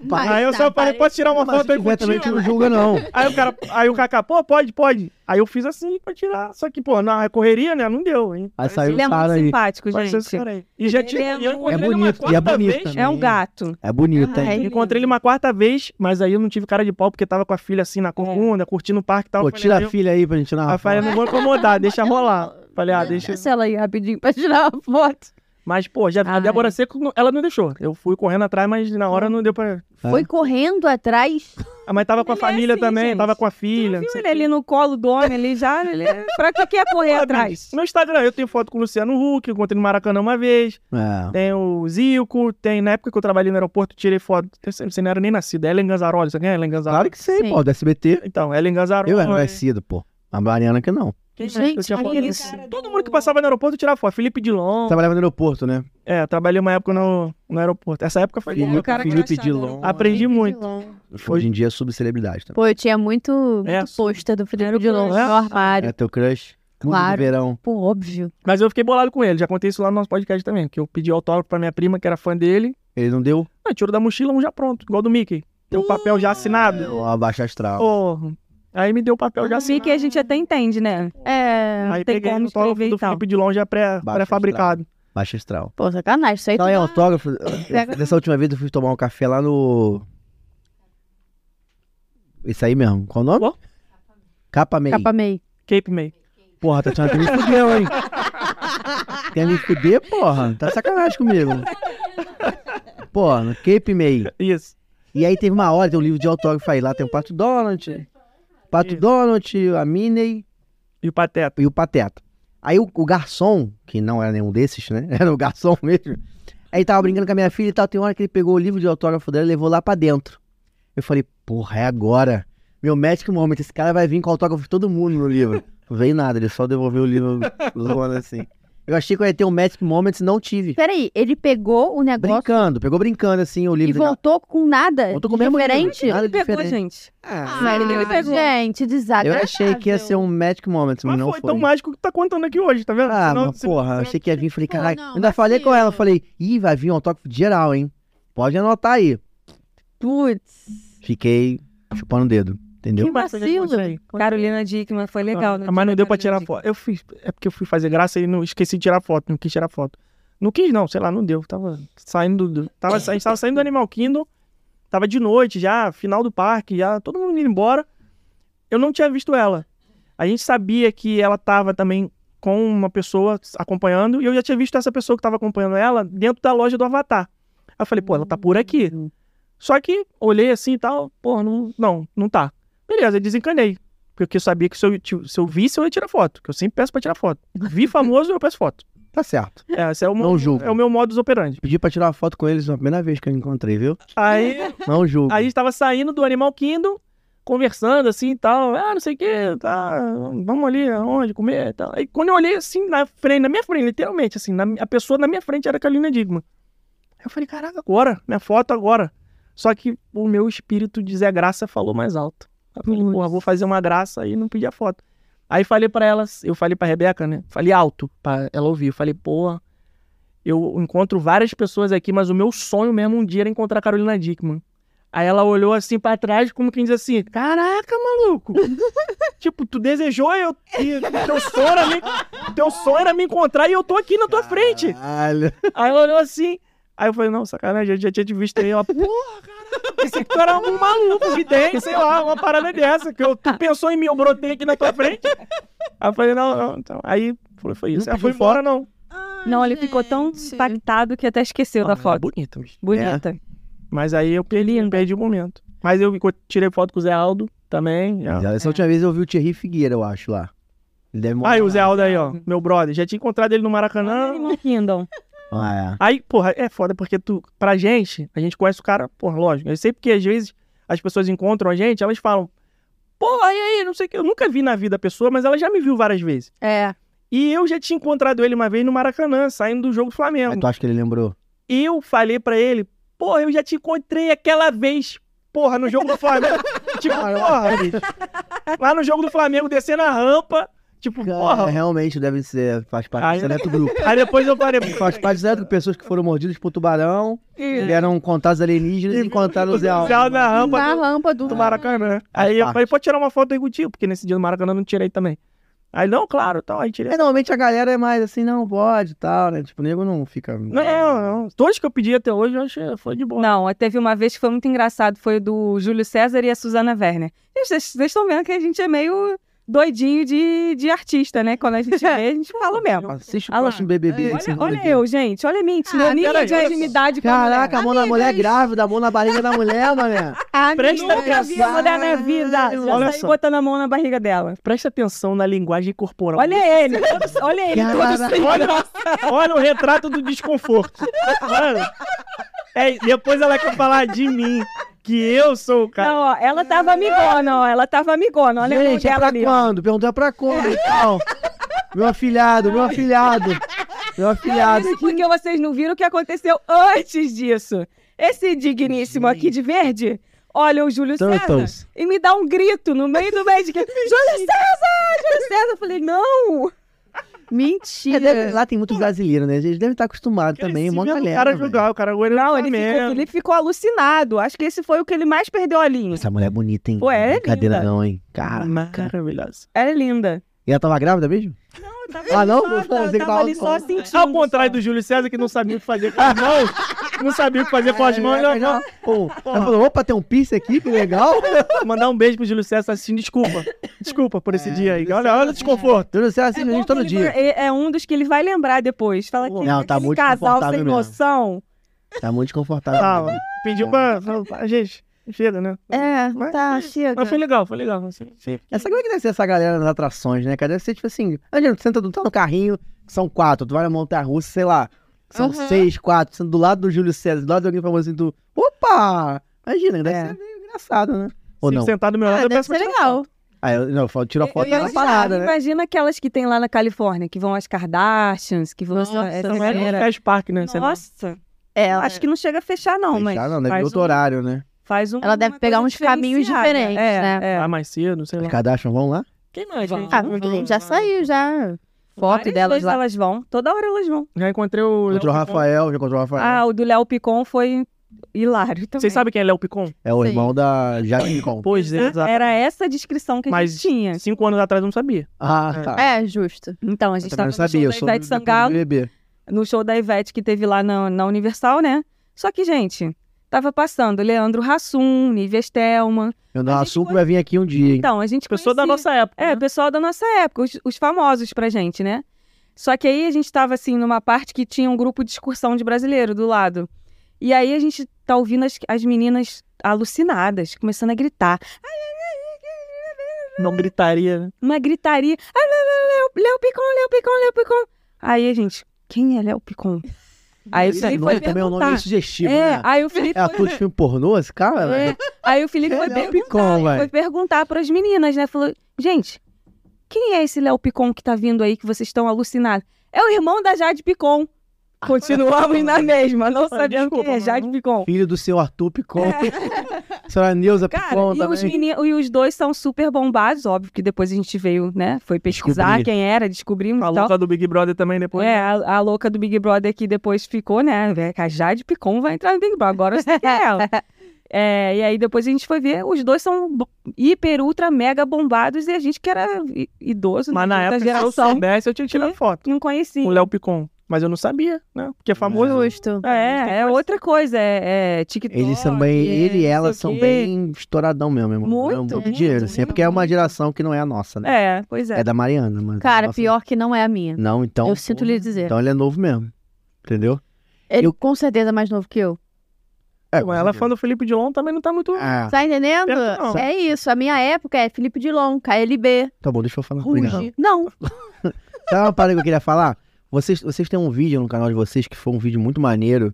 S1: Mas
S3: aí Ah, eu
S1: tá
S3: só falei,
S1: parecendo-
S3: pode tirar É, uma
S2: Mas se
S3: foto aí
S2: tiver
S3: contigo?
S2: também, tu não julga, não.
S3: Aí o cara, aí o Kaká, pô, pode, pode. Aí eu fiz assim pra tirar. Só que, pô, na correria, né? Não deu, hein?
S2: Aí saiu
S4: Ele é
S2: o cara
S4: muito
S2: aí.
S4: simpático,
S3: Apareceu esse
S4: gente.
S3: cara aí. E já
S4: Ele
S3: tinha.
S4: é
S3: e eu encontrei
S2: É
S3: ele uma
S2: bonito, e é
S3: quarta
S2: bonito
S3: vez.
S2: também.
S4: É um gato.
S2: É bonito,
S1: Ai,
S2: hein?
S1: Ele-
S3: Encontrei ele uma quarta vez, mas aí eu não tive cara de pau, porque tava com a filha assim na corcunda, curtindo o parque e tal.
S2: Pô,
S3: Eu falei,
S2: tira
S3: "Ah,
S2: a filha aí pra gente tirar
S3: eu
S2: uma
S3: falei, "Ah,
S2: foto.
S3: não vou incomodar, deixa rolar. Falei, ah, deixa.
S1: Cancela aí rapidinho pra tirar uma foto.
S3: Mas, pô, já, a
S1: Ai.
S3: Débora Seco, não- ela não deixou. Eu fui correndo atrás, mas na hora não deu pra.
S2: Tá?
S1: né? Foi correndo atrás.
S3: Ah, Mas tava com a
S4: Ele é
S3: família
S4: assim,
S3: também,
S4: gente.
S3: tava com a
S4: Tu
S3: filha.
S4: não
S3: não
S4: viu
S3: sei o
S4: ele
S3: quê.
S4: ali no colo do homem, ele já... Ele... é- Pra que quer correr
S3: Pô,
S4: atrás?
S3: bicho, No Instagram, eu tenho foto com o Luciano Huck, eu encontrei no Maracanã uma vez.
S2: É.
S3: Tem o Zico, tem na época que eu trabalhei no aeroporto, tirei foto. Eu sei- Você não era nem nascida, Ellen Ganzaroli, sabe quem é Ellen Ganzaroli?
S2: Claro que sei,
S1: Sim.
S2: pô, do SBT.
S3: Então, Ellen Ganzaroli.
S2: Eu era nascido, pô. A Mariana que não.
S3: Quem mais
S1: Gente,
S3: que eu tinha foto?
S1: aquele
S4: cara
S3: Todo
S4: do-
S3: mundo que passava no aeroporto eu tirava foto. Felipe Dilon.
S2: Trabalhava no aeroporto, né?
S3: É, eu trabalhei uma época no, no aeroporto. Essa época foi.
S2: Felipe,
S4: o cara que
S2: Felipe
S4: era achado,
S2: Dilon.
S4: era
S3: Aprendi muito.
S2: Hoje em dia é subcelebridade também.
S1: Pô, eu tinha muito, muito
S3: É.
S1: pôster do Felipe
S4: Era o
S1: Dilon no
S3: crush.
S1: meu armário.
S2: É teu crush? Mundo
S1: Claro.
S2: do verão.
S1: Pô, óbvio.
S3: Mas eu fiquei bolado com ele. Já contei isso lá no nosso podcast também. Que eu pedi autógrafo pra minha prima, que era fã dele.
S2: Ele não deu?
S3: Ah, tiro da mochila um já pronto, igual do Mickey. Tem um papel já assinado.
S2: Ó, abaixa astral.
S3: Porra. Aí me deu o papel já
S4: Eu sei
S3: assinado.
S4: que a gente até entende, né?
S1: É.
S3: Aí
S4: Ah, tem
S3: peguei o
S4: como
S3: autógrafo
S4: escrever
S3: do
S4: então. e tal.
S3: Felipe Dilon já pré-
S2: Baixa
S3: pré-fabricado.
S2: Baixa astral.
S1: Pô, sacanagem. Isso aí
S2: Então
S1: tu-
S2: é autógrafo.
S1: Pega.
S2: Dessa última vez eu fui tomar um café lá no. Isso aí mesmo. Qual o nome?
S3: Qual?
S2: Capa meio.
S1: Capa meio.
S3: Cape May.
S2: Porra, tá Tatiana, tu me fudeu, hein? Quer me fuder, porra? Tá de sacanagem comigo. Porra, no Cape May.
S3: Isso.
S2: E aí teve uma hora, tem um livro de autógrafo aí. Lá tem o Pato Donald, Pato
S3: Isso.
S2: Donald, a Minnie
S3: E o Pateta.
S2: e o Pateta. Aí o, o garçom, que não era nenhum desses, né? Era o garçom mesmo. Aí ele tava brincando com a minha filha e tal. Tem hora que ele pegou o livro de autógrafo dela e levou lá pra dentro. Eu falei, porra, é agora. Meu médico momento, esse cara vai vir com autógrafo de todo mundo no livro. Não veio nada, ele só devolveu o livro zoando assim. Eu achei que eu ia ter um Magic Moment, não tive.
S1: Peraí, ele pegou o negócio
S2: Brincando, pegou brincando assim o
S1: e
S2: livro.
S1: voltou com nada
S2: Voltou com o mesmo
S1: diferente?
S2: livro, nada
S4: Ele pegou,
S2: diferente.
S4: gente.
S2: Ah,
S1: Ah,
S4: ele pegou.
S1: Gente,
S2: eu
S1: desagradável.
S2: achei que ia ser um Magic Moment, mas,
S3: Mas
S2: não
S3: foi, tão mágico que tá contando aqui hoje, tá vendo?
S2: Ah,
S3: Senão-
S2: mas
S3: se-
S2: porra,
S3: senão-
S2: achei que ia vir. Falei,
S1: Pô,
S2: caralho.
S1: não,
S2: ainda falei com
S1: vacilo.
S3: assim,
S2: ela, falei, ih, vai vir um autógrafo de geral, hein? Pode anotar aí.
S1: Putz.
S2: Fiquei chupando o dedo, entendeu?
S1: Que vacilo.
S4: Carolina Dickman foi É legal. né?
S3: Ah, mas não deu pra tirar
S4: foto.
S3: foto. Eu fiz, é porque eu fui fazer graça e não esqueci de tirar foto, não quis tirar foto. Não quis não, sei lá, não deu. Tava saindo do, tava, sa- a gente tava saindo do Animal Kingdom, tava de noite já, final do parque, já todo mundo indo embora. Eu não tinha visto ela. A gente sabia que ela tava também com uma pessoa acompanhando e eu já tinha visto essa pessoa que tava acompanhando ela dentro da loja do Avatar. Aí eu falei, pô, ela tá por aqui. Só que olhei assim e tal, pô, não, não, não tá. Beleza, desencanei. Porque eu sabia que se eu, ti- se eu visse, eu ia tirar foto. Que eu sempre peço pra tirar foto. Vi famoso, eu peço foto.
S2: Tá certo.
S3: É, esse é o,
S2: Não julgo.
S3: é o meu modus operandi.
S2: Pedi pra tirar uma foto com eles na primeira vez que eu encontrei, viu?
S3: Aí,
S2: Não julgo.
S3: aí a gente tava saindo do Animal Kingdom, conversando assim e tal. Ah, não sei o que, tá. Vamos ali, aonde, comer e tal. Aí quando eu olhei assim, na frente, na minha frente, literalmente, assim, na- a pessoa na minha frente era a Carolina Digman. Aí eu falei, caraca, agora, minha foto agora. Só que o meu espírito de Zé Graça falou mais alto. Aí eu falei,
S4: Putz.
S3: porra, vou fazer uma graça e não pedi a foto. Aí falei pra ela, eu falei pra Rebeca, né? Falei alto pra ela ouvir. Eu falei, porra, eu encontro várias pessoas aqui, mas o meu sonho mesmo um dia era encontrar a Carolina Dickman. Aí ela olhou assim pra trás, como quem diz assim: Caraca, maluco! tipo, tu desejou, eu. e Teu sonho, era me... teu sonho era me encontrar e eu tô aqui na tua frente.
S2: Caralho.
S3: Aí ela olhou assim. Aí eu falei, não, sacanagem, eu já tinha te visto aí. Ela, porra, cara, esse cara é um maluco que tem, sei lá, uma parada dessa. Que eu, tu pensou em mim, eu brotei aqui na tua frente. Aí eu falei, não, não, então. Aí foi, foi isso.
S2: Não
S3: Ela foi
S2: pediu
S3: embora, não.
S4: Não, ele ficou tão
S1: gente.
S4: impactado que até esqueceu da
S3: Ah,
S4: foto.
S3: Bonito, bicho.
S4: Bonita.
S2: É?
S3: Mas aí eu perdi, eu perdi o momento. Mas eu tirei foto com o Zé Aldo também. já.
S2: Já, Essa última vez eu vi o Thierry Figueira, eu acho, lá. Ele deve morar
S3: Aí o
S2: lá.
S3: Zé Aldo aí, ó, meu brother. Já tinha encontrado ele no Maracanã.
S4: Animal Kingdom.
S2: Ah,
S3: Aí, porra, é foda, porque tu, pra gente, a gente conhece o cara, porra, lógico. Eu sei porque às vezes as pessoas encontram a gente, elas falam, pô, aí, aí, não sei o que. Eu nunca vi na vida a pessoa, mas ela já me viu várias vezes.
S1: É.
S3: E eu já tinha encontrado ele uma vez no Maracanã, saindo do jogo do
S2: é.
S3: Flamengo.
S2: Aí tu acha que ele lembrou?
S3: eu falei pra ele, porra, eu já te encontrei aquela vez, porra, no jogo do Flamengo. tipo,
S2: Ah,
S3: porra, bicho. Lá no jogo do Flamengo, descendo a rampa, tipo,
S2: Cara,
S3: porra.
S2: é, realmente deve ser, faz parte
S3: Aí-
S2: do seleto grupo.
S3: Aí depois eu falei,
S2: Faz parte do seleto de pessoas que foram mordidas por tubarão,
S3: É.
S2: tiveram contatos alienígenas e encontraram o Zé Aldo.
S3: Zé Aldo na rampa
S1: Na
S3: do,
S1: rampa do.
S3: do Maracanã. né? Aí eu
S2: parte.
S3: falei, pode tirar uma foto aí contigo, porque nesse dia do Maracanã eu não tirei também. Aí, não, claro, então, aí
S2: É,
S3: tirei.
S2: normalmente a galera é mais assim, não pode e tal, né? Tipo, o nego não fica.
S3: Não,
S4: é?
S3: é, não, todos que eu pedi até hoje, eu achei, foi de boa.
S4: Não, teve uma vez que foi muito engraçado, foi do Júlio César e a Suzana Werner. Gente, Vocês vocês estão vendo que a gente é meio doidinho de, de artista, né? Quando a gente vê, a gente fala mesmo.
S2: Assiste o
S4: Olha lá.
S2: próximo BBB. que vocês
S4: Olha,
S2: vão
S4: olha
S2: ver.
S4: eu, gente, olha a minha intimidade,
S3: Ah, peraí,
S4: de
S3: olha só.
S4: intimidade com a mulher.
S2: Caraca, a mão na mulher grávida, a mão na barriga da mulher, mané.
S1: Ah,
S3: Presta
S1: meu Deus.
S4: Nunca vi uma mulher na vida.
S2: Olha
S4: Já saí
S3: só.
S4: botando a mão na barriga dela.
S3: Presta atenção na linguagem corporal.
S4: Olha ele, todo- olha ele. todo
S2: Caraca.
S4: sem
S3: Olha, olha o retrato do desconforto. Mano, é, depois ela quer falar de mim, que eu sou o cara.
S4: Não, ó, ela tava amigona, ó, ela tava amigona, olha a mão
S2: Gente, é
S4: dela
S2: pra
S4: ali. ó.
S2: quando? Perguntou é pra quando e tal. Meu afilhado, meu afilhado. Meu afilhado.
S4: Isso porque vocês não viram o que aconteceu antes disso. Esse digníssimo aqui de verde olha o Júlio
S2: Então,
S4: César
S2: Turtles.
S4: e me dá um grito no meio do mês de que Júlio César! Júlio César! Eu falei, não!
S2: É, deve-
S1: Mentira.
S2: lá tem muito brasileiro, né? Eles devem estar acostumados também, é
S3: Cresci
S2: mó
S4: é
S3: vendo
S2: galera.
S3: O cara
S2: velho.
S3: jogar, o cara goleiro
S4: Não,
S3: do
S4: ele ficou,
S3: Flamengo.
S4: Felipe ficou alucinado. Acho que esse foi o que ele mais perdeu a linha.
S2: Essa mulher é bonita, hein?
S4: Pô, ela é
S2: Brincadeira
S4: linda.
S2: não, hein? Cara.
S4: né?
S3: Maravilhoso.
S4: Ela é linda.
S2: E ela tava grávida mesmo? Ah, não? Você
S4: Tava,
S2: que
S4: tava
S2: tava
S4: ali só
S2: só-
S4: sentindo.
S3: Ao contrário do Júlio César, que não sabia o que fazer com as mãos. Não sabia o que fazer com as mãos.
S2: É,
S3: não.
S2: já- Pô, ela falou, opa, tem um piercing aqui, que legal.
S3: Mandar um beijo pro Júlio César assim, desculpa. Desculpa por esse
S2: É,
S3: dia aí.
S2: Júlio
S3: Olha, olha o desconforto.
S2: Tudo certo, assim, a gente todo dia.
S4: É, é um dos que ele vai lembrar depois. Fala que
S2: Não, tá
S4: aquele
S2: muito
S4: casal sem
S2: confortável mesmo.
S4: noção.
S2: Tá muito desconfortável.
S3: Tava.
S2: né?
S3: Pediu pra. falou, "Ah, Gente, chega, né?
S1: É,
S3: Mas-
S1: tá, chega.
S3: Mas foi legal, foi legal. assim, sim.
S2: Essa como é que deve ser essa galera nas atrações, né? Cara, deve ser tipo assim, imagina, tu senta tu tá no carrinho, que são quatro, tu vai na montanha russa, sei lá, que são
S1: Uhum.
S2: seis, quatro, sendo do lado do Júlio César, do lado de alguém famoso assim, tu. Opa! Imagina, deve
S4: É.
S2: ser meio engraçado, né? Ou
S3: Se
S2: não?
S3: sentar do meu lado,
S1: Ah,
S3: eu
S1: deve
S3: peço pra
S1: ser
S3: tirar
S1: legal.
S2: Ah, eu, não, eu falo, tira a foto
S4: Eu ia
S2: da
S4: imaginar,
S2: parada, né?
S4: "Ah, Imagina aquelas que tem lá na Califórnia, que vão às Kardashians, que vão.
S1: Nossa,
S4: essa
S2: é
S1: não
S3: Era um
S4: galera.
S3: Fest Park, né? Sei lá.
S4: Nossa,
S1: É, ela-
S4: acho que não chega a fechar, não, mas.
S2: Fechar, não, deve ter
S4: faz
S2: outro
S4: um-
S2: horário, né?
S4: Faz um,
S1: Ela deve
S4: uma
S1: pegar
S4: coisa
S1: uns caminhos
S4: diferenciada.
S1: diferentes,
S4: é,
S1: né?
S4: é.
S3: Lá mais cedo, sei
S2: Os
S3: lá.
S2: Kardashian vão lá?
S3: Quem mais?
S4: Vão.
S1: Ah, já saiu, já. Foto
S4: Uhum. Várias
S1: delas
S4: vezes
S1: lá.
S4: Elas vão, toda hora elas vão.
S3: Já encontrei o. Léo
S2: Encontrou o
S3: Picon.
S2: Rafael, já encontrou o Rafael.
S4: um Ah, o do Léo Picon foi hilário também.
S3: Vocês sabem quem é Léo Picon?
S2: é o
S1: sim.
S2: irmão da Jasmine Con.
S3: Pois é, exato.
S4: Era essa a descrição que a
S3: Mas-
S4: gente tinha.
S3: Cinco anos atrás eu não sabia.
S2: Ah, tá.
S1: É, justo.
S4: Então, a gente
S2: eu também não
S4: estava no
S2: sabia, eu
S4: show
S2: sou
S4: da
S2: do-
S4: Ivete
S2: depois do
S4: Sangalo,
S2: BBB.
S4: no show da Ivete que teve lá na, na Universal, né? Só que, gente, tava passando Leandro Hassum, Nívia Stelman.
S2: Eu não
S4: A
S2: açúcar
S4: gente
S2: vai vir aqui um dia, hein?
S4: Então, a gente
S3: Pessoa da
S4: conhecia-
S3: nossa época.
S4: É,
S3: né?
S4: pessoal da nossa época, os, os famosos pra gente, né? Só que aí a gente tava assim numa parte que tinha um grupo de excursão de brasileiro do lado. E aí a gente tá ouvindo as, as meninas alucinadas, começando a gritar.
S3: Não gritaria. né?
S4: Uma gritaria. Ah, Léo, Léo, Léo, Léo Picon, Léo Picon, Léo Picon. Aí a gente, Quem é Léo Picon? Aí o
S2: Esse
S4: Felipe
S2: nome
S4: foi
S2: também é um nome meio
S4: perguntar.
S2: sugestivo,
S4: É,
S2: né?
S4: aí o Felipe
S2: É ator de filme pornô, esse cara,
S4: É.
S2: velho?
S4: Aí o Felipe
S2: É
S4: foi
S2: Léo
S4: perguntar,
S2: Picon,
S4: ele
S2: vai.
S4: foi perguntar pras meninas, né? Falou, gente, quem é esse Léo Picon que tá vindo aí, que vocês estão alucinados? É o irmão da Jade Picon.
S3: Ah,
S4: Continuamos na mesma, não sabemos
S3: desculpa,
S4: quem é
S3: mano,
S4: Jade
S3: não-
S4: Picon.
S2: Filho do seu Arthur Picon. Senhora Neuza
S4: É. Cara,
S2: Picon
S4: e,
S2: também.
S4: os
S3: né?
S4: meni- e os dois são super bombados, óbvio, que depois a gente veio, né? Foi pesquisar
S2: Descobrir.
S4: quem era, descobrimos então,
S3: A
S4: e tal.
S3: louca do Big Brother também depois.
S4: É, a, a louca do Big Brother que depois ficou, né? é que A Jade Picon vai entrar no Big Brother, agora eu sei quem é ela. É, e aí depois a gente foi ver, os dois são bo- hiper, ultra, mega bombados e a gente que era i- idoso, né,
S3: Mas na
S4: de outra
S3: época, se eu
S4: geração,
S3: soubesse, eu tinha tirado foto
S4: não
S3: com o
S4: conhecia.
S3: Léo Picon. Mas eu não sabia, né? Porque é famoso.
S1: Justo.
S4: É, é outra coisa, é, é TikTok.
S2: Eles são bem,
S4: é
S2: ele e
S4: não
S2: ela
S4: sei o
S2: são
S4: quê.
S2: bem estouradão mesmo, irmão. É
S4: Muito,
S2: Ganham muito
S4: muito,
S2: dinheiro, assim. É porque é uma geração que não é a nossa, né?
S4: É, pois
S2: É,
S4: é.
S2: da Mariana, mas.
S1: Cara,
S2: nossa-
S1: pior que não é a minha.
S2: Não, então.
S1: eu sinto lhe dizer.
S2: Então ele é novo mesmo. Entendeu?
S1: Ele
S2: eu-
S1: com certeza é mais novo que eu.
S2: É,
S3: Mas ela é fã do Felipe Dilon, também não tá muito.
S2: Ah,
S1: Tá entendendo?
S3: Certo, não.
S1: É isso. A minha época é Felipe Dilon, KLB,
S2: tá bom, deixa eu falar. Obrigado.
S1: Ruge. Não.
S2: Sabe uma parada que eu queria falar? Vocês, vocês têm um vídeo no canal de vocês que foi um vídeo muito maneiro.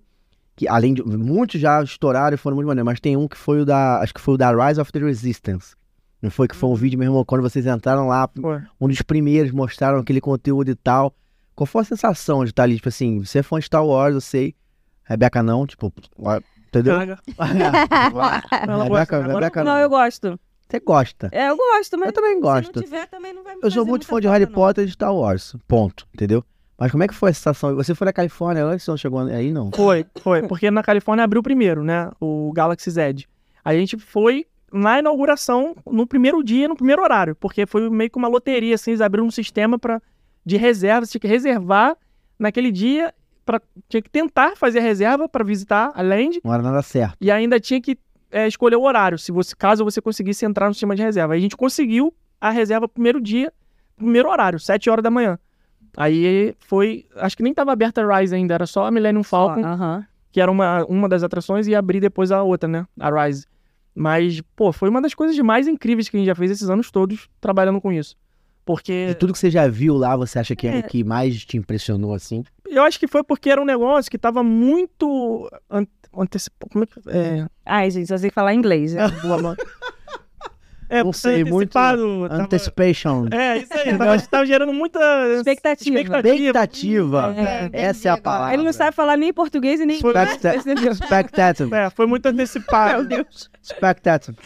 S2: Que além de. Muitos já estouraram e foram muito maneiros, mas tem um que foi o da. Acho que foi o da Rise of the Resistance. Não foi? Que foi um vídeo, meu irmão, quando vocês entraram lá,
S3: Ué.
S2: um dos primeiros, mostraram aquele conteúdo e tal. Qual foi a sensação de estar ali? Tipo assim, você é fã de Star Wars, eu sei. Rebeca não, tipo, ó, entendeu?
S3: Caraca. Ela gosta,
S2: Rebeca,
S3: agora-
S2: Rebeca
S4: Não,
S2: não.
S4: eu gosto.
S2: Você gosta.
S4: É, eu gosto, mas
S2: Eu também
S4: se
S2: gosto.
S4: não tiver também não vai me
S2: Eu sou muito
S4: fazer muita
S2: fã de Harry
S4: falta, não.
S2: Potter e de Star Wars. Ponto, entendeu? Mas como é que foi a sensação? Você foi na Califórnia antes, você não chegou aí, não?
S3: Foi, foi. Porque na Califórnia abriu primeiro, né? O Galaxy Z. A gente foi na inauguração, no primeiro dia, no primeiro horário. Porque foi meio que uma loteria, assim. Eles abriram um sistema pra, de reserva. Você tinha que reservar naquele dia. Pra, tinha que tentar fazer a reserva pra visitar a Land.
S2: Não era nada certo.
S3: E ainda tinha que é, escolher o horário, se você, caso você conseguisse entrar no sistema de reserva. Aí a gente conseguiu a reserva pro primeiro dia, pro primeiro horário, 7 horas da manhã. Aí foi. Acho que nem tava aberta a Rise ainda, era só a Millennium
S2: né?
S3: Falcon,
S4: Aham.
S3: que era uma, uma das atrações, e abrir depois a outra, né? A Rise. Mas, pô, foi uma das coisas mais incríveis que a gente já fez esses anos todos trabalhando com isso.
S2: E
S4: É.
S3: Porque
S2: tudo que você já viu lá, você acha que é o que mais te impressionou, assim?
S3: eu acho que foi porque era um negócio que tava muito an antecipado. Como é que. É,
S4: Ai, gente, só sei falar inglês. né?
S3: é
S2: Não sei, muito né?
S3: antecipado, tava-
S2: Anticipation.
S3: É, isso aí. Tava, tava gerando muita
S4: Expectativa.
S3: expectativa.
S2: Expectativa.
S4: É.
S2: Essa é a
S1: Entendi agora.
S2: palavra.
S4: Ele não sabe falar nem português e nem
S3: Foi-
S4: inglês.
S2: Expecta-
S4: entendeu?
S2: Expectative.
S3: É, foi muito antecipado.
S2: Expectative.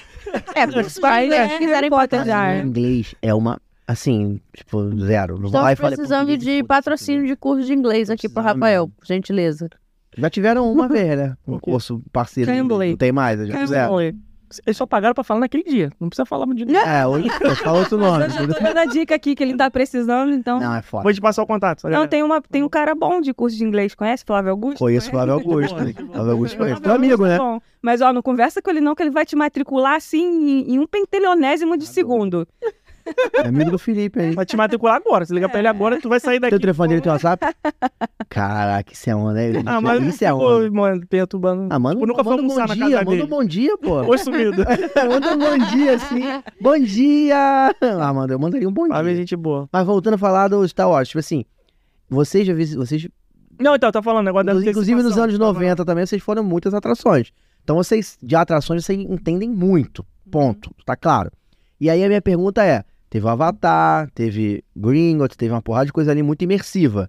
S1: É, porque os pais quiserem
S4: Potter Tá já.
S2: Em inglês é uma, assim, tipo, zero. Não vou lá e
S1: Estamos
S2: falei tipo,
S1: precisando
S2: português,
S1: de
S2: foda-se,
S1: patrocínio de curso de inglês aqui pro
S2: Precisamos.
S1: Rafael, por gentileza.
S2: entendeu? tipo, Já tiveram uma vez, né? Um
S3: O quê?
S2: curso parceiro.
S4: Cambly.
S2: Não tem mais, já fizeram.
S3: Eles só pagaram pra falar naquele dia. Não precisa falar de novo.
S2: É, hoje eu falo outro nome.
S4: Eu já tô dando a dica aqui que ele tá precisando, então. Não,
S2: Ah, Não, é foda.
S3: Vou te passar o contato. tá ligado?
S4: tem, uma, tem um cara bom de curso de inglês, conhece? Flávio Augusto? é um
S2: Conheço o
S3: é?
S2: Flávio Augusto. né? Flávio Augusto conheço. Teu amigo, né?
S4: Bom, mas ó, não conversa com ele não, que ele vai te matricular assim em, em um pentelionésimo
S2: Ah,
S4: de segundo.
S2: É amigo do Felipe aí.
S3: Vai te matricular agora. Se ligar pra ele agora, tu vai sair daqui.
S2: Tem o telefone dele, tem o WhatsApp? Caraca, isso é onda, né?
S3: tipo, Ah, mas
S2: isso é onda.
S3: Pô, mano, perturbando.
S2: Ah, manda,
S3: Tipo, nunca foi
S2: manda um bom
S3: almoçar na
S2: dia,
S3: casa
S2: manda um
S3: dele.
S2: bom dia, pô.
S3: Oi, sumido.
S2: manda um bom dia, assim. Bom dia! Ah, manda, eu mandaria um bom
S3: Flávio é
S2: dia.
S3: gente boa.
S2: Mas voltando a falar do Star Wars, tipo assim, vocês já vi, vocês,
S3: Não, então, tá falando negócio da
S2: inclusive nos
S3: antecipação.
S2: anos 90 também, vocês foram muitas atrações. Então vocês, de atrações, vocês entendem muito,
S3: Uhum.
S2: ponto, tá claro. E aí a minha pergunta é, teve o Avatar, teve Gringotts, teve uma porrada de coisa ali muito imersiva.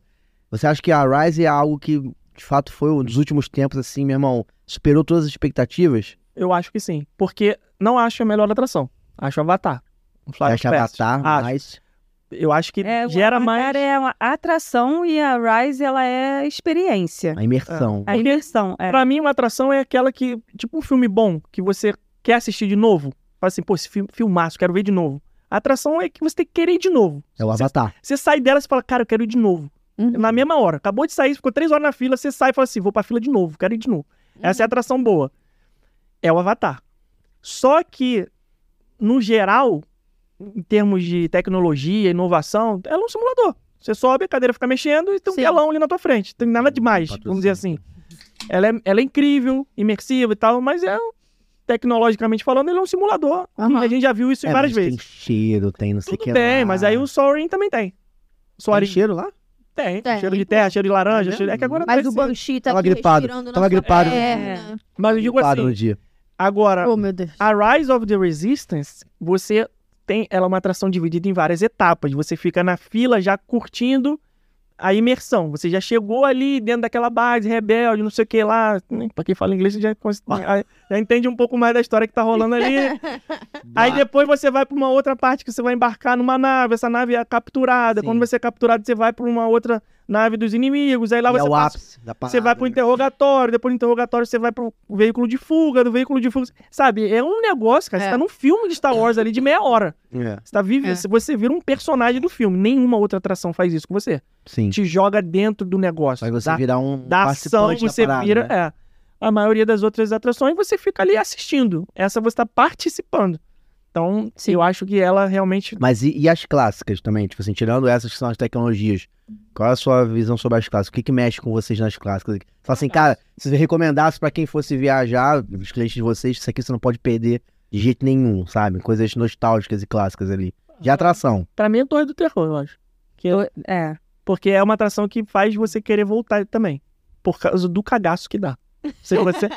S2: Você acha que a Rise é algo que, de fato, foi um dos últimos tempos, assim, meu irmão, superou todas as expectativas?
S3: Eu acho que sim. Porque não acho a melhor atração. Acho Avatar. Um Flash
S2: Acha
S3: Fest.
S2: Avatar,
S3: Acho.
S2: mas...
S3: Eu acho que
S4: É, o
S3: gera
S4: Avatar
S3: mais...
S4: é uma atração e a Rise, ela é experiência.
S2: A imersão.
S4: A imersão, é.
S3: Pra mim, uma atração é aquela que, tipo um filme bom, que você quer assistir de novo. Fala assim, pô, esse filme, filmaço, quero ver de novo. A atração é que você tem que querer ir de novo.
S2: É o
S3: Você-
S2: Avatar.
S3: Você sai dela e você fala, cara, eu quero ir de novo.
S1: Uhum.
S3: Na mesma hora. Acabou de sair, ficou três horas na fila, você sai e fala assim, vou pra fila de novo, quero ir de novo.
S1: Uhum.
S3: Essa é a atração boa. É o Avatar. Só que, no geral, em termos de tecnologia, inovação, ela é um simulador. Você sobe, a cadeira fica mexendo e tem um
S1: Sim.
S3: telão ali na tua frente. Tem nada demais,
S2: um
S3: vamos dizer assim. Ela é, ela é incrível, imersiva e tal, mas é, um- tecnologicamente falando, ele é um simulador.
S1: Aham.
S3: A gente já viu isso
S2: É,
S3: várias
S2: mas
S3: vezes.
S2: Tem cheiro, tem não sei o
S3: Tudo
S2: que
S3: bem,
S2: lá.
S3: mas aí o Soaring também tem.
S2: Tem
S3: Soaring
S2: cheiro lá?
S3: Tem.
S1: Tem.
S3: Cheiro de terra, cheiro de laranja.
S2: Tem
S3: cheiro- É que agora
S1: Mas
S3: tá
S1: o
S3: esse-
S1: Banshee tá
S2: Tava
S1: aqui
S2: gripado,
S1: respirando
S2: tava
S1: nossa
S2: gripado.
S1: perna.
S3: Mas eu digo
S2: Parou no
S3: assim,
S2: dia.
S4: É.
S3: agora,
S1: Oh, meu Deus.
S3: a Rise of the Resistance, você tem. Ela é uma atração dividida em várias etapas. Você fica na fila já curtindo a imersão. Você já chegou ali dentro daquela base rebelde, não sei o que lá. né? Pra quem fala inglês, você já, cons- já entende um pouco mais da história que tá rolando ali.
S2: É.
S3: Aí depois você vai pra uma outra parte que você vai embarcar numa nave, essa nave é capturada.
S2: Sim.
S3: Quando você é capturado, você vai pra uma outra nave dos inimigos. Aí lá
S2: E é
S3: você
S2: o
S3: passa
S2: ápice da parada.
S3: você vai pro
S2: né?
S3: interrogatório, depois do interrogatório você vai pro veículo de fuga, do veículo de fuga. Sabe, é um negócio, cara.
S1: É.
S3: Você tá num filme de Star Wars ali de meia hora.
S2: É,
S3: Você tá vive...
S1: É.
S3: Você vira um personagem do filme. Nenhuma outra atração faz isso com você.
S2: sim.
S3: Te joga dentro do negócio.
S2: Faz você
S3: tá?
S2: virar um
S3: Tipo, Da ação,
S2: participante da
S3: você
S2: parada,
S3: vira.
S2: né?
S3: É. A maioria das outras atrações você fica ali assistindo. Essa você tá participando. Então, eu acho que ela realmente.
S2: Mas e, e as clássicas também? Tipo assim, tirando essas que são as tecnologias, qual é a sua visão sobre as clássicas? O que, que mexe com vocês nas clássicas? Fala assim, cara, se você recomendasse pra quem fosse viajar, os clientes de vocês, isso aqui você não pode perder de jeito nenhum, sabe? Coisas nostálgicas e clássicas ali. De atração.
S3: Pra mim é Torre do Terror, eu acho.
S4: Eu- é.
S3: Porque é uma atração que faz você querer voltar também. Por causa do cagaço que dá. Você, você,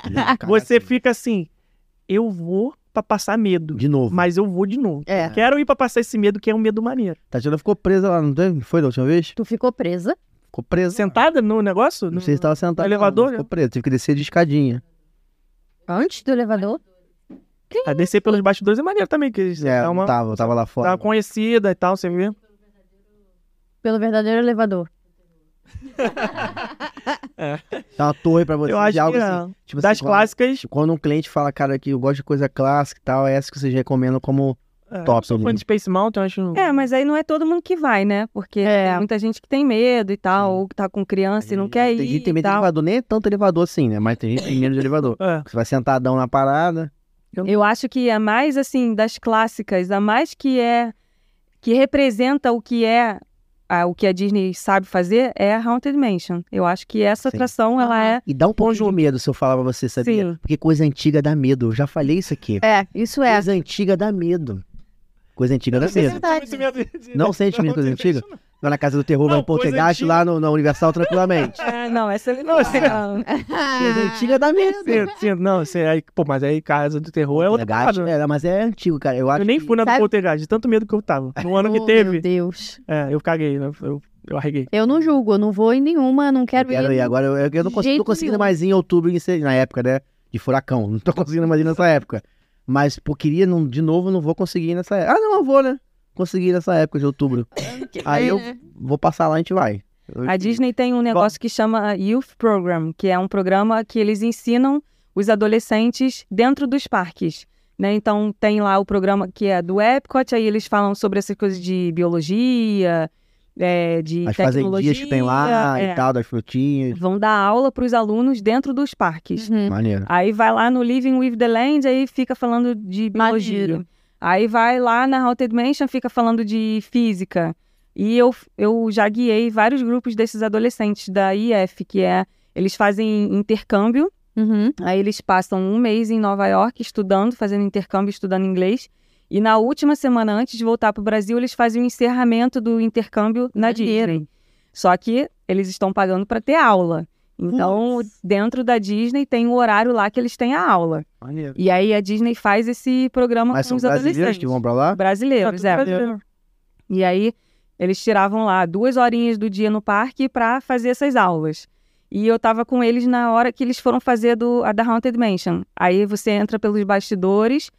S3: você fica assim, eu vou pra passar medo.
S2: De novo.
S3: Mas eu vou de novo.
S1: É.
S3: Quero ir pra passar esse medo, que é um medo maneiro.
S2: Tatiana ficou presa lá, não teve? Foi da última vez?
S1: Tu ficou presa.
S2: Ficou presa.
S3: Sentada no negócio?
S2: Não sei se tava sentada.
S3: no elevador,
S2: não,
S3: né?
S2: Ficou presa. Tive que descer de escadinha.
S1: Antes do elevador?
S3: A descer pelos bastidores é maneiro também, que
S2: É,
S3: é uma, tá,
S2: tava, eu tava lá fora.
S3: conhecida e tal, você vê.
S1: Pelo verdadeiro elevador.
S2: Dá uma torre pra você.
S3: eu
S2: de
S3: acho
S2: algo
S3: que
S2: assim,
S3: é.
S2: tipo
S3: das
S2: assim, quando-
S3: clássicas...
S2: Quando um cliente fala, cara, que eu gosto de coisa clássica e tal, é essa que vocês recomendam como
S3: é,
S2: Top,
S3: eu sou fã
S2: né?
S3: de Space Mountain, eu acho... um-
S4: É, mas aí não é todo mundo que vai, né? Porque
S1: É.
S4: tem muita gente que tem medo e tal,
S2: Sim.
S4: ou que tá com
S3: assim,
S4: criança e não quer
S2: Tem
S4: ir
S2: gente que tem
S4: e
S2: medo de
S4: tal.
S2: elevador, nem é tanto elevador assim, né? Mas tem gente que tem medo de elevador.
S3: É.
S2: Você vai sentadão na parada.
S4: Eu acho que a mais, assim, das clássicas, a mais que é... que representa o que é... a- o que a Disney sabe fazer é a Haunted Mansion. Eu acho que essa
S2: Sim.
S4: atração, ela é...
S2: E dá um pouco de
S3: Conjunto.
S2: medo se eu falar pra você, sabia?
S4: Sim.
S2: Porque coisa antiga dá medo. Eu já falei isso aqui.
S1: É, isso é.
S2: Coisa antiga dá medo. Coisa antiga dá
S1: sei se
S2: medo.
S1: você tá-
S3: Muito medo de-
S2: Não sente medo de coisa antiga? Vai na Casa do Terror, vai
S3: Não,
S2: em Poltergeist,
S3: coisa
S2: lá no, na Universal, tranquilamente.
S4: Ah, não, essa não,
S3: essa-
S4: não.
S2: Coisa antiga dá medo.
S3: Ah. Sim, sim, não, você aí, pô, mas aí Casa do Terror é outra
S2: Poltergeist,
S3: parada, né?
S2: é, mas é antigo, cara. Eu acho
S3: Eu nem
S2: que-
S3: fui na do
S1: Sabe-
S3: Poltergeist, de tanto medo que eu tava. No ano que
S1: Oh, Meu
S3: teve,
S1: Deus.
S3: é, eu caguei, né? Eu, eu arreguei.
S1: Eu não julgo, eu não vou em nenhuma, não quero,
S2: Quero ir.
S1: ir.
S2: Agora eu, eu não
S1: De
S2: consigo, tô
S1: jeito
S2: conseguindo
S1: nenhum.
S2: mais ir em outubro em ser- na época, né? De furacão. Não tô conseguindo mais ir nessa época. Mas, pô, queria não- de novo, não vou conseguir ir nessa época. Ah, não, eu vou, né? Consegui ir nessa época de outubro. Aí eu vou passar lá e a gente vai. Eu-
S4: A Disney tem um negócio que chama Youth Program, que é um programa que eles ensinam os adolescentes dentro dos parques. Né? Então tem lá o programa que é do Epcot, aí eles falam sobre essas coisas de biologia, é, de
S2: As
S4: tecnologia.
S2: fazendias que tem lá
S4: é.
S2: e tal, das frutinhas.
S4: Vão dar aula para os alunos dentro dos parques.
S1: Uhum.
S2: Maneiro.
S4: Aí vai lá no Living with the Land, aí fica falando de biologia.
S1: Maneiro.
S4: Aí vai lá na Haunted Mansion, fica falando de física. E eu, eu já guiei vários grupos desses adolescentes da IF, que é... Eles fazem intercâmbio,
S1: Uhum.
S4: aí eles passam um mês em Nova York estudando, fazendo intercâmbio, estudando inglês. E na última semana, antes de voltar para o Brasil, eles fazem o encerramento do intercâmbio na
S1: Maneiro.
S4: Disney. Só que eles estão pagando para ter aula. Então, dentro da Disney tem o horário lá que eles têm a aula.
S2: Maneiro.
S4: E aí a Disney faz esse programa
S2: Mas
S4: com
S2: são
S4: os
S2: brasileiros
S4: adolescentes.
S2: que vão pra lá?
S4: Brasileiros,
S3: Tá
S4: é.
S3: tudo brasileiro.
S4: E aí eles tiravam lá duas horinhas do dia no parque para fazer essas aulas. E eu tava com eles na hora que eles foram fazer do, a da Haunted Mansion. Aí você entra pelos bastidores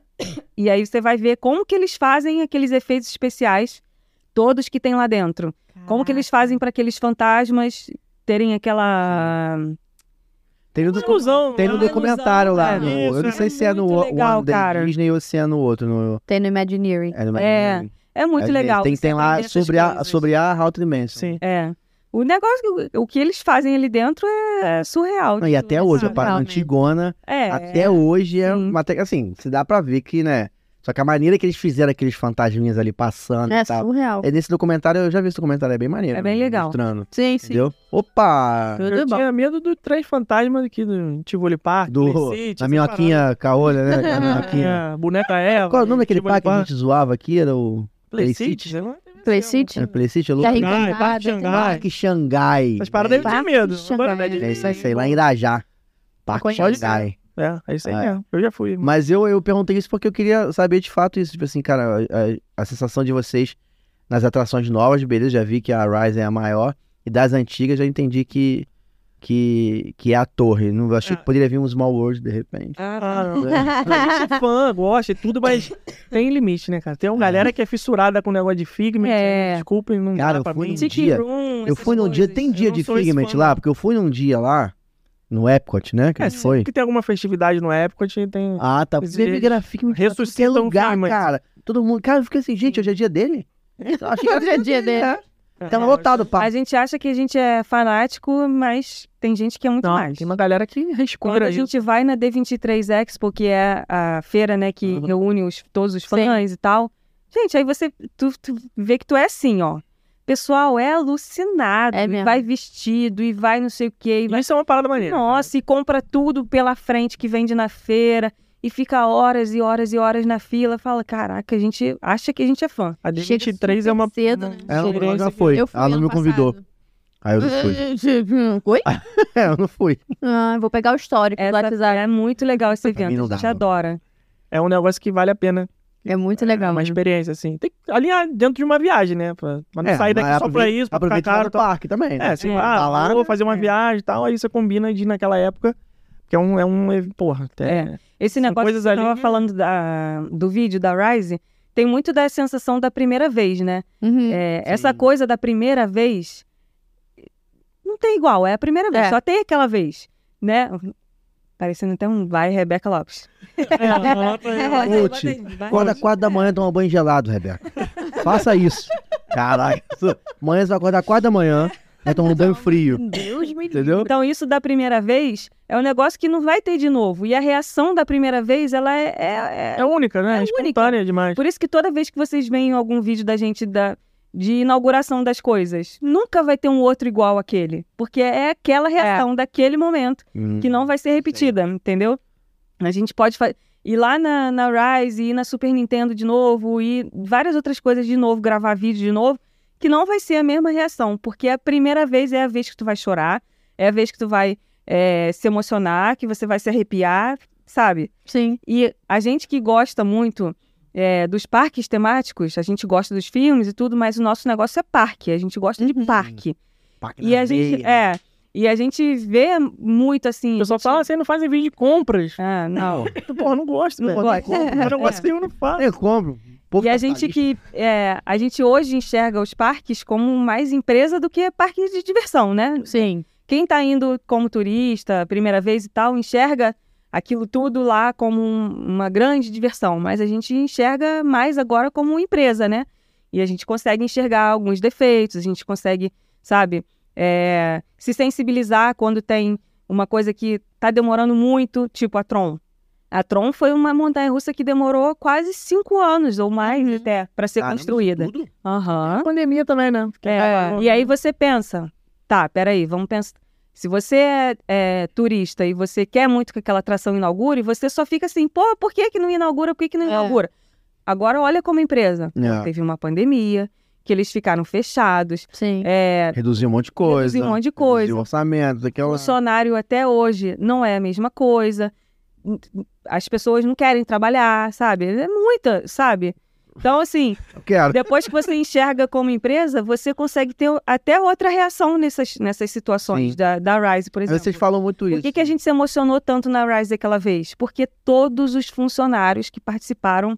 S4: e aí você vai ver como que eles fazem aqueles efeitos especiais, todos que tem lá dentro. Como que eles fazem para aqueles fantasmas terem aquela.
S2: Tem no,
S3: Uma
S1: um
S2: docu-
S3: ilusão,
S2: tem
S3: né?
S2: no
S4: ilusão,
S2: documentário lá.
S4: cara.
S2: no-
S3: Isso,
S2: eu não
S3: é
S2: sei se é no
S4: muito
S2: One
S4: legal,
S2: Day
S4: cara.
S2: Disney ou se é no outro. No,
S1: Tem no Imagineering.
S2: é, no
S4: É, É muito
S2: É,
S4: legal.
S2: Tem, tem lá
S4: essas
S2: sobre a,
S4: coisas.
S2: sobre a Haunted Mansion.
S3: Sim.
S4: É. O negócio, o que eles fazem ali dentro é surreal.
S2: Não, e até hoje, a parada
S1: Realmente.
S2: antigona,
S4: É.
S2: até hoje é
S4: Sim.
S2: uma técnica assim, se dá pra ver que, né? Só que a maneira que eles fizeram aqueles fantasminhas ali passando
S1: É
S2: e tal.
S1: surreal.
S2: É nesse documentário, eu já vi esse documentário, é bem maneiro.
S4: É bem legal.
S2: Mostrando,
S1: Sim, sim.
S2: entendeu? Opa!
S1: Tudo
S3: Eu
S1: bom.
S3: tinha medo do três fantasmas aqui do Tivoli Park,
S2: Do,
S3: Play City,
S2: da
S3: essas
S2: minhoquinha caolha, né? Da
S3: paradas.
S2: minhoquinha.
S3: É, boneca Eva.
S2: Qual é o nome daquele
S3: Tivoli
S2: parque que a
S3: Park,
S2: gente zoava aqui? Era o
S3: Play
S2: Play
S3: City,
S2: City?
S3: sei lá.
S1: Playcity?
S2: É Playcity, é
S1: Jardim
S2: louco.
S3: Xangai,
S1: Encantado,
S3: Parque
S1: tem
S3: Xangai.
S1: vários.
S2: Parque Xangai.
S3: Essas paradas eu
S1: Parque
S3: tinha medo.
S1: de
S3: Agora
S1: Xangai.
S3: é de-
S2: É isso aí, isso aí, lá em Irajá. Parque
S1: Maconha.
S2: Xangai.
S3: É, é isso aí
S2: Ah, é.
S3: mesmo. Eu já fui.
S2: Mas eu, eu perguntei isso porque eu queria saber de fato isso. Tipo assim, cara, a, a- a sensação de vocês nas atrações novas, beleza, já vi que a Rise é a maior. E das antigas já entendi que, que, que é a torre. Não, eu achei
S3: É.
S2: que poderia vir um Small World de repente.
S3: Ah, não. A gente é fã, gosta e tudo, mas tem limite, né, cara? Tem uma galera que é fissurada com o negócio de Figment.
S4: É.
S3: Desculpem, não
S2: Cara,
S3: dá
S2: eu
S3: pra
S2: fui
S3: mim.
S2: num dia- eu fui num dia, tem dia
S3: Eu não
S2: de
S3: sou esse
S2: Figment
S3: fã,
S2: lá,
S3: não.
S2: porque eu fui num dia lá, no Epcot, né? Que a
S3: É,
S2: gente foi.
S3: sempre que tem alguma festividade no Epcot, tem...
S2: Ah, tá.
S3: Eles-
S2: Você vê
S3: eles
S2: que Figment pra tudo que é
S3: ressuscitam o
S2: lugar,
S3: é, um Figment.
S2: cara. Todo mundo. Cara, eu fiquei assim, gente, hoje é dia dele? Eu achei que
S1: Hoje é dia dele.
S2: né? Tava lotado o
S4: A
S2: papo.
S4: gente acha que a gente é fanático, mas tem gente que é muito
S3: Não,
S4: mais.
S3: tem uma galera que
S4: Quando
S3: rescura
S4: a
S3: isso.
S4: gente vai na D23 Expo, que é a feira, né, que
S3: Uhum.
S4: reúne os- todos os fãs e tal. Gente, aí você tu, tu vê que tu é assim, ó. Pessoal, é alucinado.
S1: É
S4: e
S1: mesmo.
S4: vai vestido e vai não sei o quê. E vai...
S3: Isso é uma parada maneira.
S4: Nossa, e compra tudo pela frente que vende na feira. E fica horas e horas e horas na fila. Fala, caraca, a gente acha que a gente é fã.
S3: A
S1: Chega
S3: D23 é uma...
S1: super cedo, né?
S2: Ela ela já
S3: Chega-
S2: foi.
S1: Eu fui
S2: Ela não
S1: ano
S2: me convidou.
S1: passado.
S2: Aí eu não fui.
S1: Oi?
S2: É, eu não fui.
S1: Ah, vou pegar o histórico do
S4: Essa,
S1: WhatsApp.
S4: é muito legal esse
S2: Pra mim
S4: evento.
S2: não
S4: A gente
S2: dá, não.
S4: adora.
S3: É um negócio que vale a pena.
S1: É muito legal.
S3: É uma experiência, assim. Tem que alinhar dentro de uma viagem, né? Pra... Mas não
S2: É,
S3: sair daqui
S2: mas
S3: só pra
S2: aproveita-
S3: isso, pra ficar
S2: aproveita e vai
S3: caro.
S2: no parque também, né?
S3: É, assim,
S4: É.
S3: ah,
S2: Tá lá,
S3: eu vou fazer uma
S4: é.
S3: viagem e tal, aí você combina de ir naquela época, que é um, é um porra, até...
S4: É. Esse
S3: São
S4: negócio que
S3: coisas
S4: você
S3: ali
S4: estava
S3: que-
S4: falando da- do vídeo da Rise, tem muito da sensação da primeira vez, né?
S1: Uhum.
S4: É, essa
S2: Sim.
S4: coisa da primeira vez não tem igual, é a primeira vez,
S1: É.
S4: só tem aquela vez, né? Parecendo até um vai Rebeca Lopes.
S2: Putz, acorda às quatro da manhã e toma banho gelado, Rebeca. Faça isso. Caralho. isso. Amanhã você vai acordar às quatro da manhã, vai tomar um banho frio.
S1: Deus me livre.
S2: Entendeu?
S4: Então isso da primeira vez é um negócio que não vai ter de novo e a reação da primeira vez ela é, é- é-
S3: É única, né?
S4: É
S3: É espontânea demais.
S4: por isso que toda vez que vocês veem algum vídeo da gente da de inauguração das coisas. Nunca vai ter um outro igual àquele. Porque é aquela reação daquele momento.
S2: Hum.
S4: que não vai ser repetida, entendeu? A gente pode fa- ir lá na, na Rise, ir na Super Nintendo de novo, e várias outras coisas de novo, gravar vídeo de novo, que não vai ser a mesma reação, porque a primeira vez é a vez que tu vai chorar, é a vez que tu vai é, se emocionar, que você vai se arrepiar, sabe?
S1: Sim.
S4: E a gente que gosta muito é, dos parques temáticos, a gente gosta dos filmes e tudo, mas o nosso negócio é parque, a gente gosta
S1: Uhum.
S4: de parque.
S2: Parque
S4: E
S2: na
S4: a gente,
S2: areia.
S4: é, e a gente vê muito assim.
S3: né? O pessoal
S4: gente-
S3: fala, "Ah, vocês não fazem vídeo de compras.
S4: Ah, não.
S3: É. Porra, não gosto. Não
S2: Não
S3: gosto. É. de
S4: gosto.
S3: compras, Eu não gosto, eu não faço.
S2: Eu compro. O povo
S4: é. e a
S2: tá
S4: gente
S2: capitalista.
S4: que é, a gente hoje enxerga os parques como mais empresa do que parque de diversão, né?
S1: Sim.
S4: Quem tá indo como turista, primeira vez e tal, enxerga aquilo tudo lá como um- uma grande diversão, mas a gente enxerga mais agora como empresa, né? E a gente consegue enxergar alguns defeitos, a gente consegue, sabe, é, se sensibilizar quando tem uma coisa que tá demorando muito, tipo a Tron. A Tron foi uma montanha russa que demorou quase cinco anos ou mais
S1: Uhum.
S4: até para ser
S2: Caramba,
S4: construída.
S2: tudo?
S4: Aham.
S3: Pandemia também, né?
S4: É, e aí você pensa, tá, peraí, vamos pensar. Se você é, é, turista e você quer muito que aquela atração inaugure, você só fica assim, pô, por que, que não inaugura? Por que, que não
S1: É.
S4: inaugura? Agora olha como empresa.
S2: É,
S4: Teve uma pandemia, que eles ficaram fechados.
S1: Sim.
S4: É,
S2: Reduzir um monte de coisa.
S4: Reduzir um monte de coisa.
S2: Reduzir o orçamento, é daquela...
S4: funcionário até hoje não é a mesma coisa. As pessoas não querem trabalhar, sabe? É muita, sabe? Então, assim,
S2: Eu quero.
S4: Depois que você enxerga como empresa, você consegue ter até outra reação nessas, nessas situações
S2: Sim.
S4: da, da Rise, por
S2: Aí
S4: exemplo.
S2: Vocês falam muito isso.
S4: Por que, que a gente se emocionou tanto na Rise daquela vez? Porque todos os funcionários que participaram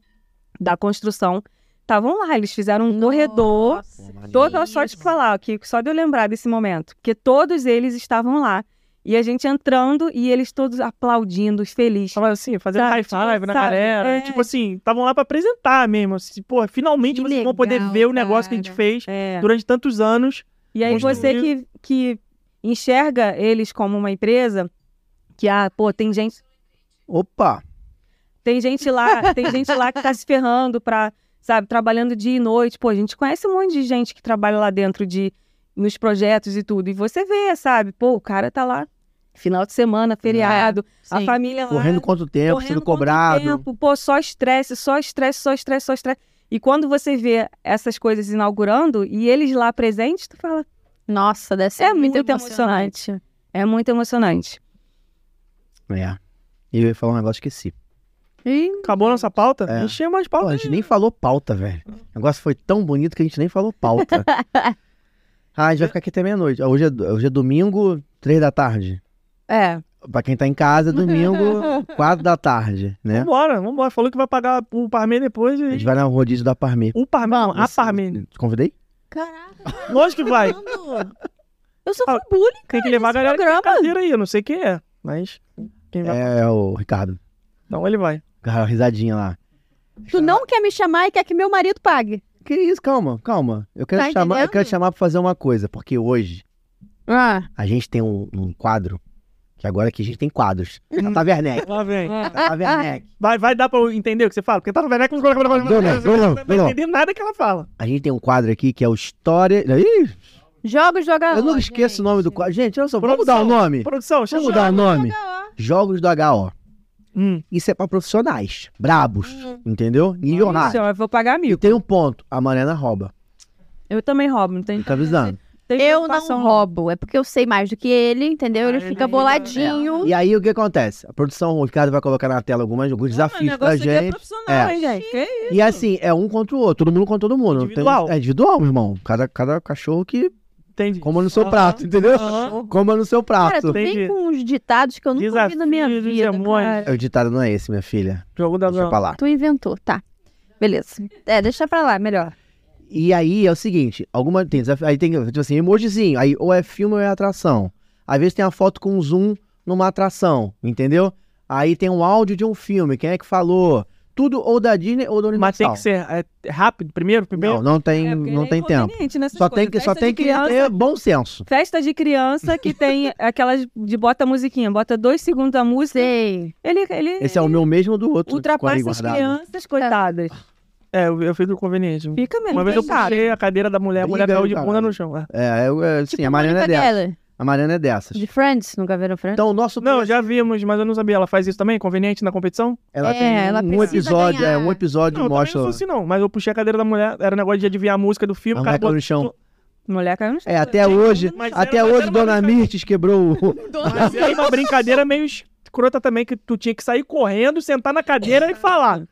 S4: da construção estavam lá. Eles fizeram um corredor.
S1: Nossa.
S4: Toda a sorte que falar, Kiko, só de eu lembrar desse momento. Porque todos eles estavam lá. E a gente entrando e eles todos aplaudindo, felizes.
S3: Tava assim, fazendo
S4: Sabe,
S3: high five
S4: tipo,
S3: na
S4: sabe,
S3: galera.
S4: é.
S3: Tipo assim, estavam lá pra apresentar mesmo. Assim, Pô, finalmente
S1: Que
S3: vocês vão poder
S1: legal,
S3: ver o negócio que a gente
S1: cara.
S3: fez
S4: É.
S3: durante tantos anos.
S4: E aí
S3: Construir.
S4: você que, que enxerga eles como uma empresa, que ah, pô, tem gente,
S2: Opa!
S4: tem gente lá, tem gente lá que tá se ferrando pra, sabe, trabalhando dia e noite. Pô, a gente conhece um monte de gente que trabalha lá dentro de nos projetos e tudo. E você vê, sabe, pô, o cara tá lá final de semana, feriado, a
S1: Sim.
S4: família lá
S2: Ah, Correndo quanto tempo,
S4: correndo
S2: sendo
S4: quanto
S2: cobrado.
S4: tempo, pô, só estresse, só estresse, só estresse, só estresse. E quando você vê essas coisas inaugurando e eles lá presentes, tu fala,
S1: Nossa, deve ser
S4: É
S1: muito,
S4: muito
S1: emocionante.
S4: é muito emocionante.
S2: É. E eu ia falar um negócio, esqueci.
S1: Ih,
S3: Acabou nossa pauta?
S2: É.
S3: Encheu mais
S2: Pô,
S3: pauta.
S2: a gente nem falou pauta, velho. O negócio foi tão bonito que a gente nem falou pauta. ah, a gente vai ficar aqui até meia-noite. Ah, Hoje, é, hoje é domingo, três da tarde.
S1: É.
S2: Pra quem tá em casa, é domingo, quatro da tarde, né?
S3: Vambora, vambora. Falou que vai pagar o Parmê depois.
S1: assim?
S2: A gente
S3: E...
S2: vai na rodízio da Parmê.
S3: O Parmê, não, a Parmê.
S2: Te convidei?
S1: Caraca,
S3: Lógico que vai.
S1: Fernando. Eu sou um
S3: Ah,
S1: bullying,
S3: Tem que levar a galera que tem
S1: programa.
S3: cadeira aí. Eu não sei quem é, mas quem vai.
S2: É, o Ricardo.
S3: Então ele vai.
S2: Cara, risadinha lá.
S1: Tu não quer me chamar e quer que meu marido pague.
S2: Que isso, calma, calma. Eu quero,
S1: Tá
S2: te chamar, eu
S1: entendendo?
S2: quero te chamar pra fazer uma coisa, porque hoje
S1: Ah.
S2: a gente tem um, um quadro, que agora aqui a gente tem quadros. Na Taverneck,
S3: Lá vem.
S2: na Taverneck.
S3: Vai, vai dar pra eu entender o que você fala? Porque tá no Veneco. Não, não,
S2: não, não,
S3: não
S2: não.
S3: entender nada que ela fala.
S2: A gente tem um quadro aqui que é o História... Ih,
S1: Jogos joga.
S2: eu nunca esqueço o nome do quadro. Gente, olha só, vamos mudar o
S3: Produção.
S2: nome.
S3: Produção, chama
S2: Vamos
S3: o
S2: mudar o nome.
S1: HO.
S2: Jogos do HO.
S3: Hum.
S2: Isso é pra profissionais, brabos,
S1: Hum.
S2: entendeu?
S4: Isso,
S2: Milionários.
S4: eu vou pagar
S2: E
S4: mil.
S2: tem um ponto, a Mariana rouba.
S4: Eu também roubo, não tem.
S2: Tá avisando.
S1: Eu não roubo. É porque eu sei mais do que ele, entendeu? Ele
S3: Ah,
S1: fica
S3: ele-
S1: boladinho.
S2: E aí o que acontece? A produção, o Ricardo vai colocar na tela algumas, alguns desafios pra gente. um É. E assim, é um contra o outro, todo mundo contra todo mundo. Não tem-
S3: Individual.
S2: é individual, meu irmão. Cada, cada cachorro que
S3: Entendi.
S2: coma no seu
S3: Aham.
S2: prato, entendeu?
S3: Aham.
S2: Coma no seu
S1: Cara, tu
S2: prato.
S3: Entendi.
S1: vem com uns ditados que eu nunca ouvi na minha
S3: Desafios dos
S1: vida.
S3: demônios.
S1: cara.
S2: O ditado não é esse, minha filha.
S3: Jogo da
S2: Deixa pra lá.
S1: Tu inventou, tá. Beleza. É, deixa pra lá, melhor.
S2: E aí é o seguinte, alguma tem desafio, aí tem tipo assim, emojizinho, aí ou é filme ou é atração. Às vezes tem a foto com zoom numa atração, entendeu? Aí tem um áudio de um filme, quem é que falou? Tudo ou da Disney ou do
S3: Mas
S2: Universal.
S3: tem que ser é, rápido primeiro? primeiro?
S2: Não, não tem,
S4: É,
S2: não tem tempo.
S4: né,
S2: Só tem que só tem que ter bom senso.
S4: Festa de criança que tem aquelas de bota a musiquinha, bota dois segundos da música.
S1: Sei.
S4: Ele, ele
S2: Esse é o meu mesmo ou do outro. que ficou ali
S4: ultrapassa as
S2: guardado.
S4: crianças, coitadas.
S3: É, eu, eu fiz o conveniente.
S4: Fica mesmo.
S3: Uma vez eu
S4: coitado.
S3: puxei a cadeira da mulher, a mulher
S2: Briga,
S3: caiu de
S2: cara.
S3: bunda no chão. é.
S2: É, eu, é,
S1: Tipo,
S2: sim, a Mariana é
S1: Mônica
S2: dessa.
S1: Geller,
S2: A Mariana é dessas.
S1: De Friends, nunca viram Friends?
S2: Então, o nosso
S3: Não, já vimos, mas eu não sabia. Ela faz isso também? Conveniente na competição?
S2: ela
S1: É,
S2: tem
S1: ela
S2: um
S1: precisa
S2: episódio, é, um
S1: ganhar.
S2: episódio
S3: Não, eu também
S2: mostra
S3: não sou assim, não. Mas eu puxei a cadeira da mulher, era um negócio de adivinhar a música do
S2: a
S3: filme.
S2: mulher
S3: acabou-
S2: caiu no chão.
S4: Mulher caiu no chão.
S2: É, até hoje,
S3: mas era-
S2: até
S3: mas
S2: hoje
S3: era uma
S2: Dona
S3: brincadeira.
S2: Mirtes quebrou o, tá
S3: Mas era uma brincadeira meio escrota também, que tu tinha que sair correndo, sentar na cadeira e falar.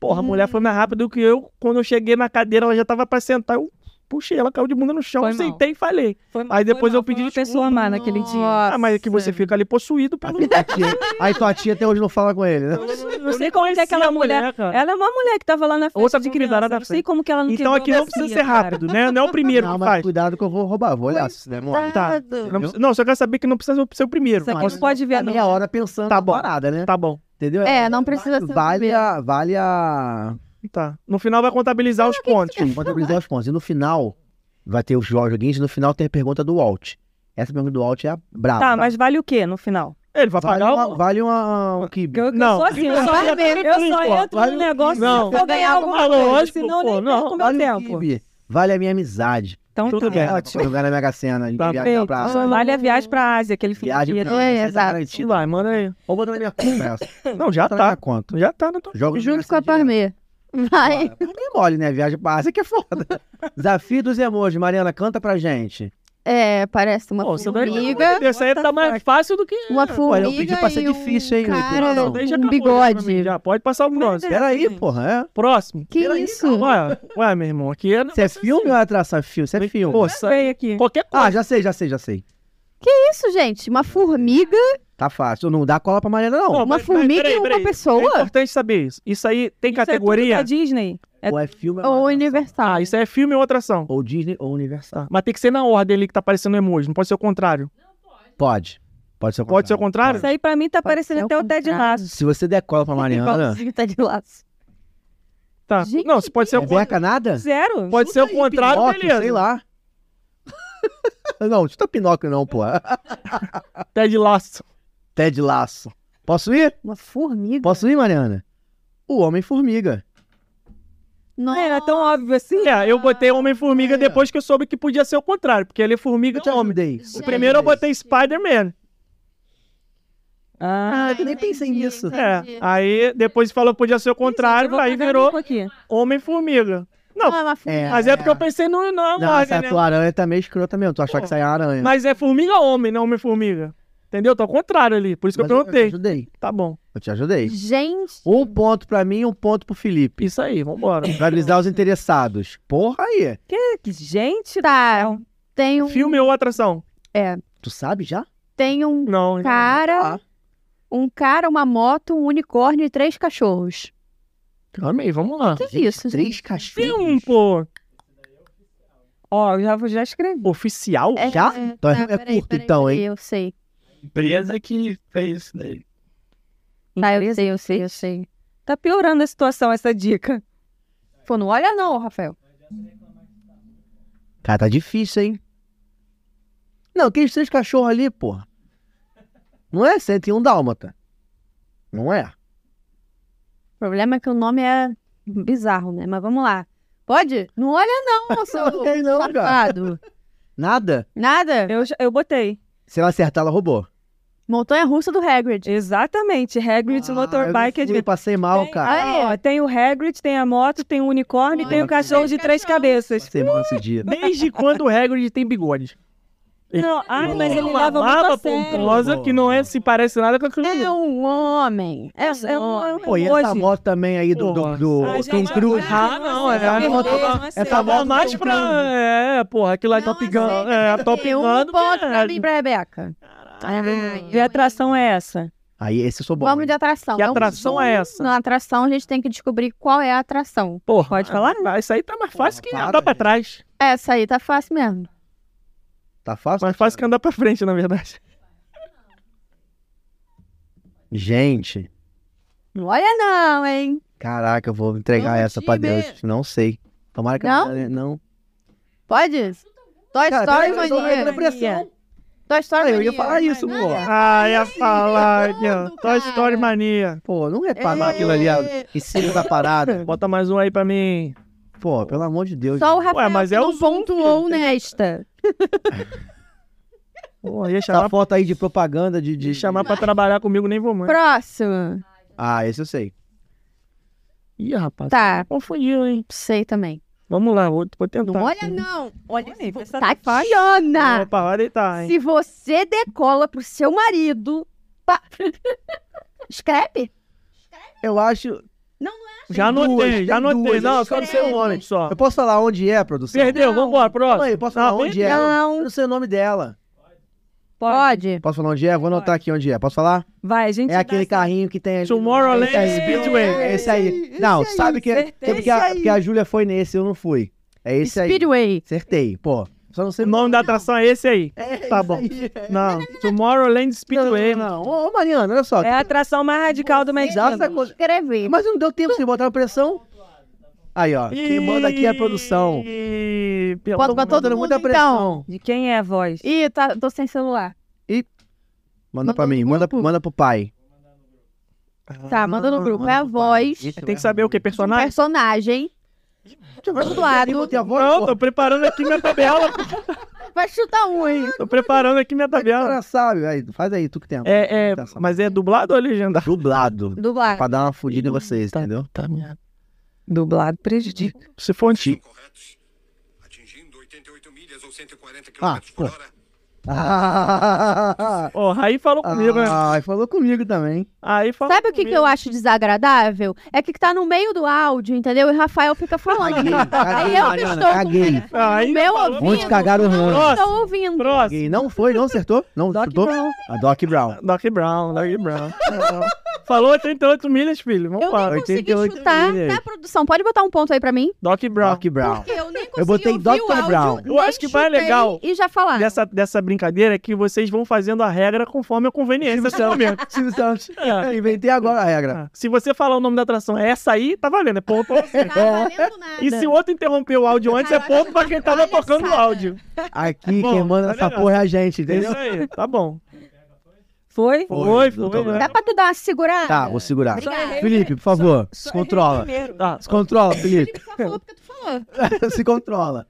S3: Porra, a mulher foi mais rápida do que eu. Quando eu cheguei na cadeira, ela já tava pra sentar. Eu puxei, ela caiu de bunda no chão,
S4: Foi mal.
S3: sentei e falei.
S4: Foi-
S3: Aí depois
S4: foi
S3: eu pedi
S4: uma
S3: desculpa.
S4: pessoa má naquele dia.
S1: Nossa.
S3: Ah, mas é que você fica ali possuído
S2: A
S3: pelo.
S2: tua tia. Aí tua tia até hoje não fala com ele, né?
S4: Não sei como é que aquela mulher.
S3: cara.
S4: Ela é uma mulher que tava lá na festa.
S3: Outra
S4: de
S3: pequenininha
S4: criança.
S3: da
S4: Não sei
S3: frente.
S4: como que ela não
S3: Então
S4: quebrou
S3: aqui
S4: a
S3: não precisa
S4: bacia,
S3: ser
S4: cara.
S3: rápido, né? Não é o primeiro
S2: Não,
S3: que
S2: mas
S3: faz.
S2: cuidado que eu vou roubar, vou olhar se demora.
S3: Tá. Não, precisa- não, só quero saber que não precisa ser o primeiro.
S4: Isso aqui
S2: Mas-
S4: não pode ver,
S2: Tá
S4: não.
S2: meia hora pensando
S3: Tá
S2: na
S3: bom.
S2: parada, né?
S3: Tá bom.
S2: Entendeu?
S1: É, não precisa ser o
S2: Vale
S1: primeiro.
S2: a, vale a
S3: Tá. No final vai contabilizar os pontos.
S2: contabilizar os pontos. E no final, vai ter os joguinhos, e no final tem a pergunta do Walt. Essa pergunta do Walt é a brava.
S4: Tá, mas vale o quê no final?
S3: Ele vai
S2: Vale
S3: pagar
S2: uma,
S3: o.
S2: vale uma, um quibe.
S4: Eu, eu
S3: Não.
S4: sou assim, eu só, eu só entro
S3: Vale
S4: no
S3: o-
S4: negócio
S3: Não.
S4: se eu ganhar alguma
S3: Não,
S4: coisa,
S3: lógico,
S4: senão eu
S3: pô,
S4: nem
S3: não.
S4: perco
S2: Vale
S4: meu
S2: um
S4: tempo.
S2: quibe. Vale a minha amizade.
S4: Então
S3: Tudo
S4: tá.
S3: bem.
S2: É, se eu jogar na Mega Sena, a gente
S3: Tá
S2: viajar pra
S1: feito.
S4: Vale a viagem pra Ásia, aquele fim
S2: viagem
S4: de
S2: pra-
S4: dia.
S1: É,
S2: essa tá
S1: exato.
S2: garantida.
S3: Vai, manda aí.
S2: Ou bota na minha conta essa.
S3: Não, já
S2: Bota na minha
S3: tá.
S2: conta.
S3: Já tá na tua.
S2: Joga
S1: Junto com a Parmê. Vai.
S2: Parmê é mole, né? Viagem pra Ásia que é foda. Desafio dos emojis. Mariana, canta pra gente.
S1: É, parece uma
S3: Pô, você vai-
S1: formiga.
S3: Essa aí tá mais fácil do que.
S1: Uma
S2: Olha, eu
S1: formiga
S2: pedi pra ser
S1: e um
S2: difícil, hein,
S1: cara
S2: Não, não,
S3: Daí já
S1: com um
S3: acabou, já pra mim,
S1: bigode.
S3: Já pode passar o próximo.
S2: Pera aí, porra. É?
S3: Próximo.
S1: Que
S2: Peraí,
S1: isso?
S3: Ué, ué, meu irmão, aqui é.
S2: Você é filme ou é atração? É filme. Você é filme.
S3: Pô, sa-
S4: Vem aqui.
S3: qualquer coisa.
S2: Ah, já sei, já sei, já sei.
S1: Isso, gente. Uma formiga,
S2: Tá fácil. Não dá cola pra Mariana, não.
S3: Não,
S1: uma
S3: mas- mas
S1: formiga
S3: peraí,
S1: e uma
S3: peraí. É
S1: pessoa.
S3: importante saber isso. Isso aí tem
S4: Isso é
S3: categoria?
S4: tudo da Disney. É-
S2: Ou é filme ou,
S1: Ou um
S2: é atração.
S1: universal.
S3: Ah, isso é filme ou atração?
S2: ou Disney ou Universal.
S3: Tá. Mas tem que ser na ordem ali que tá aparecendo o emoji. Não pode ser o contrário.
S2: Pode. Pode ser o
S3: Pode ser o contrário?
S4: Isso aí pra mim tá parecendo
S1: ser
S4: até
S1: ao
S4: o Ted
S1: contrário.
S4: Lasso.
S2: Se você der cola pra Mariana, é
S1: Igualzinho tá de laço.
S3: Tá.
S1: Gente,
S3: não, se pode ser
S2: não
S3: o contrário.
S2: verca nada?
S4: Zero.
S3: Pode ser o contrário,
S2: Pinóquio,
S3: beleza.
S2: sei lá. não, chuta Pinóquio não, pô.
S3: Ted Lasso.
S2: Ted Laço. Posso ir?
S1: Uma formiga.
S2: Posso ir, Mariana? O Homem-Formiga.
S1: Não.
S4: Não era tão óbvio assim.
S3: É, eu botei Homem-Formiga
S2: É.
S3: depois que eu soube que podia ser o contrário, porque ele é formiga
S2: Eu te
S3: de homem.
S2: ajudei.
S1: Gente.
S3: O primeiro eu botei Spider-Man.
S4: Ah,
S2: Ah, eu nem pensei
S1: entendi,
S2: nisso.
S3: É,
S1: entendi.
S3: aí depois falou que podia ser o
S4: eu
S3: contrário,
S4: vou
S3: aí
S4: pagar
S3: virou
S4: mico aqui.
S3: Homem-Formiga.
S1: Não,
S3: Não,
S1: é uma
S2: É.
S1: formiga.
S3: Mas é porque eu pensei no, na
S2: Não, essa
S3: Marvel, né?
S2: tua aranha tá meio escrota mesmo. Tu achou
S3: Pô,
S2: que saiu uma aranha.
S3: Mas é formiga-homem, não homem-formiga. Entendeu? Tá ao contrário ali, por isso que
S2: Mas
S3: eu
S2: Eu te
S3: perguntei.
S2: ajudei.
S3: Tá bom,
S2: Eu te ajudei.
S1: Gente,
S2: Um ponto pra mim e um ponto pro Felipe.
S3: isso aí, vambora.
S4: É
S2: Finalizar os interessados. Porra aí.
S4: Que- que Gente,
S1: tá. Tem um,
S3: Filme ou atração?
S2: Tu sabe já?
S1: tem um
S3: Não, então.
S4: Tá.
S1: cara, um cara, uma moto, um unicórnio e três cachorros.
S3: Amei, vamos lá. Tipo,
S1: Que
S2: Gente,
S1: isso?
S2: Três cachorros.
S3: Filme, pô.
S4: ó, eu já, vou- já escrevi.
S3: Oficial?
S1: É,
S2: Já?
S1: é,
S2: Então é- é
S1: peraí,
S2: curto,
S1: peraí,
S2: então,
S1: peraí,
S2: hein?
S1: Eu sei.
S5: Empresa que fez isso daí.
S1: Tá, eu
S4: Empresa
S1: sei, eu
S4: que
S1: sei, eu
S4: fez?
S1: sei.
S4: Tá piorando a situação essa dica.
S1: Pô, não olha não, Rafael.
S2: Cara, tá difícil, hein? Não, aqueles três cachorros ali, porra. Não é 101 dálmata. Não é?
S1: O problema é que o nome é bizarro, né? Mas vamos lá. Pode? Não olha não, seu
S2: Não tem não, cara.
S1: safado.
S2: Nada?
S1: Nada?
S4: Eu, já- eu botei.
S2: Se ela acertar, ela roubou.
S1: Montanha-russa do Hagrid.
S4: Exatamente, Hagrid Motorbike
S2: Ah, eu
S4: é
S2: não fui,
S4: Adventure.
S2: passei mal, cara.
S1: Ah, é?
S4: Ó, tem o Hagrid, tem a moto, tem o unicórnio e tem o
S2: Nossa.
S4: cachorro de três cabeças.
S2: Passei mal esse dia.
S3: Desde quando o Hagrid tem bigode?
S4: Não, ai, mas ele
S3: Uma
S4: leva muito
S3: barba
S4: a sério.
S3: pomposa que não é, se parece nada com aquilo.
S1: É um homem. É um
S4: É um- é um
S1: homem.
S2: Pô, e essa
S4: emoji.
S2: moto também aí do, do, do
S3: Nossa.
S4: Ah,
S2: do
S4: gente,
S2: Tom
S4: mas-
S2: Cruise?
S3: Ah, não, é.
S4: Essa
S2: moto-
S4: beleza, não aceito.
S2: essa
S3: Tá mais pra. É, porra, aquilo lá é
S1: Não
S3: Top Gun.
S1: aceita,
S3: É,
S1: tem
S3: Top Gun.
S1: Um
S3: do
S1: ponto
S2: é
S3: caralho.
S1: pra mim, pra Rebeca.
S4: Que atração é essa?
S2: Aí, esse eu sou bom.
S1: Vamos de
S2: hein?
S1: atração.
S3: Que
S1: É um
S3: atração é essa?
S1: Na atração, a gente tem que descobrir qual é a atração.
S3: Porra,
S4: Pode falar?
S3: Ah, Isso aí tá mais fácil
S2: Porra,
S3: que
S2: para,
S3: andar pra
S2: gente.
S3: trás.
S1: Essa aí tá fácil mesmo.
S2: Tá fácil?
S3: Mais fácil que andar pra frente, na verdade.
S2: Gente,
S1: Não olha não, hein?
S2: caraca, eu vou entregar
S1: Vamos,
S2: essa pra
S1: time.
S2: Deus. Não sei. Tomara que
S1: Não?
S2: não.
S1: Pode? Toy
S2: Cara,
S1: Story
S2: peraí, eu tô vendo
S1: Mania.
S2: a pressão.
S1: Toy Story
S2: Ah, eu ia
S1: Mania.
S2: falar isso,
S1: Vai,
S2: pô.
S1: vai.
S3: Ah, ia falar aqui, ó.
S1: Todo,
S3: Toy
S1: cara.
S3: Story Mania.
S2: Pô, não reparar
S1: É.
S2: aquilo ali ó, em cima da parada.
S3: Bota mais um aí pra mim.
S2: Pô, pelo amor de Deus.
S1: Só o
S2: gente.
S1: Rafael
S3: Ué, mas
S1: que
S3: é
S1: não
S3: um bom
S1: pontuou nesta.
S3: Porra, ia
S2: Essa
S3: chamar,
S2: foto aí de propaganda de... de...
S3: ia chamar pra trabalhar comigo, nem vou mais.
S1: Próximo.
S2: Ah, esse eu sei.
S3: Ih, rapaz.
S1: Tá,
S3: Confundiu, hein?
S1: sei também.
S3: Vamos lá, vou, vou tentar.
S1: Não olha não. Olha,
S4: Olha aí, essa tá fácil.
S1: Tatiana.
S3: Opa, vai deitar, hein?
S1: Se você decola pro seu marido. Pa... Escreve?
S2: Eu acho...
S3: Já
S2: Tem duas,
S3: anotei,
S2: tem
S3: já anotei.
S2: duas,
S3: Não,
S2: eu
S3: só não
S2: escrevo
S3: sei o nome só.
S2: Eu posso falar onde é, produção?
S3: Perdeu,
S1: Não.
S3: vambora, próximo.
S2: Calma aí, posso
S3: Não,
S2: falar onde é? Eu
S1: Não.
S2: não sei o nome dela.
S4: Pode.
S1: Pode.
S2: Posso falar onde é? Vou anotar aqui onde é. Posso falar?
S4: Vai, a gente.
S2: É
S4: dá
S2: aquele
S4: essa-
S2: carrinho que tem ali. é
S3: Tomorrowland
S2: Esse aí,
S3: Speedway.
S2: Esse aí. Não, sabe que, sabe
S4: certeza.
S2: que,
S4: Esse
S2: a,
S4: aí.
S2: que a Júlia foi nesse, eu não fui. É esse aí.
S1: Speedway.
S2: Acertei, pô. Só não sei
S3: O nome da atração é esse aí. tá bom. Não, Tomorrowland Speedway.
S2: Não, não, não. Ô, ô, Mariana, olha só.
S4: É a atração mais radical do
S2: Já
S4: Medina.
S2: sacou-
S1: Escrever.
S2: Mas não deu tempo de botar uma pressão. Aí, ó. Quem manda aqui é a produção.
S3: Ih, pelo
S1: Bota pra
S3: amor
S1: todo
S3: de
S2: Botando
S1: mundo,
S2: muita
S1: então.
S2: pressão.
S4: De quem é a voz?
S1: Ih, tá, tô sem celular.
S2: Manda pra mim, manda, pro- manda pro pai.
S3: Deus.
S1: Tá, manda no grupo. É a voz. de
S3: Tem que saber o que?
S1: um
S3: Personagem?
S1: Personagem. Dublado.
S2: Tem a voz,
S3: Não,
S2: pô.
S3: tô preparando aqui minha tabela. pô.
S1: Vai chutar um, hein?
S3: Tô preparando aqui minha
S2: A
S3: tabela.
S2: cara sabe. Aí, faz aí, tu que tem. a-
S3: É, é, mas é dublado ou legendado?
S2: Dublado.
S1: Dublado.
S2: Pra dar uma fudida em vocês, entendeu?
S3: Tá, minha.
S4: Dublado prejudica.
S3: Se for antigo.
S6: corretos, atingindo 88 milhas ou 140 km
S2: Ah,
S6: por
S2: pô.
S6: hora.
S2: Ah,
S3: Ó, aí falou comigo,
S4: é-
S3: né?
S2: Ai, falou comigo também.
S3: Aí falou
S1: Sabe o que, que eu acho desagradável? É que tá no meio do áudio, entendeu? E Rafael fica falando.
S2: Caguei,
S1: Aí
S2: caguei,
S1: eu que
S2: Mariana,
S1: estou com
S2: caguei.
S1: o telefone no meu
S3: Ah, falou.
S2: Vão
S1: ouvido.
S2: te cagar o
S1: Não
S2: ranço.
S1: estou ouvindo.
S3: Próximo.
S2: Caguei. Não foi, não acertou? Não
S4: Doc
S2: acertou?
S4: Brown.
S2: A Doc Brown.
S3: Doc Brown, Doc Brown. Falou 38 milhas, filho. Vamos
S1: Eu
S3: lá.
S1: nem consegui
S2: 88
S1: chutar,
S2: milhas.
S1: tá, produção? Pode botar um ponto aí pra mim?
S3: Doc Brown.
S2: Doc Brown.
S1: Eu nem consegui
S2: Eu botei
S1: ouvir
S2: Dr.
S1: o áudio,
S2: Brown.
S1: nem
S3: Eu acho que mais
S1: chutei
S3: legal
S1: E já falar.
S3: Dessa, dessa brincadeira é que vocês vão fazendo a regra conforme a conveniência do seu momento.
S2: Silvio Santos.
S3: É.
S2: Eu inventei agora a regra.
S3: Ah, Se você falar o nome da atração, é essa aí, tá valendo, é ponto.
S1: Tá valendo nada.
S3: E se o outro interrompeu o áudio antes, é ponto pra quem tava
S1: Olha
S3: tocando o
S1: essa.
S3: áudio.
S2: Aqui,
S3: Bom,
S2: quem manda
S3: tá
S2: essa
S3: legal.
S2: porra é a gente, entendeu?
S3: Isso aí, tá bom.
S4: Foi?
S3: Foi, foi,
S2: doutor.
S3: né?
S1: Dá pra tu dar uma segurada?
S4: é-
S2: Tá, vou segurar.
S1: Obrigada.
S2: Felipe, por favor, se controla.
S3: Ah,
S2: Se controla, Felipe.
S1: Só falou porque tu falou.
S2: se controla.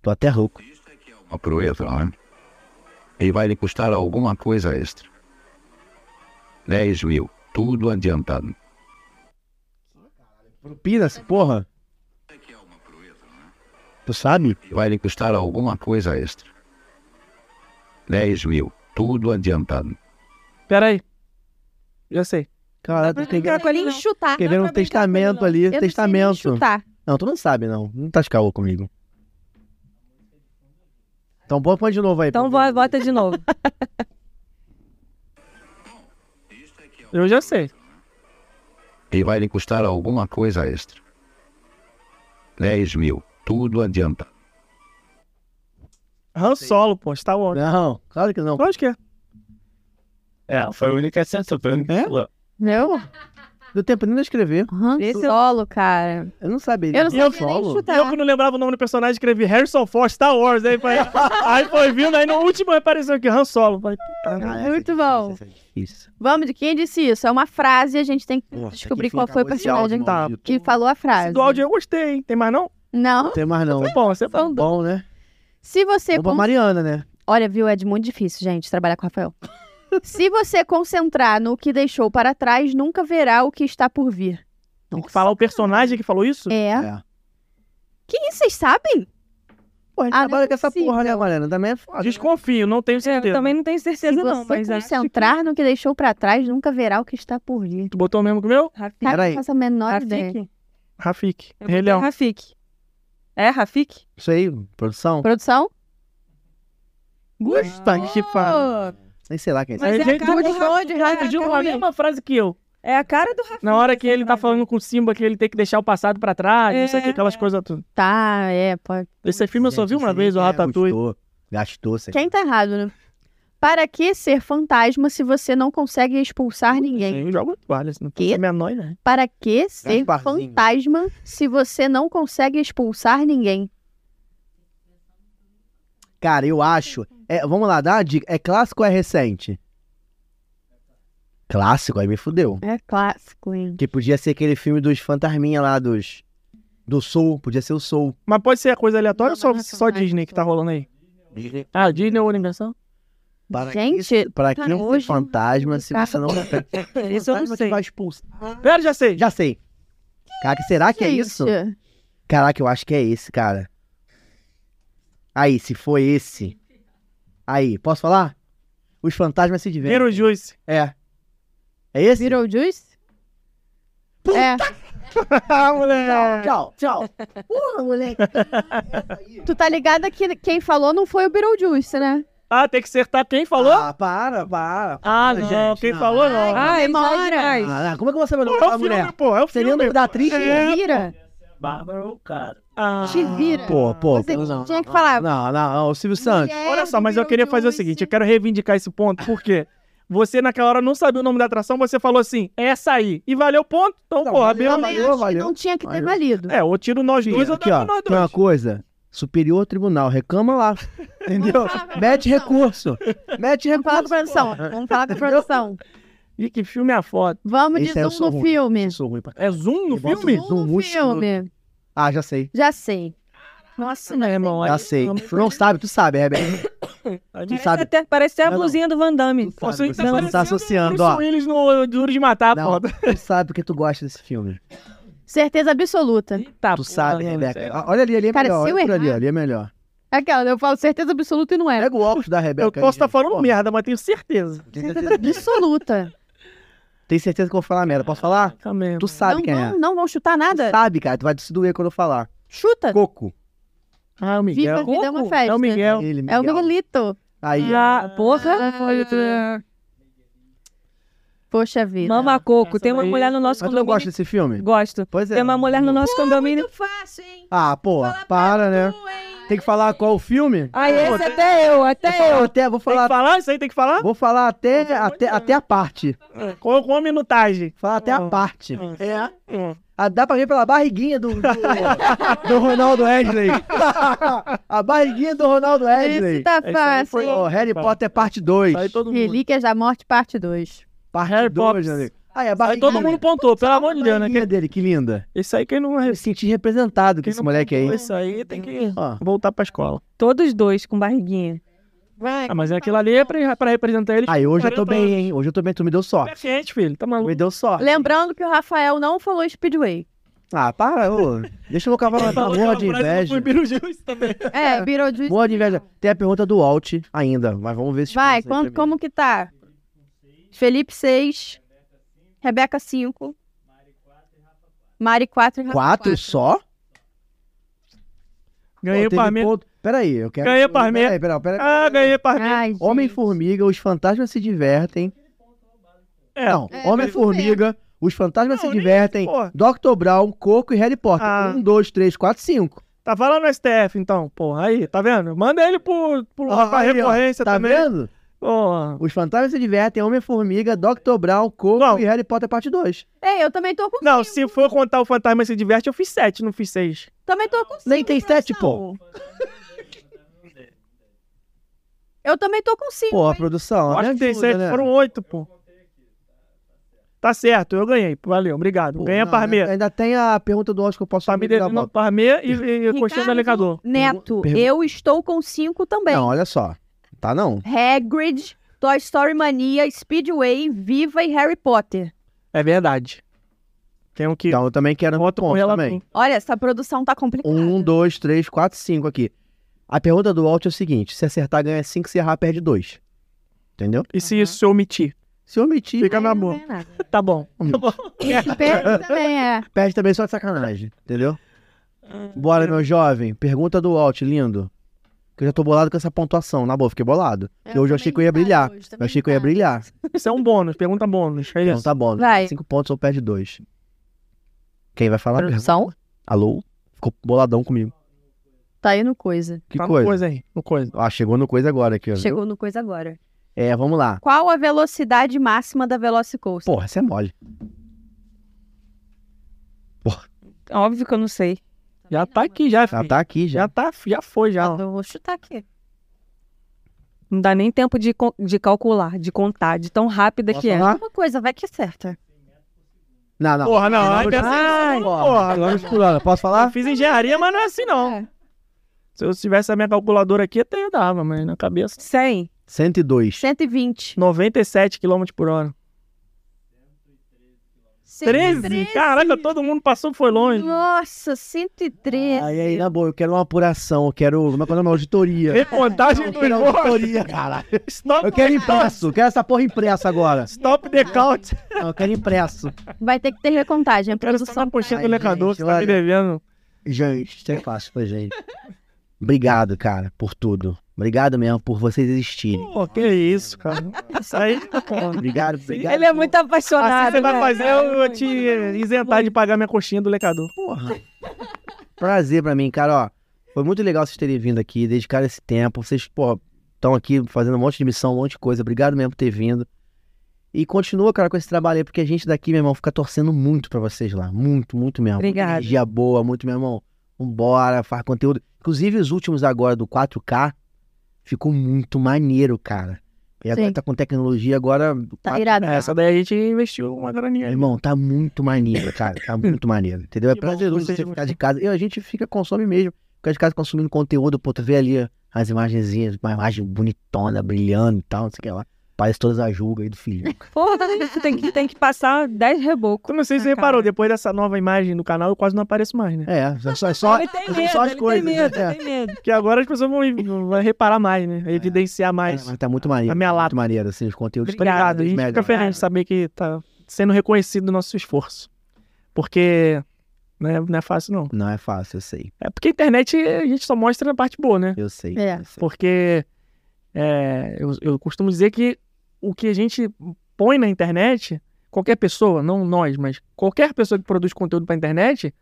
S2: Tô até rouco.
S5: é? Uma proeza, né? E vai lhe custar alguma coisa extra. 10 mil. Tudo adiantado.
S2: Propina-se, porra.
S7: Tu sabe?
S5: Vai lhe custar alguma coisa extra. 10 mil. Tudo adiantado.
S3: Pera aí. Já sei.
S2: Cara, tu
S4: brincar com ele, não.
S1: chutar.
S4: Não
S2: escrevendo
S4: dá
S2: um
S4: pra brincar com ele,
S2: testamento
S4: não.
S2: ali.
S1: Eu não sei nem
S2: testamento.
S1: chutar.
S2: Não, tu não sabe, não. Não tá escalou comigo. Então bom, põe de novo aí.
S4: Então
S2: por favor.
S4: bo- bota de novo.
S3: Eu já sei.
S5: E vai lhe custar alguma coisa extra. 10 mil. Tudo adiantado.
S3: Han Solo, pô. Star Wars.
S2: Não, claro que não.
S3: Lógico que é.
S7: É, foi a única sensação. Foi a única
S2: É?
S7: que falou.
S1: Meu?
S2: Deu tempo nem de escrever.
S1: Han
S4: Esse eu-
S1: Solo, cara.
S2: Eu não sabia.
S1: Eu não
S2: Eu
S1: sabia nem
S2: solo.
S1: chutar.
S3: Eu que não lembrava o nome do personagem, escrevi Harrison Ford, Star Wars. Aí, foi- aí foi vindo, aí no último apareceu aqui, Han Solo. Falei, puta, merda.
S2: Cara,
S1: Muito
S2: essa é
S1: bom.
S2: difícil, essa é difícil.
S1: Vamos, de quem disse isso? É uma frase e a gente tem que
S2: Nossa,
S1: descobrir
S2: que
S1: qual foi o
S2: acabou esse áudio,
S1: personagem
S2: maldito.
S1: que falou a
S3: Esse
S1: frase.
S3: do áudio eu gostei, hein? Tem mais não?
S1: Não.
S2: Tem mais não.
S3: Foi bom, você é bom.
S1: São do-
S2: Bom, né?
S1: Se você.
S2: Bom pra
S1: cons-
S2: Mariana, né?
S1: Olha, viu? É de muito difícil, gente, trabalhar com o Rafael. Se você concentrar no que deixou para trás, nunca verá o que está por vir.
S3: Tem que falar o personagem que falou isso?
S1: É.
S2: É.
S1: Que isso, vocês sabem?
S2: Pô, a gente
S1: Ah, não
S2: trabalha
S1: é
S2: com essa
S1: possível.
S2: porra, né, Mariana? Também é foda.
S3: Desconfio, não tenho
S4: É, Eu
S3: certeza.
S4: também não tenho certeza,
S1: Se
S4: não,
S1: você
S4: mas acho que-
S1: concentrar no que deixou para trás, nunca verá o que está por vir.
S3: Tu botou o mesmo que o meu?
S4: Rafiki.
S1: Cara,
S2: Peraí.
S1: não faço a menor
S4: Ah,
S1: ideia.
S4: Rafiki?
S3: Rafik.
S4: Eu
S3: Rei
S4: botei
S3: Leão.
S4: Rafiki. É, Rafiki?
S2: Isso aí, produção.
S1: Produção?
S3: Puta que pariu.
S2: Nem sei lá quem é.
S4: Mas
S3: Aí
S4: é
S3: a
S4: a
S3: gente
S4: cara do
S3: gostou
S4: Rafiki,
S3: de
S4: cara,
S3: Rafik. Digo a
S4: Camila.
S3: mesma frase que eu.
S4: um É a cara do Rafiki.
S3: Na hora que ele tá falando com o Simba que ele tem que deixar o passado pra trás, não sei o que,
S4: É,
S3: aquelas
S4: é.
S3: coisas tudo.
S1: Tá, é, pode.
S3: Esse filme eu só
S2: Gente,
S3: vi uma
S2: isso aí
S3: vez, o
S2: é,
S3: Ratatouille.
S2: Gastou. Gastou, sei.
S1: Quem tá errado, né? Para que ser fantasma se você não consegue expulsar ninguém?
S3: Eu um jogo toalha, se não
S1: Que?
S3: fosse minha nóia, né?
S1: Para que ser
S2: Gasparzinho.
S1: fantasma se você não consegue expulsar ninguém?
S2: Cara, eu acho. É, vamos lá, dá uma dica. É clássico ou é recente? Clássico, aí me fudeu.
S1: É clássico, hein?
S2: Que podia ser aquele filme dos fantasminha lá dos. Do Soul, podia ser o Soul.
S3: Mas pode ser a coisa aleatória
S1: Não,
S3: ou
S1: mas
S3: só, só
S1: Racionais
S3: Disney que tá rolando aí?
S2: Disney.
S3: Ah, Disney ou Universal?
S2: Para
S1: Gente,
S2: que, para
S1: tá
S2: que não ser
S1: hoje-
S2: fantasma se você não.
S3: É,
S4: Isso eu não
S2: Fantasma te
S4: sei.
S2: vai expulsar.
S3: Pera, já sei.
S2: Já sei. Caraca, será que é isso?
S1: Gente,
S2: Caraca, eu acho que é esse, cara. Aí, se foi esse. Aí, posso falar? Os fantasmas se divertem.
S3: Vira o Juice.
S2: É. É esse?
S1: Beetlejuice? É,
S3: Ah, moleque.
S2: Tchau, tchau. Porra, moleque.
S1: tu tá ligada que quem falou não foi o Beetlejuice, né?
S3: Ah, tem que acertar quem falou?
S2: Ah, para, para.
S3: Ah,
S2: para,
S3: não,
S2: gente,
S3: quem
S2: não.
S3: falou não.
S4: Ah, é
S1: Demora.
S4: demais.
S2: Ah, ah, como é que você vai
S3: Pô, é
S2: nome
S3: o
S2: a mulher?
S3: filme, pô, é
S2: Seria
S3: o
S2: o
S3: filme.
S2: nome da atriz?
S3: né?
S1: Te vira.
S7: Bárbara, o cara.
S3: Ah.
S1: Te vira.
S2: Pô, pô.
S1: Você tá-
S2: não, não,
S1: tinha que
S2: não.
S1: falar. é
S2: Não, não, não. O Silvio Santos.
S1: Mulher
S3: Olha só,
S1: do
S3: mas eu queria fazer o
S1: Beetlejuice.
S3: seguinte, eu quero reivindicar esse ponto, por quê? Você naquela hora não sabia o nome da atração, você falou assim, essa aí, e valeu ponto. Então,
S2: Não,
S3: porra,
S2: valeu,
S3: valeu,
S1: Também acho
S2: Valeu,
S1: que
S2: valeu.
S1: não tinha que ter
S2: Valeu.
S1: valido.
S3: É, ou tiro nós dois, ou
S2: Aqui, ó.
S3: dou nós
S2: Tem uma
S3: dois.
S2: coisa. Superior Tribunal, reclama lá. Entendeu? Mete recurso. Mete
S1: Vamos falar com a
S2: recurso.
S1: produção. Vamos falar com a produção.
S3: Ih, que filme é a foto.
S1: Vamos
S2: Esse aí eu
S1: de
S2: sou
S1: zoom no
S2: ruim.
S1: filme.
S2: Sou ruim pra-
S3: É zoom no
S2: Eu boto
S3: filme?
S2: zoom.
S1: Zoom no
S2: muito
S1: filme.
S2: Ah, já sei.
S1: Já sei. Nossa,
S3: Não, né, irmão,
S2: Já
S3: aí-
S2: sei.
S3: Não,
S2: Tu não sabe, tu sabe, Rebeca.
S3: aí-
S2: Tu
S4: Parece
S2: sabe.
S4: até, parece até a
S2: Não, não.
S4: blusinha do Van Damme.
S2: Tu
S3: Nossa,
S2: sabe,
S3: isso
S2: você
S3: tá
S2: não tá
S3: parecendo
S2: associando,
S3: Bruce
S2: ó.
S3: Willis no Duro de Matar,
S2: Não,
S3: porra.
S2: tu sabe porque tu gosta desse filme.
S1: certeza absoluta.
S3: Eita,
S2: Tu sabe, Rebeca.
S3: sério.
S2: Ah, Olha ali, ali é
S1: Cara,
S2: melhor.
S1: se eu
S2: Olha por ali,
S1: errar-
S2: ali é melhor.
S1: Aquela, né? eu falo certeza absoluta e não é.
S2: Pega o óculos da Rebeca.
S3: Eu posso
S2: aí,
S3: estar falando
S2: porra.
S3: merda, mas tenho certeza.
S2: Tem certeza,
S1: Absoluta.
S2: tem certeza que eu vou falar merda. Posso falar?
S3: Também.
S2: Tu sabe
S1: não,
S2: quem é.
S1: vão, não vão chutar
S2: Tu
S1: nada.
S2: sabe, cara. Tu vai se doer quando eu falar.
S1: Chuta.
S2: Coco.
S3: Ah, o
S1: Viva a
S3: Miguel.
S1: vida é uma festa.
S3: É o Miguel.
S2: Ele,
S1: É o
S2: Miguel.
S1: Miguelito.
S2: Aí,
S4: Já, Ah, porra.
S1: Poxa vida.
S4: Mama Coco.
S3: Essa
S4: Tem uma
S3: daí-
S4: mulher no nosso
S2: mas tu não gosta
S4: condomínio.
S2: desse filme?
S4: Gosto.
S2: Pois é.
S4: Tem uma mulher no nosso condomínio.
S1: fácil, hein?
S2: Ah, pô, para, né? Tem que falar qual o filme?
S4: Ah, esse até eu, até
S2: Eu
S4: eu.
S2: até vou
S3: Tem que
S2: falar,
S3: falar? Isso aí tem que falar?
S2: vou falar até, até, até a parte.
S3: Com, com a minutagem.
S2: Falar até a
S3: Hum.
S2: parte.
S3: Hum.
S2: É.
S3: Hum.
S2: Ah, dá pra ver pela barriguinha do, do, do Ronaldo Wesley. a barriguinha do Ronaldo Wesley.
S1: Esse tá
S3: aí
S1: fácil.
S3: foi-
S1: hein?
S2: Ô, Harry Potter parte 2.
S3: Sai todo mundo.
S1: Relíquias da Morte, parte 2.
S2: Parte
S3: Harry
S2: 2,
S3: Potter.
S2: amigo. Aí, a
S3: Aí
S2: barriguinha.
S3: todo mundo pontou, pelo amor de Deus, né?
S2: barriguinha dele, que linda.
S3: Isso aí quem não
S2: Eu me senti representado com
S3: quem
S2: esse
S3: não
S2: moleque aí.
S3: Isso aí tem que
S2: Ó,
S3: voltar pra escola.
S4: Todos dois com barriguinha.
S1: Vai.
S3: Ah, mas aquilo ali é pra, pra representar eles.
S2: Aí hoje eu tô
S3: 40
S2: bem, hein? Hoje eu tô bem, tu me deu
S3: Pé
S2: sorte.
S3: quente, filho. Tá
S2: Me
S3: maluco.
S2: deu sorte.
S1: Lembrando que o Rafael não falou Speedway.
S2: Ah, para, ô. Deixa o meu cavalo tá morra de inveja.
S1: É, Beetlejuice.
S2: Morra de inveja. Tem a pergunta do Alt ainda, mas vamos ver se
S1: Vai,
S2: responde
S1: quanto,
S2: primeiro.
S1: como que tá? Felipe 6, Rebeca 5, Mari 4 e Rafa
S2: Quatro
S1: 4.
S2: só?
S3: Ganhei
S2: Pô,
S3: o
S2: teve
S3: Parmeiro.
S2: ponto- Peraí, eu quero.
S3: Ganhei o Parmeiro.
S2: Peraí, peraí, peraí.
S3: Ah, ganhei o Parmeiro.
S1: Ai, gente.
S2: Homem-Formiga, os fantasmas se divertem.
S3: É.
S2: Não,
S1: É,
S2: Homem-Formiga, os fantasmas se
S3: Não, nem-
S2: divertem.
S3: pô.
S2: Dr. Brown, Coco e Harry Potter.
S3: Ah.
S2: Um, dois, três, quatro, cinco.
S3: Tava lá tá no STF, então. Porra, aí, tá vendo? Manda ele pro, pro,
S2: Ó,
S3: pra
S2: aí, ó.
S3: recorrência
S2: Tá
S3: também.
S2: vendo?
S3: Porra.
S2: Os fantasmas se divertem, é Homem-Formiga, Dr. Brown, Coco
S3: Não.
S2: e Harry Potter parte 2.
S1: Ei, eu também tô com
S3: Não, se for contar o Fantasma Se Diverte, eu fiz sete, não fiz seis.
S1: Também tô com 5.
S2: Nem tem sete, pô.
S1: Eu também tô com 5.
S2: Pô, a produção.
S3: Eu
S2: me
S3: acho que tem
S2: ajuda,
S3: sete,
S2: né?
S3: foram oito, pô. Tá certo, eu ganhei. Valeu, obrigado.
S2: Pô,
S3: ganhei a
S2: não,
S3: Parmeira.
S2: né? Ainda tem a pergunta do Oscar que eu posso
S3: Tá me
S2: dar
S3: devendo
S2: volta.
S3: Parmeira e, e coxinha do alecador.
S1: Neto,
S2: Pergun-
S1: eu estou com 5 também.
S2: Não, olha só. Tá não.
S1: Hagrid, Toy Story Mania, Speedway, Viva e Harry Potter.
S3: É verdade. Tem um que...
S2: Então eu também quero
S3: Voto com
S2: pontos
S3: ela
S2: também.
S1: Olha, essa produção tá complicada.
S2: Um, dois, três, quatro, cinco aqui. A pergunta do Walt é o seguinte: se acertar ganha cinco, se errar perde dois. Entendeu?
S3: E se isso eu omitir?
S2: Se eu omitir,
S3: Fica na
S1: Não
S3: boa.
S1: ganha nada.
S3: Tá bom.
S1: Pedro também é.
S2: perde também só de sacanagem. Entendeu? Bora, meu jovem. Pergunta do Walt, lindo. Que eu já tô bolado com essa pontuação. Na boa, fiquei bolado. Porque hoje eu achei que eu ia brilhar.
S1: tá
S2: Eu achei que eu ia brilhar.
S3: Isso é um bônus, pergunta bônus. É
S2: Então
S3: isso.
S2: tá bom.
S1: Vai.
S2: Cinco pontos ou perde dois. Quem vai falar?
S1: Produção?
S2: Alô? Ficou boladão comigo.
S1: Tá indo coisa.
S2: Que
S3: Tá no
S2: coisa.
S3: coisa aí, no coisa.
S2: Ah, chegou no coisa agora aqui, ó.
S1: Chegou no coisa agora.
S2: É, vamos lá.
S1: Qual a velocidade máxima da Velocicoaster?
S2: Porra, você é mole.
S4: Óbvio que eu não sei.
S3: Já tá aqui, já,
S2: Ela
S3: filho.
S2: tá aqui já.
S3: Já tá, já foi, já. ó.
S1: Eu vou chutar aqui.
S4: Não dá nem tempo de, co- de calcular, de contar, de tão rápida que é.
S1: Uma coisa, vai que acerta.
S2: Não, não.
S3: Porra, não. Ai,
S2: Ai,
S3: pensa-
S2: ai,
S3: porra.
S2: porra, agora explorando. Posso
S3: Eu
S2: falar?
S3: fiz engenharia, mas não é assim, não.
S1: É.
S3: Se eu tivesse a minha calculadora aqui, até eu dava, mas na cabeça.
S4: 100.
S2: 102.
S1: 120.
S3: 97 km por hora. 13? Caraca, todo mundo passou, foi longe.
S1: Nossa, 113.
S2: Aí, aí, na boa, eu quero uma apuração, eu quero. Como é que é o nome? Auditoria.
S3: Recontagem
S2: Eu
S3: do
S2: quero auditoria, cara.
S3: Stop,
S2: Eu quero impresso, eu quero essa porra impressa agora.
S3: stop the count.
S2: Não, eu quero impresso.
S1: Vai ter que ter recontagem.
S2: Então,
S1: A
S3: Quero só
S1: produção
S3: na coxinha do
S2: Ai,
S3: lecador,
S2: gente,
S3: que você tá me
S2: olha.
S3: devendo.
S2: Gente, isso é fácil pra gente. Obrigado, cara, por tudo. Obrigado mesmo por vocês existirem.
S3: Pô, que isso, cara. Isso aí, pô.
S2: Obrigado, obrigado.
S4: Ele é muito apaixonado.
S3: Assim você vai
S4: né?
S3: fazer eu te isentar de pagar minha coxinha do lecador.
S2: Porra. Prazer pra mim, cara, ó. Foi muito legal vocês terem vindo aqui, dedicaram esse tempo. Vocês, pô, estão aqui fazendo um monte de missão, um monte de coisa. Obrigado mesmo por ter vindo. E continua, cara, com esse trabalho aí, porque a gente daqui, meu irmão, fica torcendo muito pra vocês lá. Muito, muito mesmo. Muita
S4: Obrigada.
S2: Energia boa, muito, meu irmão. Vambora, faz conteúdo. Inclusive, os últimos agora do 4K ficou muito maneiro, cara. E agora
S1: Sim.
S2: tá com tecnologia, agora.
S1: tá irada.
S3: É, Essa daí a gente investiu uma graninha.
S2: Meu
S3: aí.
S2: Irmão, tá muito maneiro, cara. Tá muito maneiro, entendeu? É
S3: Que bom,
S2: prazeroso
S3: gostei
S2: você
S3: de
S2: ficar
S3: você.
S2: de casa. E a gente fica, consome mesmo. Ficar de casa consumindo conteúdo, pô, tu vê ali as imagenzinhas, uma imagem bonitona, brilhando e tal, não sei o que lá. Parece todas as julgas aí do filho.
S4: Porra, tu tem que, tem que passar 10 rebocos.
S3: Eu não sei se você
S4: Ah, cara.
S3: reparou, depois dessa nova imagem do canal, eu quase não apareço mais, né?
S2: É, é só, é só,
S4: ele tem
S2: são
S4: medo,
S2: só as
S4: ele
S2: coisas.
S4: tem medo,
S2: É.
S4: tem medo.
S3: Porque agora as pessoas vão, vão reparar mais, né? Evidenciar
S2: Cara,
S3: mais.
S2: mas tá muito maneiro.
S3: A minha
S2: tá
S3: lata.
S2: Muito maneiro, assim, os conteúdos.
S3: Obrigado. A gente
S2: mega.
S3: fica feliz de saber que tá sendo reconhecido o nosso esforço. Porque não é, não é fácil, não.
S2: Não é fácil, eu sei.
S3: É porque a internet a gente só mostra a parte boa, né?
S2: Eu sei.
S1: É.
S2: eu sei.
S3: Porque é, eu, eu costumo dizer que o que a gente põe na internet, qualquer pessoa, não nós, mas qualquer pessoa que produz conteúdo pra internet,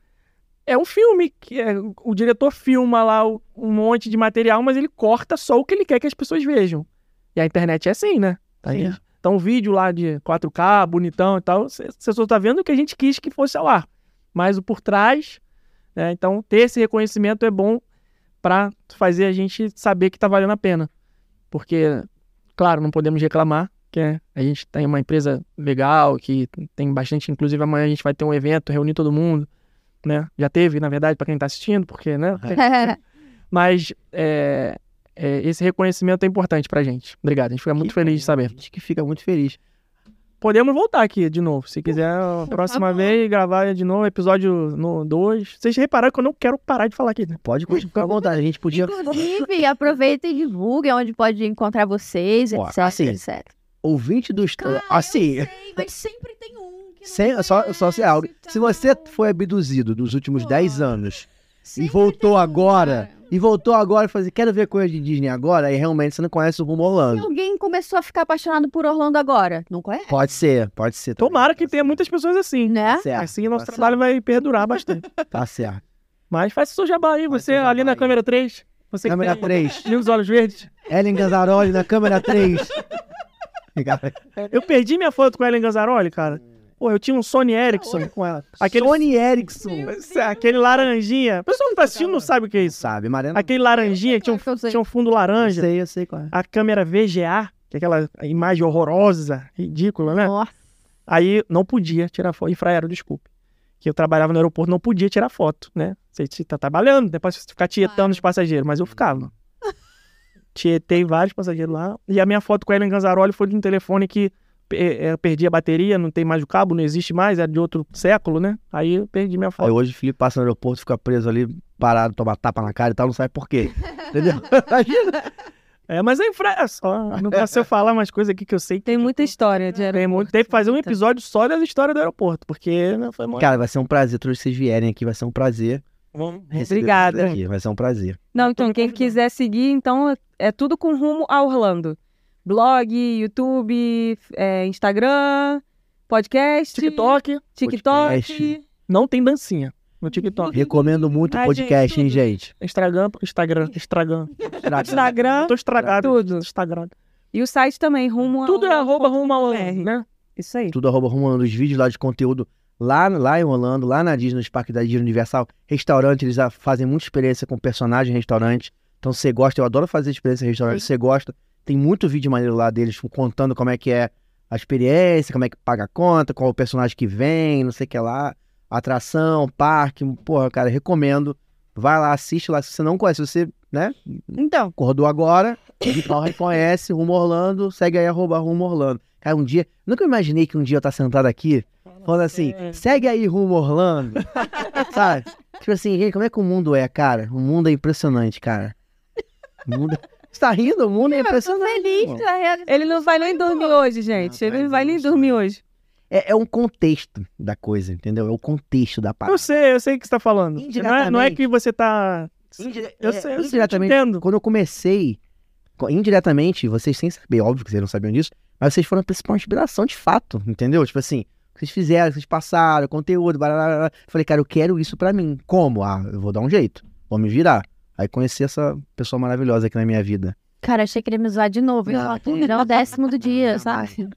S3: é um filme. que é- O diretor filma lá o- um monte de material, mas ele corta só o que ele quer que as pessoas vejam. E a internet é assim, né? Tá
S2: Sim.
S3: aí. Então, o vídeo lá de 4K, bonitão e tal, você só tá vendo o que a gente quis que fosse ao ar. Mas o por trás, né? Então, ter esse reconhecimento é bom para fazer a gente saber que tá valendo a pena. Porque, claro, não podemos reclamar, que é- a gente tem uma empresa legal, que tem bastante, inclusive amanhã a gente vai ter um evento, reunir todo mundo, né? Já teve, na verdade, para quem tá assistindo, porque, né? Mas é, é, esse reconhecimento é importante pra gente. Obrigado, a gente fica muito
S2: Que
S3: feliz
S2: bom,
S3: de saber.
S2: A gente que fica muito feliz.
S3: Podemos voltar aqui de novo, se quiser, a próxima
S1: favor.
S3: vez, gravar de novo, episódio 2. Vocês repararam que eu não quero parar de falar aqui, né?
S2: Pode ficar à vontade. A gente podia.
S1: Inclusive, aproveita e divulga onde pode encontrar vocês,
S2: Ó,
S1: etc,
S2: assim,
S1: etc.
S2: Ouvinte do.
S1: Cara,
S2: assim.
S1: eu sei, mas sempre tem um que não
S2: Sem, só, só se, ah,
S1: conhece,
S2: se
S1: tal.
S2: você foi abduzido dos últimos
S1: Pô.
S2: 10 anos e
S1: Sempre
S2: voltou
S1: tem um,
S2: agora,
S1: cara.
S2: e voltou agora e falou assim, quero ver coisa de Disney agora, e realmente você não conhece o rumo
S1: E
S2: Orlando.
S1: alguém começou a ficar apaixonado por Orlando agora. Não conhece?
S2: Pode ser, pode ser. também.
S3: Tomara que tenha muitas pessoas assim.
S1: Né?
S2: Tá certo,
S3: Assim nosso
S2: tá
S3: trabalho vai perdurar bastante.
S2: tá certo.
S3: Mas faça seu jabá aí,
S2: Faz
S3: você
S2: seu jabá
S3: ali na
S2: aí.
S3: câmera 3. Você que
S2: Câmera
S3: tem
S2: 3.
S3: os olhos verdes.
S2: Ellen Gazzaroli na câmera 3.
S3: Eu perdi minha foto com a Ellen Ganzaroli, cara. Pô, eu tinha um Sony Ericsson com ela. Aquele,
S2: Sony Ericsson.
S3: aquele laranjinha. O pessoal que tá assistindo não sabe o que é isso.
S2: Sabe, Mariana?
S3: Aquele laranjinha que tinha um,
S1: Como é que eu sei?
S3: tinha um fundo
S2: Eu
S3: laranja.
S2: sei, eu sei qual é.
S3: A câmera VGA, que é aquela imagem horrorosa, ridícula, né?
S2: um-
S1: Nossa.
S3: Aí não podia tirar foto. Infraero, desculpe. Que eu trabalhava no aeroporto, não podia tirar foto, né? Você te- tá trabalhando, depois você ficar tietando
S1: Claro.
S3: os passageiros, mas eu ficava. Tietei vários passageiros lá. E a minha foto com a Ellen Ganzaroli foi de um telefone que eh, eh, eu perdi a bateria, não tem mais o cabo, não existe mais, era de outro século, né? Aí eu perdi minha
S2: Aí
S3: foto.
S2: hoje o Felipe passa no aeroporto, fica preso ali, parado, toma tapa na cara e tal, não sabe por quê. Entendeu? Imagina.
S3: É, mas é infraero. Só, não posso eu falar umas coisas aqui que eu sei que
S2: É.
S4: Tem muita história de
S3: tem muito. Teve que fazer um episódio só da história do aeroporto, porque né, foi muito.
S2: Cara, vai ser um prazer. Todos vocês vierem aqui, vai ser um prazer.
S3: Vamos-
S2: receber
S4: Obrigada.
S2: vocês aqui, Vai ser um prazer.
S4: Não, então, quem quiser seguir, então, é tudo com rumo a Orlando. Blog, YouTube, é, Instagram, podcast,
S3: TikTok,
S4: TikTok.
S2: Podcast.
S3: não tem dancinha
S4: Uhum.
S3: no TikTok.
S2: Recomendo muito o
S4: Ai,
S2: podcast,
S4: gente,
S2: hein, gente?
S3: Instagram, Instagram, Instagram.
S4: Instagram,
S3: Tô estragado.
S4: tudo.
S3: Instagram.
S4: E o site também, rumo a
S3: Tudo é
S4: Orlando.
S3: arroba rumo ao né?
S4: Isso aí.
S2: Tudo arroba Romulando, os vídeos lá de conteúdo lá, lá em Orlando, lá na Disney, nos parques da Disney Universal. Restaurante, eles ah, fazem muita experiência com personagem em restaurante. Então, se você gosta, eu adoro fazer experiência em restaurante, se você gosta. Tem muito vídeo maneiro lá deles contando como é que é a experiência, como é que paga a conta, qual o personagem que vem, não sei o que lá. Atração, parque, porra, cara, recomendo. Vai lá, assiste lá. Se você não conhece, se você, né,
S1: Então,
S2: acordou agora, Vital reconhece, Rumo Orlando, segue aí, arroba Rumo Orlando. Cara, um dia, nunca imaginei que um dia eu estar sentado aqui, falando assim,
S4: É.
S3: é.
S2: segue aí, Rumo Orlando, sabe? Tipo assim, gente, como é que o mundo é, cara? O mundo é impressionante, cara. O mundo... Você tá rindo? O mundo é
S1: eu tô
S2: impressionante.
S1: feliz
S2: irmão.
S1: da realidade.
S4: Ele não vai nem
S3: é
S4: dormir hoje, gente. Ele não vai nem dormir hoje.
S2: É, é um contexto da coisa, entendeu? É o contexto da
S3: Eu
S2: parada.
S3: sei, eu sei o que você tá falando. Não é, não é
S2: Indiretamente.
S3: que você tá.
S2: Indire-
S3: Eu
S2: é,
S3: sei, eu sei, eu te
S2: indiretamente,
S3: entendo.
S2: quando eu comecei, co- indiretamente, vocês sem saber, óbvio que vocês não sabiam disso, mas vocês foram a principal inspiração de fato, entendeu? Tipo assim, o que vocês fizeram, o que vocês passaram, conteúdo, blá, blá, blá, blá. Falei, cara, eu quero isso pra mim. Como? Ah, eu vou dar um jeito, vou me virar. Aí conheci essa pessoa maravilhosa aqui na minha vida.
S1: Cara, achei que ele ia me zoar de novo. Não, não é o décimo do dia, sabe?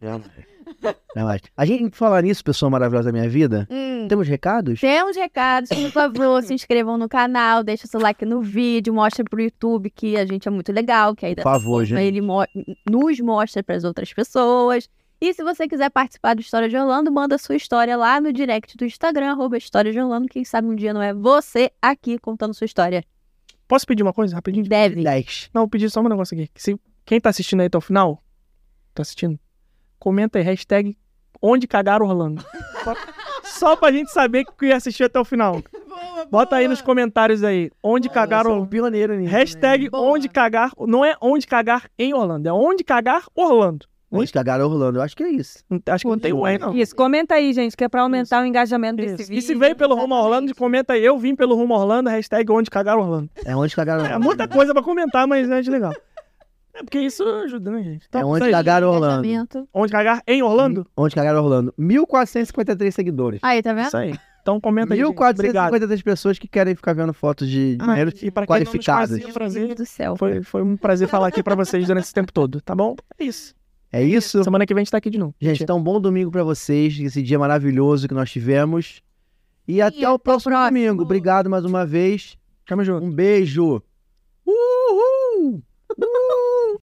S2: Não é mais. A gente falar nisso, pessoa maravilhosa da minha vida,
S1: Hum.
S2: temos recados?
S1: Temos recados, por favor, se inscrevam no canal, deixa seu like no vídeo, mostra pro YouTube que a gente é muito legal, que aí
S2: Por favor, gente.
S1: ele mo- nos mostra pras outras pessoas. E se você quiser participar do História de Orlando, manda sua história lá no direct do Instagram, arroba História de Orlando. Quem sabe um dia não é você aqui contando sua história.
S3: Posso pedir uma coisa rapidinho?
S1: Deve.
S2: Likes.
S3: Não, vou pedir só um negócio aqui. Se, quem tá assistindo aí até o final, tá assistindo, comenta aí, hashtag onde cagar Orlando. Só, só pra gente saber que assistiu até o final. Bota aí nos comentários aí, onde cagar
S2: um
S3: Orlando.
S2: pioneiro nisso.
S3: Hashtag
S1: Boa.
S3: onde cagar, não é onde cagar em Orlando, é onde cagar Orlando.
S2: Onde cagaram Orlando? Eu acho que é isso.
S3: Não- Acho que não tem o E, não.
S4: Isso, comenta aí, gente, que é pra aumentar o engajamento
S3: Isso.
S4: desse vídeo.
S3: E se veio pelo Rumo a Orlando, comenta aí, eu vim pelo Rumo a Orlando, hashtag onde cagar Orlando.
S2: É onde cagaram
S3: É muita coisa pra comentar, mas é de legal. É porque isso ajuda, né, gente?
S2: É
S3: Então,
S2: onde
S3: isso aí.
S2: cagaram Orlando.
S1: Engajamento.
S3: Onde cagar em Orlando?
S2: Hum, Onde cagaram é Orlando? 1.453 seguidores.
S1: Aí, tá vendo?
S3: Isso aí. Então comenta aí. gente. Obrigado.
S2: 1.453 pessoas que querem ficar vendo fotos de
S3: Ah,
S2: dinheiro
S3: e pra quem não nos
S2: qualificadas.
S3: fazia
S1: Meu Deus
S3: é um prazer,
S1: do céu.
S3: foi, foi um prazer falar aqui pra vocês durante esse tempo todo, tá bom? É isso.
S2: É isso?
S3: Semana que vem a gente tá aqui de novo.
S2: Gente, então bom domingo pra vocês, esse dia maravilhoso que nós tivemos. E até
S1: até
S2: o
S1: o
S2: próximo,
S1: próximo.
S2: domingo. Obrigado mais uma vez.
S3: tamo junto.
S2: Um beijo. Uhul! Uhul!